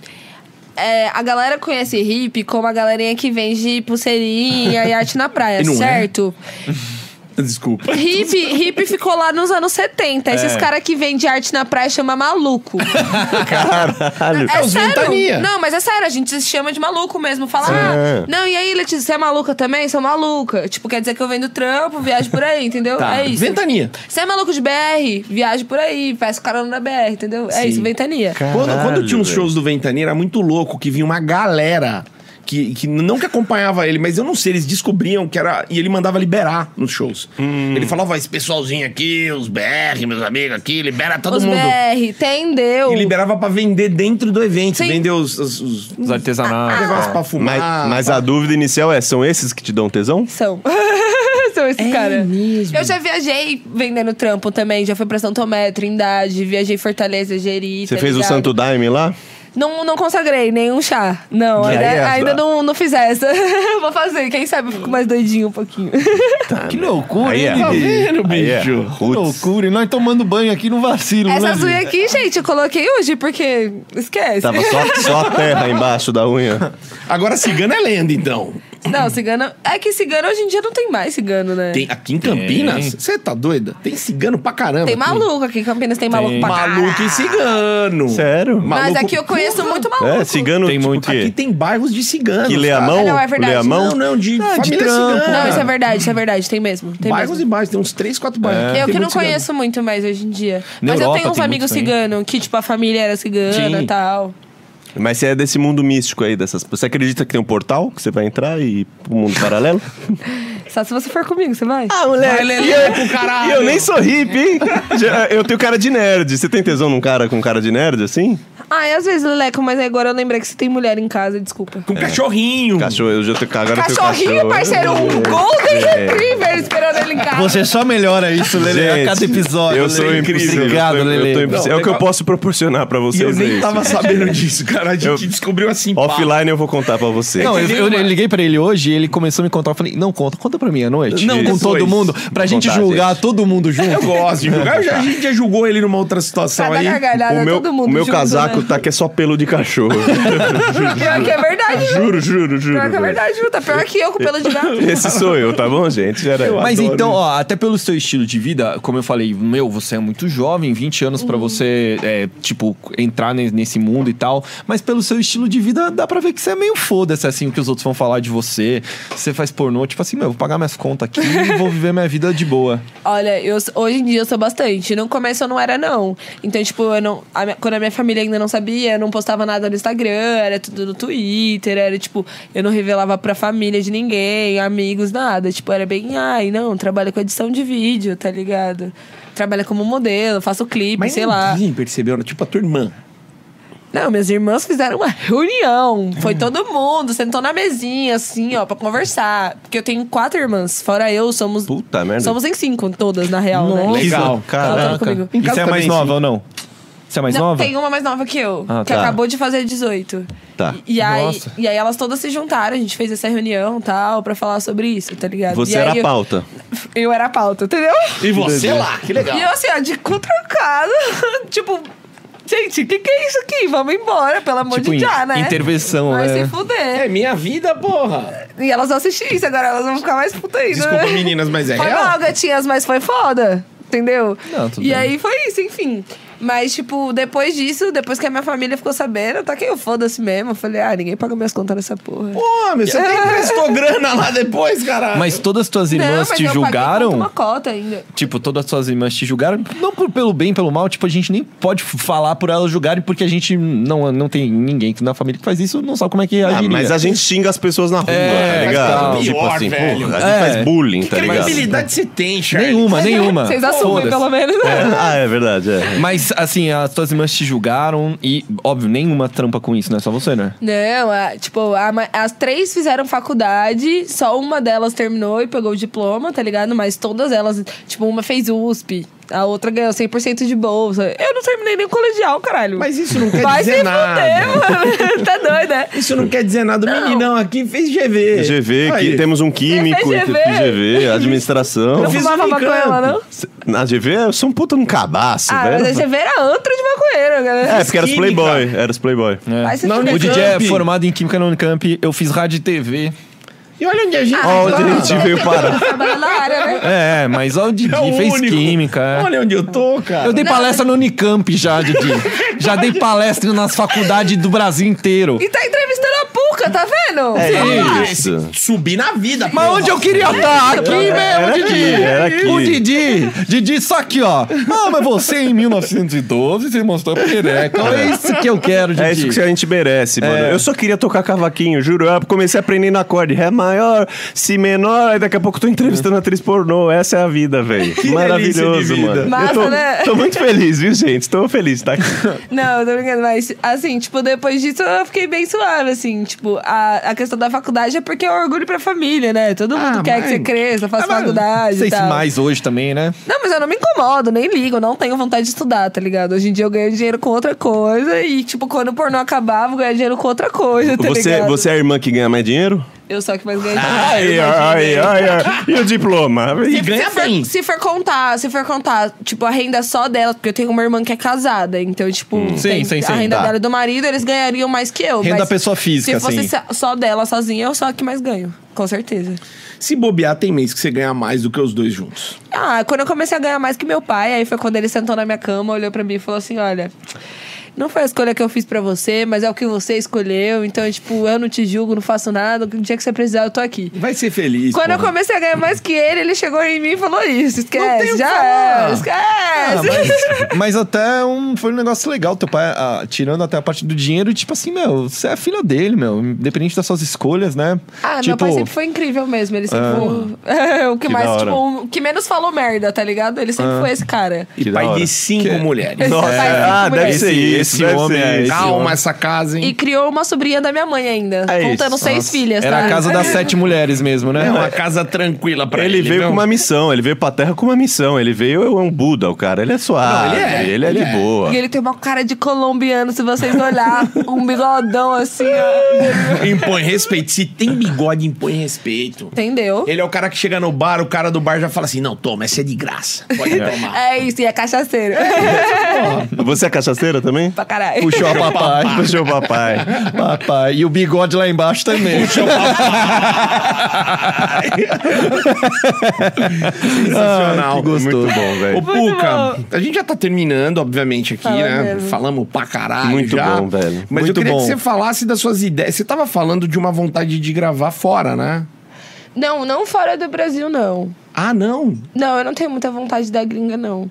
Speaker 4: é, a galera conhece hippie como a galerinha que vende pulseirinha e arte na praia,
Speaker 1: E não é.
Speaker 4: certo?
Speaker 1: Desculpa.
Speaker 4: Hip, hip ficou lá nos anos 70.
Speaker 1: É.
Speaker 4: Esses caras que vendem arte na praia chama maluco.
Speaker 2: Caralho.
Speaker 4: É
Speaker 1: os
Speaker 4: sério?
Speaker 1: ventania.
Speaker 4: Não, mas é sério, a gente se chama de maluco mesmo. Fala, ah, não, e aí, Letícia, você é maluca também? Sou maluca. Tipo, quer dizer que eu venho do trampo, viajo por aí, entendeu?
Speaker 1: Tá.
Speaker 4: É isso.
Speaker 1: Ventania.
Speaker 4: Você é maluco de BR, viaja por aí, faz carona na BR, entendeu? É isso, ventania.
Speaker 1: Quando, quando tinha uns
Speaker 2: velho.
Speaker 1: shows do Ventania, era muito louco que vinha uma galera que, que não que acompanhava ele, mas eu não sei, eles descobriam que era. E ele mandava liberar nos shows.
Speaker 2: Hum.
Speaker 1: Ele falava, "Ó, esse pessoalzinho aqui, os BR, meus amigos aqui, libera todo
Speaker 4: Os
Speaker 1: mundo.
Speaker 4: BR, entendeu?
Speaker 1: E liberava pra vender dentro do evento,
Speaker 4: Sim.
Speaker 1: vender os, os, os,
Speaker 3: Os artesanais.
Speaker 2: um
Speaker 1: negócios pra fumar.
Speaker 2: Mas, mas a dúvida inicial é, são esses que te dão tesão?
Speaker 4: São. São esses caras. Eu já viajei vendendo trampo também, já fui pra São Tomé, Trindade, viajei Fortaleza, Jeri.
Speaker 2: Você
Speaker 4: tá
Speaker 2: fez o
Speaker 4: ligado?
Speaker 2: Santo Daime lá?
Speaker 4: Não, não consagrei nenhum chá. Não,
Speaker 2: Que é
Speaker 4: ainda,
Speaker 2: essa?
Speaker 4: ainda não, não fiz essa. Vou fazer, quem sabe eu fico mais doidinho um pouquinho.
Speaker 3: Que loucura,
Speaker 2: Aí é.
Speaker 3: hein, Didi?
Speaker 2: Aí é.
Speaker 1: bicho?
Speaker 3: Que
Speaker 2: Roots.
Speaker 3: loucura. E nós tomando banho aqui no vacilo, né?
Speaker 4: essa
Speaker 1: é
Speaker 3: Didi?
Speaker 4: unha aqui, gente, eu coloquei hoje porque esquece.
Speaker 2: Tava só, só a terra embaixo da unha.
Speaker 1: Agora cigano é lenda, então.
Speaker 4: Não, cigano. É que cigano hoje em dia não tem mais cigano, né?
Speaker 1: Tem, aqui em Campinas, você tá doida? Tem cigano pra caramba.
Speaker 4: Tem
Speaker 1: aqui.
Speaker 4: maluco aqui em Campinas, tem maluco pra
Speaker 1: Maluco e cigano.
Speaker 2: Sério?
Speaker 4: Mas
Speaker 1: Maluco-
Speaker 4: aqui eu conheço muito maluco.
Speaker 2: É, cigano
Speaker 3: Tem
Speaker 2: tipo
Speaker 3: muito.
Speaker 2: o quê?
Speaker 1: Aqui tem bairros de ciganos.
Speaker 2: Que lê a
Speaker 1: cara.
Speaker 2: mão? Ah,
Speaker 4: Ah, não, é verdade.
Speaker 2: Lê a mão?
Speaker 1: Não, não, de
Speaker 3: de
Speaker 1: família
Speaker 3: trampo.
Speaker 1: cigana.
Speaker 4: Não, isso é verdade, isso é verdade, tem mesmo. Tem
Speaker 1: bairros
Speaker 4: mesmo.
Speaker 1: e bairros, tem uns três, quatro bairros. é, Tem
Speaker 4: Eu que não
Speaker 1: muito cigano.
Speaker 4: conheço muito mais hoje em dia.
Speaker 3: Na
Speaker 4: Mas eu
Speaker 3: Europa
Speaker 4: tenho uns
Speaker 3: tem
Speaker 4: amigos
Speaker 3: muito
Speaker 4: ciganos que, tipo, a família era cigana
Speaker 1: Sim.
Speaker 4: e tal.
Speaker 2: Mas você é desse mundo místico aí, dessas. Você acredita que tem um portal que você vai entrar e ir pro mundo paralelo?
Speaker 4: Só se você for comigo, você vai?
Speaker 2: Ah, moleque!
Speaker 1: pro
Speaker 2: E
Speaker 1: caralho.
Speaker 2: eu nem sou hippie, hein? Já- Eu tenho cara de nerd. Você tem tesão num cara com cara de nerd assim?
Speaker 4: Ah, e às vezes, Leleco, mas agora eu lembrei que você tem mulher em casa, desculpa.
Speaker 1: Com cachorrinho.
Speaker 2: Cachorro, eu já tô cagando
Speaker 4: Cachorrinho, parceiro,
Speaker 2: né?
Speaker 4: um
Speaker 2: É.
Speaker 4: Golden Retriever esperando ele em casa.
Speaker 3: Você só melhora isso, Lele, a
Speaker 2: Gente,
Speaker 3: cada episódio.
Speaker 2: Eu sou
Speaker 3: Lele.
Speaker 2: incrível.
Speaker 3: Obrigado,
Speaker 2: eu tô- eu tô
Speaker 3: Lele.
Speaker 2: impressionado. é o que eu posso proporcionar pra vocês.
Speaker 1: E eu
Speaker 2: é
Speaker 1: nem
Speaker 2: isso.
Speaker 1: tava sabendo disso, cara. A gente
Speaker 2: Eu-
Speaker 1: descobriu assim. pá.
Speaker 2: Offline eu vou contar pra vocês.
Speaker 3: Não, eu, eu
Speaker 1: Entendeu, mano?
Speaker 3: liguei pra ele hoje e ele começou a me contar. Eu falei, não, conta, conta pra mim à noite.
Speaker 1: Não,
Speaker 3: com
Speaker 1: depois.
Speaker 3: todo mundo, pra
Speaker 2: Vou
Speaker 3: gente
Speaker 2: contar,
Speaker 3: julgar
Speaker 2: gente.
Speaker 3: todo mundo junto.
Speaker 1: Eu gosto de julgar. Eu já- a gente já julgou ele numa outra situação
Speaker 4: Cada
Speaker 1: aí.
Speaker 4: gargalhada,
Speaker 2: o meu,
Speaker 4: todo mundo
Speaker 2: o meu
Speaker 4: junto,
Speaker 2: casaco
Speaker 4: né?
Speaker 2: tá que é só pelo de cachorro.
Speaker 4: Pior que é verdade, viu?
Speaker 2: juro, juro, juro.
Speaker 4: Pior que é verdade, viu? Tá pior que eu com pelo de gato.
Speaker 2: Esse sou eu, tá bom, gente? Era eu.
Speaker 3: Mas então, ó, até pelo seu estilo de vida, como eu falei, meu, você é muito jovem, 20 anos
Speaker 4: Uhum.
Speaker 3: pra você, é, tipo, entrar ne- nesse mundo e tal. Mas pelo seu estilo de vida, dá pra ver que você é meio foda-se, assim, o que os outros vão falar de você. Você faz pornô, tipo assim, meu, vou pagar minhas contas aqui e vou viver minha vida de boa.
Speaker 4: Olha, eu, hoje em dia eu sou bastante. No começo eu não era, não. Então, tipo, eu não, a minha- quando a minha família ainda não sabia, eu não postava nada no Instagram, era tudo no Twitter, era tipo, eu não revelava pra família de ninguém, amigos, nada. Tipo, era bem, ai, não, trabalha com edição de vídeo, tá ligado? Trabalha como modelo, faço clipe,
Speaker 1: Mas
Speaker 4: sei lá.
Speaker 1: ninguém percebeu, né? tipo a tua irmã.
Speaker 4: Não, minhas irmãs fizeram uma reunião.
Speaker 2: Hum.
Speaker 4: Foi todo mundo, sentou na mesinha, assim, ó, pra conversar. Porque eu tenho quatro irmãs, fora eu, somos.
Speaker 2: Puta merda.
Speaker 4: Somos em cinco, todas, na real, né?
Speaker 2: Legal.
Speaker 4: Ela tá comigo.
Speaker 3: E você é
Speaker 1: casa
Speaker 3: mais
Speaker 1: também,
Speaker 3: nova
Speaker 1: sim.
Speaker 3: ou não? Você é mais
Speaker 4: não,
Speaker 3: nova?
Speaker 4: tem um uma mais nova que eu,
Speaker 3: Ah,
Speaker 4: que
Speaker 3: tá.
Speaker 4: acabou de fazer 18.
Speaker 2: Tá.
Speaker 4: E, e aí,
Speaker 3: Nossa.
Speaker 4: e aí elas todas se juntaram, a gente fez essa reunião e tal, pra falar sobre isso, tá ligado?
Speaker 2: Você
Speaker 4: E aí
Speaker 2: era a
Speaker 4: eu-
Speaker 2: pauta.
Speaker 4: Eu, era a pauta, entendeu?
Speaker 1: E você lá, que legal.
Speaker 4: E eu assim, ó, de cu trancado, tipo... Gente, o que, que é isso aqui? Vamos embora, pelo amor
Speaker 3: Tipo,
Speaker 4: de
Speaker 3: in-
Speaker 4: já, né?
Speaker 3: intervenção,
Speaker 4: Vai
Speaker 3: né?
Speaker 4: se fuder.
Speaker 1: É minha vida, porra.
Speaker 4: E elas vão assistir isso agora, elas vão ficar mais putas ainda.
Speaker 1: Desculpa,
Speaker 4: né?
Speaker 1: meninas, mas é
Speaker 4: Foi
Speaker 1: real.
Speaker 4: mal, gatinhas, mas foi foda. Entendeu?
Speaker 3: Não, tudo
Speaker 4: e
Speaker 3: bem.
Speaker 4: aí foi isso, enfim. Mas, tipo, depois disso, depois que a minha família ficou sabendo, tá que eu foda-se mesmo. Eu falei, ah, ninguém paga minhas contas nessa porra.
Speaker 1: Pô, meu, você até emprestou grana lá depois, caralho.
Speaker 3: Mas todas as tuas
Speaker 4: Não,
Speaker 3: irmãs
Speaker 4: mas
Speaker 3: te
Speaker 4: eu paguei conta
Speaker 3: julgaram?
Speaker 4: uma cota ainda.
Speaker 3: Tipo, todas as suas irmãs te julgaram, não por, pelo bem, pelo mal, tipo, a gente nem pode f- falar por elas julgarem, porque a gente não, não tem ninguém que na família que faz isso, não sabe como é que
Speaker 2: Ah,
Speaker 3: agiria.
Speaker 2: mas a gente xinga as pessoas na rua,
Speaker 3: É,
Speaker 2: tá ligado?
Speaker 3: mas tá
Speaker 2: tipo
Speaker 1: pior,
Speaker 2: assim,
Speaker 1: velho.
Speaker 2: porra, a gente
Speaker 3: É.
Speaker 2: faz bullying,
Speaker 1: que
Speaker 2: tá ligado?
Speaker 1: credibilidade você tem, Charlie?
Speaker 3: Nenhuma, nenhuma.
Speaker 4: Vocês assumem,
Speaker 3: Foda-se.
Speaker 4: pelo menos.
Speaker 2: Ah, é verdade, é.
Speaker 3: Mas, assim, as tuas irmãs te julgaram e, óbvio, nenhuma trampa com isso, né? Só você, né?
Speaker 4: Não, a- tipo, a ma- as três fizeram faculdade, só uma delas terminou e pegou o diploma, tá ligado? Mas todas elas, tipo, uma fez USP, a outra ganhou 100% de bolsa. Eu não terminei nem o colegial, caralho.
Speaker 1: Mas isso não quer
Speaker 4: Vai
Speaker 1: dizer
Speaker 4: se
Speaker 1: nada.
Speaker 4: fuder, mano. tá doido, né?
Speaker 1: Isso não quer dizer nada. O
Speaker 4: Não.
Speaker 1: meninão aqui fez GV.
Speaker 2: GV, que
Speaker 1: Aí.
Speaker 2: temos um químico,
Speaker 4: Você fez GV?
Speaker 2: GV, administração.
Speaker 4: Não
Speaker 1: fiz
Speaker 4: fumava
Speaker 1: um
Speaker 4: maconha lá,
Speaker 1: encanto.
Speaker 4: não?
Speaker 2: Na GV, eu sou um puta num cabaço,
Speaker 4: Ah,
Speaker 2: velho.
Speaker 4: mas esse ver era antro de maconheiro, galera.
Speaker 2: É, porque era os
Speaker 1: Química.
Speaker 2: Playboy, era os Playboy.
Speaker 4: Vai se
Speaker 1: Não,
Speaker 4: fuder.
Speaker 3: O DJ é
Speaker 1: Unicamp.
Speaker 3: formado em Química na Unicamp, eu fiz rádio e TV.
Speaker 1: E olha onde a gente tá.
Speaker 2: Ó, onde a gente veio parar.
Speaker 4: Trabalha na Ah, área, né?
Speaker 3: É, mas ó, o Didi
Speaker 1: É o
Speaker 3: fez
Speaker 1: único.
Speaker 3: Química. é.
Speaker 1: Olha onde eu tô, cara.
Speaker 3: Eu dei palestra no Unicamp já, Didi. já dei palestra nas faculdades do Brasil inteiro.
Speaker 4: E tá entrevistando a Puca, tá vendo?
Speaker 1: Ah,
Speaker 2: É isso.
Speaker 1: Subi na vida,
Speaker 3: Mas onde eu queria estar? Aqui mesmo, Didi.
Speaker 2: era aqui.
Speaker 3: O Didi, Didi, só aqui, ó. Ah, mas você em 1912 você mostrou a perereca. É isso que eu quero, Didi.
Speaker 2: É isso que a gente merece, mano.
Speaker 1: É.
Speaker 2: Eu só queria tocar cavaquinho, juro. Eu comecei aprendendo acorde. Ré maior, si menor, aí daqui a pouco eu tô entrevistando a atriz pornô. Essa é a vida, velho.
Speaker 1: Uhum. delícia de
Speaker 2: Maravilhoso,
Speaker 1: vida.
Speaker 2: mano. Eu
Speaker 4: Massa,
Speaker 2: tô,
Speaker 4: né?
Speaker 2: tô muito feliz, viu, gente? Tô feliz, tá?
Speaker 4: Não, eu tô brincando, mas assim, tipo, depois disso eu fiquei bem suave, assim, tipo, a, a questão da faculdade é porque é um orgulho pra família, né? Todo mundo quer que você cresça, faça faculdade e
Speaker 3: Ah, Vocês
Speaker 4: tal.
Speaker 3: mais hoje também, né?
Speaker 4: Não, mas eu não me incomodo, nem ligo, eu não tenho vontade de estudar, tá ligado? Hoje em dia eu ganho dinheiro com outra coisa e, tipo, quando o pornô acabar, vou ganhar dinheiro com outra coisa, tá
Speaker 2: Você,
Speaker 4: ligado?
Speaker 2: você é a irmã que ganha mais dinheiro?
Speaker 4: Eu só que mais ganho dinheiro.
Speaker 2: Ai, ai, ai, ai. E o diploma?
Speaker 1: E ganha
Speaker 3: É,
Speaker 4: se for,
Speaker 1: bem.
Speaker 4: se for contar, se for contar, tipo, a renda só dela, porque eu tenho uma irmã que é casada, então, tipo, tem
Speaker 3: Sim, sim,
Speaker 4: a
Speaker 3: sim,
Speaker 4: renda
Speaker 3: tá.
Speaker 4: dela e do marido, eles ganhariam mais que eu.
Speaker 3: Renda
Speaker 4: mas
Speaker 3: pessoa física,
Speaker 4: Se fosse
Speaker 3: assim.
Speaker 4: só- só dela sozinha, eu sou a que mais ganho, com certeza.
Speaker 1: Se bobear, tem mês que você ganha mais do que os dois juntos.
Speaker 4: Ah, quando eu comecei a ganhar mais que meu pai, aí foi quando ele sentou na minha cama, olhou pra mim e falou assim: olha. Não foi a escolha que eu fiz pra você, mas é o que você escolheu. Então, tipo, eu não te julgo, não faço nada. No dia que você precisar, eu tô aqui.
Speaker 1: Vai ser feliz.
Speaker 4: Quando eu
Speaker 1: porra.
Speaker 4: comecei a ganhar mais que ele, ele chegou em mim e falou isso.
Speaker 1: Não tem o
Speaker 4: Esquece,
Speaker 1: que
Speaker 4: já
Speaker 1: falar.
Speaker 4: é. Esquece. acontece.
Speaker 3: Ah, Mas até um, foi um negócio legal, teu pai ah, tirando até a parte do dinheiro, e tipo assim, meu, você é filha dele, meu, independente das suas escolhas, né?
Speaker 4: Ah, meu
Speaker 3: tipo,
Speaker 4: pai sempre foi incrível mesmo. Ele sempre foi o
Speaker 2: Que
Speaker 4: que,
Speaker 2: da
Speaker 4: mais,
Speaker 2: hora.
Speaker 4: tipo, o que menos falou merda, tá ligado? Ele sempre foi esse cara.
Speaker 1: E
Speaker 2: Que da
Speaker 1: pai
Speaker 2: hora.
Speaker 1: de cinco mulheres.
Speaker 4: Esse pai sempre
Speaker 2: ah,
Speaker 4: mulher.
Speaker 2: deve ser isso.
Speaker 3: esse
Speaker 2: deve
Speaker 3: homem
Speaker 2: ser
Speaker 3: é
Speaker 2: isso.
Speaker 1: Calma essa casa,
Speaker 4: E
Speaker 1: hein?
Speaker 4: criou uma sobrinha da minha mãe ainda,
Speaker 2: É
Speaker 4: contando
Speaker 2: isso.
Speaker 4: seis filhas, tá?
Speaker 3: Era a casa das sete mulheres mesmo, né?
Speaker 1: É uma casa tranquila pra ele.
Speaker 2: Ele veio
Speaker 1: não?
Speaker 2: com uma missão, ele veio pra terra com uma missão. Ele veio, é um Buda, o cara. Ele é suave,
Speaker 1: Não, ele
Speaker 2: ele
Speaker 1: é,
Speaker 2: é,
Speaker 1: ele
Speaker 2: de
Speaker 1: é.
Speaker 2: boa.
Speaker 4: E ele tem uma cara de colombiano, se vocês olhar, um bigodão assim, ó.
Speaker 1: Impõe respeito. Se tem bigode, impõe respeito.
Speaker 4: Entendeu?
Speaker 1: Ele é o cara que chega no bar, o cara do bar já fala assim: não, toma, essa é de graça. Pode tomar.
Speaker 4: É isso, e é cachaceiro.
Speaker 2: Você é cachaceira também?
Speaker 4: pra caralho.
Speaker 3: Puxou a papai.
Speaker 2: Puxa o papai.
Speaker 3: papai. E o bigode lá embaixo também.
Speaker 1: Sensacional.
Speaker 3: que gostoso.
Speaker 1: Muito bom, velho. Ô,
Speaker 4: bom.
Speaker 1: Puca, a gente já tá terminando, obviamente, aqui,
Speaker 4: Fala
Speaker 1: né?
Speaker 4: mesmo.
Speaker 1: Falamos pra caralho.
Speaker 2: Muito
Speaker 1: já.
Speaker 2: bom, velho.
Speaker 1: Mas eu
Speaker 3: Muito
Speaker 1: queria que
Speaker 3: bom.
Speaker 1: você falasse das suas ideias. Você tava falando de uma vontade de gravar fora, né?
Speaker 4: Não, não fora do Brasil, não.
Speaker 1: Ah, não.
Speaker 4: Não, eu não tenho muita vontade da gringa, não.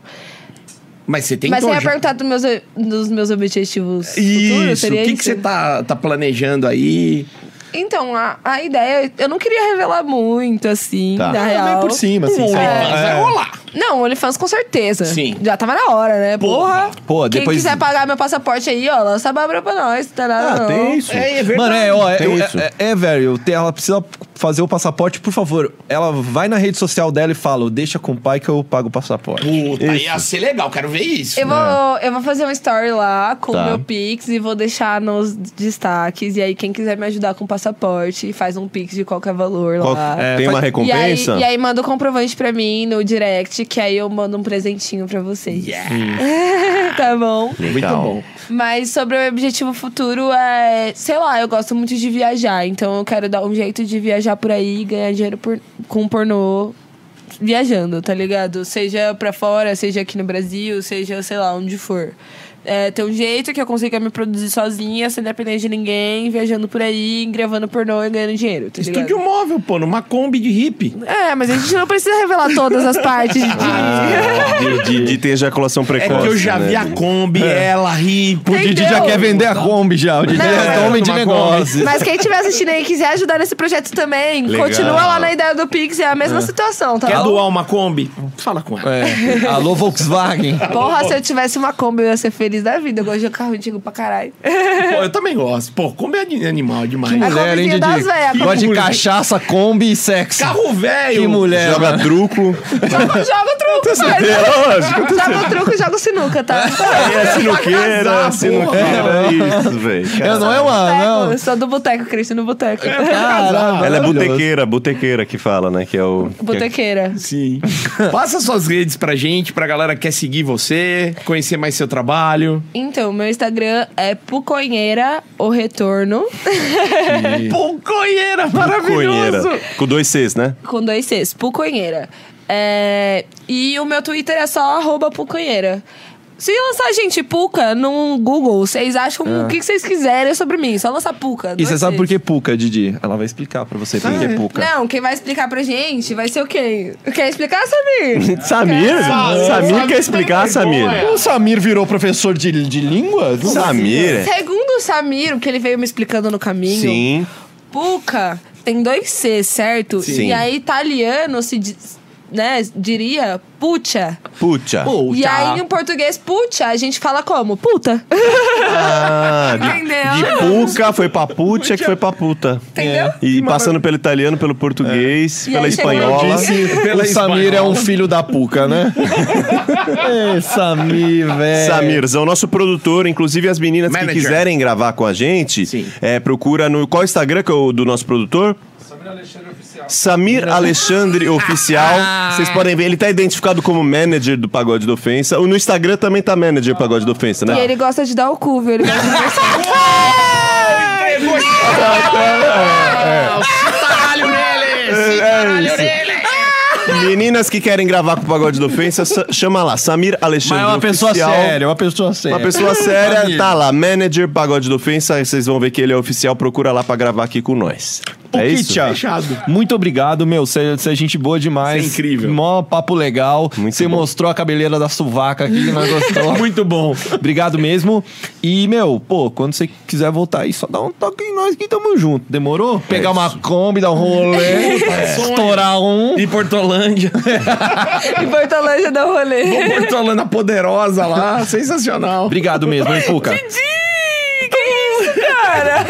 Speaker 1: Mas você tem
Speaker 4: Mas você ia
Speaker 1: Então, já.
Speaker 4: perguntar dos meus, dos meus objetivos futuros?
Speaker 1: Isso, o
Speaker 4: Seria
Speaker 1: que,
Speaker 4: isso?
Speaker 1: que você tá, tá planejando aí?
Speaker 4: Então, a, a ideia... Eu não queria revelar muito, assim,
Speaker 2: Tá.
Speaker 4: na
Speaker 3: É,
Speaker 4: real.
Speaker 3: bem por cima, assim.
Speaker 1: Um
Speaker 3: sabe?
Speaker 1: OnlyFans vai rolar.
Speaker 4: Não, OnlyFans com certeza.
Speaker 1: Sim.
Speaker 4: Já tava na hora, né? Porra.
Speaker 3: Pô,
Speaker 4: Quem
Speaker 3: depois-
Speaker 4: quiser pagar meu passaporte aí, ó, lança a Bárbara pra nós. Não tá nada,
Speaker 2: Ah,
Speaker 4: não.
Speaker 2: tem isso.
Speaker 1: É, é verdade.
Speaker 3: Mano, é, ó, é,
Speaker 2: Tem
Speaker 3: eu-
Speaker 2: isso.
Speaker 3: é- é, velho, te- ela precisa fazer o passaporte, por favor. Ela vai na rede social dela e fala: deixa com o pai que eu pago o passaporte.
Speaker 1: Puta, ia ser legal, quero ver isso.
Speaker 4: Eu vou, eu vou fazer um story lá com o
Speaker 2: Tá.
Speaker 4: meu Pix e vou deixar nos destaques. E aí, quem quiser me ajudar com o passaporte, faz um Pix de qualquer valor
Speaker 2: Qual- é,
Speaker 4: lá.
Speaker 2: tem uma
Speaker 4: E aí,
Speaker 2: recompensa?
Speaker 4: e aí manda o comprovante pra mim no direct, que aí eu mando um presentinho pra vocês.
Speaker 1: Yeah.
Speaker 4: tá bom?
Speaker 2: Legal.
Speaker 4: Mas sobre o objetivo futuro é, sei lá, eu gosto muito de viajar, então eu quero dar um jeito de viajar por aí e ganhar dinheiro por, com pornô viajando, tá ligado? Seja pra fora, seja aqui no Brasil, seja, sei lá, onde for. É, ter um jeito que eu consiga me produzir sozinha, sem depender de ninguém, viajando por aí, gravando pornô e ganhando dinheiro, tá ligado?
Speaker 1: Estúdio móvel, pô, numa Kombi de hippie.
Speaker 4: É, mas a gente não precisa revelar todas as partes de...
Speaker 2: Ah, De, de- de ter ejaculação
Speaker 1: É
Speaker 2: precoce.
Speaker 1: que eu já
Speaker 2: né?
Speaker 1: vi a Kombi, ela ri.
Speaker 3: É. O Didi já
Speaker 4: Entendeu?
Speaker 3: quer vender a Kombi já. O Didi
Speaker 4: Não,
Speaker 3: é
Speaker 4: mas-
Speaker 3: homem de
Speaker 1: Uma Kombi.
Speaker 3: negócio.
Speaker 4: Mas quem estiver assistindo aí e quiser ajudar nesse projeto também,
Speaker 2: Legal.
Speaker 4: continua lá na ideia do Pix, é a mesma situação, tá
Speaker 1: Quer
Speaker 4: bom?
Speaker 1: doar um uma Kombi? Fala com ela.
Speaker 3: É. Alô, Volkswagen.
Speaker 4: Porra, se eu tivesse uma Kombi, eu ia ser feliz da vida. Eu gosto de carro antigo pra caralho.
Speaker 1: Pô, eu também gosto. Pô, Kombi é de animal demais.
Speaker 4: A
Speaker 3: Mulher, hein,
Speaker 4: Kombizinha das
Speaker 3: Didi?
Speaker 4: velhas.
Speaker 3: Gosta de
Speaker 1: mulher.
Speaker 3: cachaça, Kombi e sexo.
Speaker 1: Carro velho.
Speaker 3: Que mulher.
Speaker 2: Joga
Speaker 3: mano.
Speaker 2: truco.
Speaker 4: Joga, joga o truco, velho.
Speaker 2: Lógico.
Speaker 4: Joga o truco e joga o sinuca, tá?
Speaker 2: É
Speaker 1: casar,
Speaker 2: sinuqueira, sinuqueira. Isso, velho.
Speaker 3: É, não é
Speaker 2: Caralho.
Speaker 3: uma.
Speaker 4: Boteco,
Speaker 3: Não.
Speaker 4: Eu sou do boteco, Cristo, no boteco.
Speaker 3: Caramba.
Speaker 2: Ela é botequeira, botequeira que fala, né? Que é o.
Speaker 4: Botequeira.
Speaker 1: Sim. Passa suas redes pra gente, pra galera que quer seguir você, conhecer mais seu trabalho.
Speaker 4: Então, meu Instagram é Puconheira, o retorno,
Speaker 1: Pulconheira, maravilhoso.
Speaker 2: Conheira. Com dois Cs, né?
Speaker 4: com dois Cs, Puconheira. É, E o meu Twitter é só arroba Puconheira. Se lançar, gente, Puca no Google, vocês acham o que que vocês quiserem sobre mim. Só lançar Puca.
Speaker 3: É. E
Speaker 4: dois
Speaker 3: você sabe
Speaker 4: Cs.
Speaker 3: por que Puca, Didi? Ela vai explicar pra você por que Puca.
Speaker 4: Não, quem vai explicar pra gente vai ser o quem? Quer explicar, Samir?
Speaker 2: Samir?
Speaker 1: Samir.
Speaker 2: Samir
Speaker 1: Samir
Speaker 2: quer explicar,
Speaker 1: tem
Speaker 2: Samir.
Speaker 1: vergonha.
Speaker 3: O Samir virou professor de, de línguas? É.
Speaker 2: Samir?
Speaker 4: Segundo o Samir, o que ele veio me explicando no caminho,
Speaker 2: Sim.
Speaker 4: Puca tem dois C, certo?
Speaker 2: Sim.
Speaker 4: E aí italiano se diz- né, diria pucha.
Speaker 2: Puta.
Speaker 4: E aí em português pucha a gente fala como? Puta.
Speaker 2: Ah, de,
Speaker 4: Entendeu?
Speaker 2: de puca foi pra puta que foi pra puta.
Speaker 4: Entendeu?
Speaker 3: É.
Speaker 4: É.
Speaker 2: E passando pelo italiano, pelo português,
Speaker 4: E
Speaker 2: pela
Speaker 4: aí chegou no
Speaker 2: espanhola.
Speaker 4: dia-
Speaker 1: Pela
Speaker 3: o Samir
Speaker 1: espanhola.
Speaker 3: é um filho da Puca, né? Ei, Samir, velho.
Speaker 2: Samirzão, nosso produtor, inclusive as meninas
Speaker 1: Manager.
Speaker 2: que quiserem gravar com a gente,
Speaker 1: Sim.
Speaker 2: é, procura no. Qual Instagram que é o do nosso produtor? Samir Alexandre Oficial. Vocês podem ver, ele tá identificado como manager do Pagode da Ofensa. O No Instagram também tá manager do Pagode da Ofensa, né?
Speaker 4: E ele gosta de dar o cu, viu? Ele gosta de conversar.
Speaker 1: Pegou esse caralho nele. esse caralho nele.
Speaker 2: Meninas que querem gravar com o Pagode da Ofensa, sa- chama lá, Samir
Speaker 3: Mas
Speaker 2: Alexandre
Speaker 3: é uma pessoa
Speaker 2: Oficial.
Speaker 3: séria, uma pessoa séria.
Speaker 2: Uma pessoa séria,
Speaker 3: Samir.
Speaker 2: tá lá, manager Pagode da Ofensa, vocês vão ver que ele é oficial, procura lá pra gravar aqui com nós. É isso?
Speaker 4: um
Speaker 3: Pukicha,
Speaker 1: Fechado.
Speaker 3: muito obrigado, meu. Você é gente boa demais.
Speaker 1: Cê é incrível.
Speaker 3: Mó papo legal.
Speaker 2: Muito
Speaker 3: Você
Speaker 2: bom.
Speaker 3: mostrou a cabeleira da suvaca aqui, nós gostou.
Speaker 1: Muito bom.
Speaker 3: Obrigado mesmo. E, meu, pô, quando você quiser voltar aí, só dá um toque em nós que tamo junto. Demorou? Pegar uma Kombi, dar um rolê, estourar um.
Speaker 1: E Portolândia.
Speaker 4: Em Portolândia dá um rolê.
Speaker 1: Portolândia poderosa lá. Sensacional.
Speaker 3: Obrigado mesmo, hein, Puca?
Speaker 4: Didi! Que isso, cara?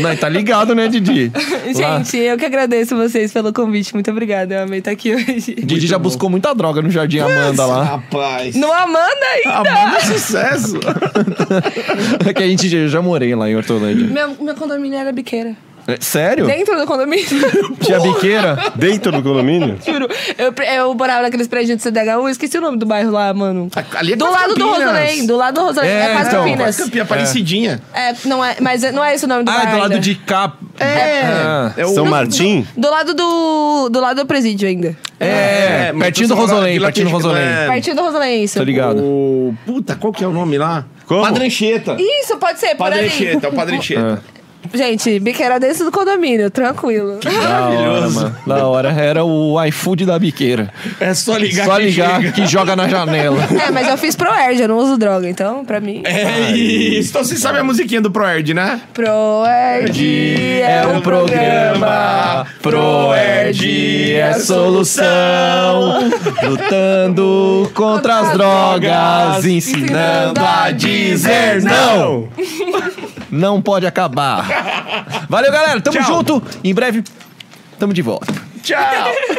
Speaker 3: Não, tá ligado, né, Didi? Lá.
Speaker 4: Gente, eu que agradeço vocês pelo convite. Muito obrigada. Eu amei estar aqui hoje.
Speaker 3: Didi já buscou muita droga no Jardim Amanda Tá lá.
Speaker 1: Rapaz.
Speaker 4: Não Amanda ainda!
Speaker 1: Amanda é sucesso.
Speaker 3: que a gente já, já morei lá em Hortolândia.
Speaker 4: Meu, meu condomínio era biqueira.
Speaker 3: É, Sério?
Speaker 4: Dentro do condomínio.
Speaker 3: Tinha biqueira?
Speaker 2: Dentro do condomínio?
Speaker 4: Juro. Eu, pre- eu morava naqueles prédios do CDHU, esqueci o nome do bairro lá, mano.
Speaker 1: Ali é
Speaker 4: Do
Speaker 1: Quatro
Speaker 4: lado do
Speaker 1: Campinas.
Speaker 4: Rosalém, do lado do Rosalém,
Speaker 3: É,
Speaker 4: é, quase
Speaker 3: então,
Speaker 4: Campinas.
Speaker 1: Quase Campinas, parecidinha.
Speaker 4: É, não é, mas não é esse o nome do
Speaker 3: Ah,
Speaker 4: bairro
Speaker 3: do lado
Speaker 4: ainda.
Speaker 3: de cá.
Speaker 1: É.
Speaker 3: Ah.
Speaker 1: É o-
Speaker 2: São Martim?
Speaker 4: Do lado do. Do lado do presídio ainda.
Speaker 3: É,
Speaker 1: mas
Speaker 3: pertinho
Speaker 1: tô
Speaker 3: do
Speaker 1: falando
Speaker 3: Rosolém,
Speaker 1: aquilo
Speaker 3: pertinho do
Speaker 1: aqui,
Speaker 3: Rosolém.
Speaker 1: é,
Speaker 4: Partido do Rosalém, isso.
Speaker 3: Tô ligado.
Speaker 1: O... Puta, qual que é o nome lá?
Speaker 2: Como?
Speaker 1: Padrancheta.
Speaker 4: Isso, pode ser, por ali.
Speaker 1: Padrancheta, é o Padrancheta.
Speaker 4: Gente, biqueira dentro do condomínio, tranquilo.
Speaker 3: Da hora,
Speaker 1: Maravilhoso.
Speaker 3: mano. Da hora. Era o iFood da biqueira.
Speaker 1: É só ligar
Speaker 3: Só
Speaker 1: que
Speaker 3: ligar
Speaker 1: chega.
Speaker 3: que joga na janela.
Speaker 4: É, mas eu fiz pro Erd, eu não uso droga, então, pra mim.
Speaker 1: É isso. Então você sabe a musiquinha do Proerd, né?
Speaker 4: Proerd é um programa.
Speaker 1: Proerd é solução.
Speaker 3: Lutando contra as drogas, ensinando a
Speaker 1: É,
Speaker 3: dizer não. Não pode acabar. Valeu, galera. Tamo junto. Em breve, tamo de volta.
Speaker 1: Tchau.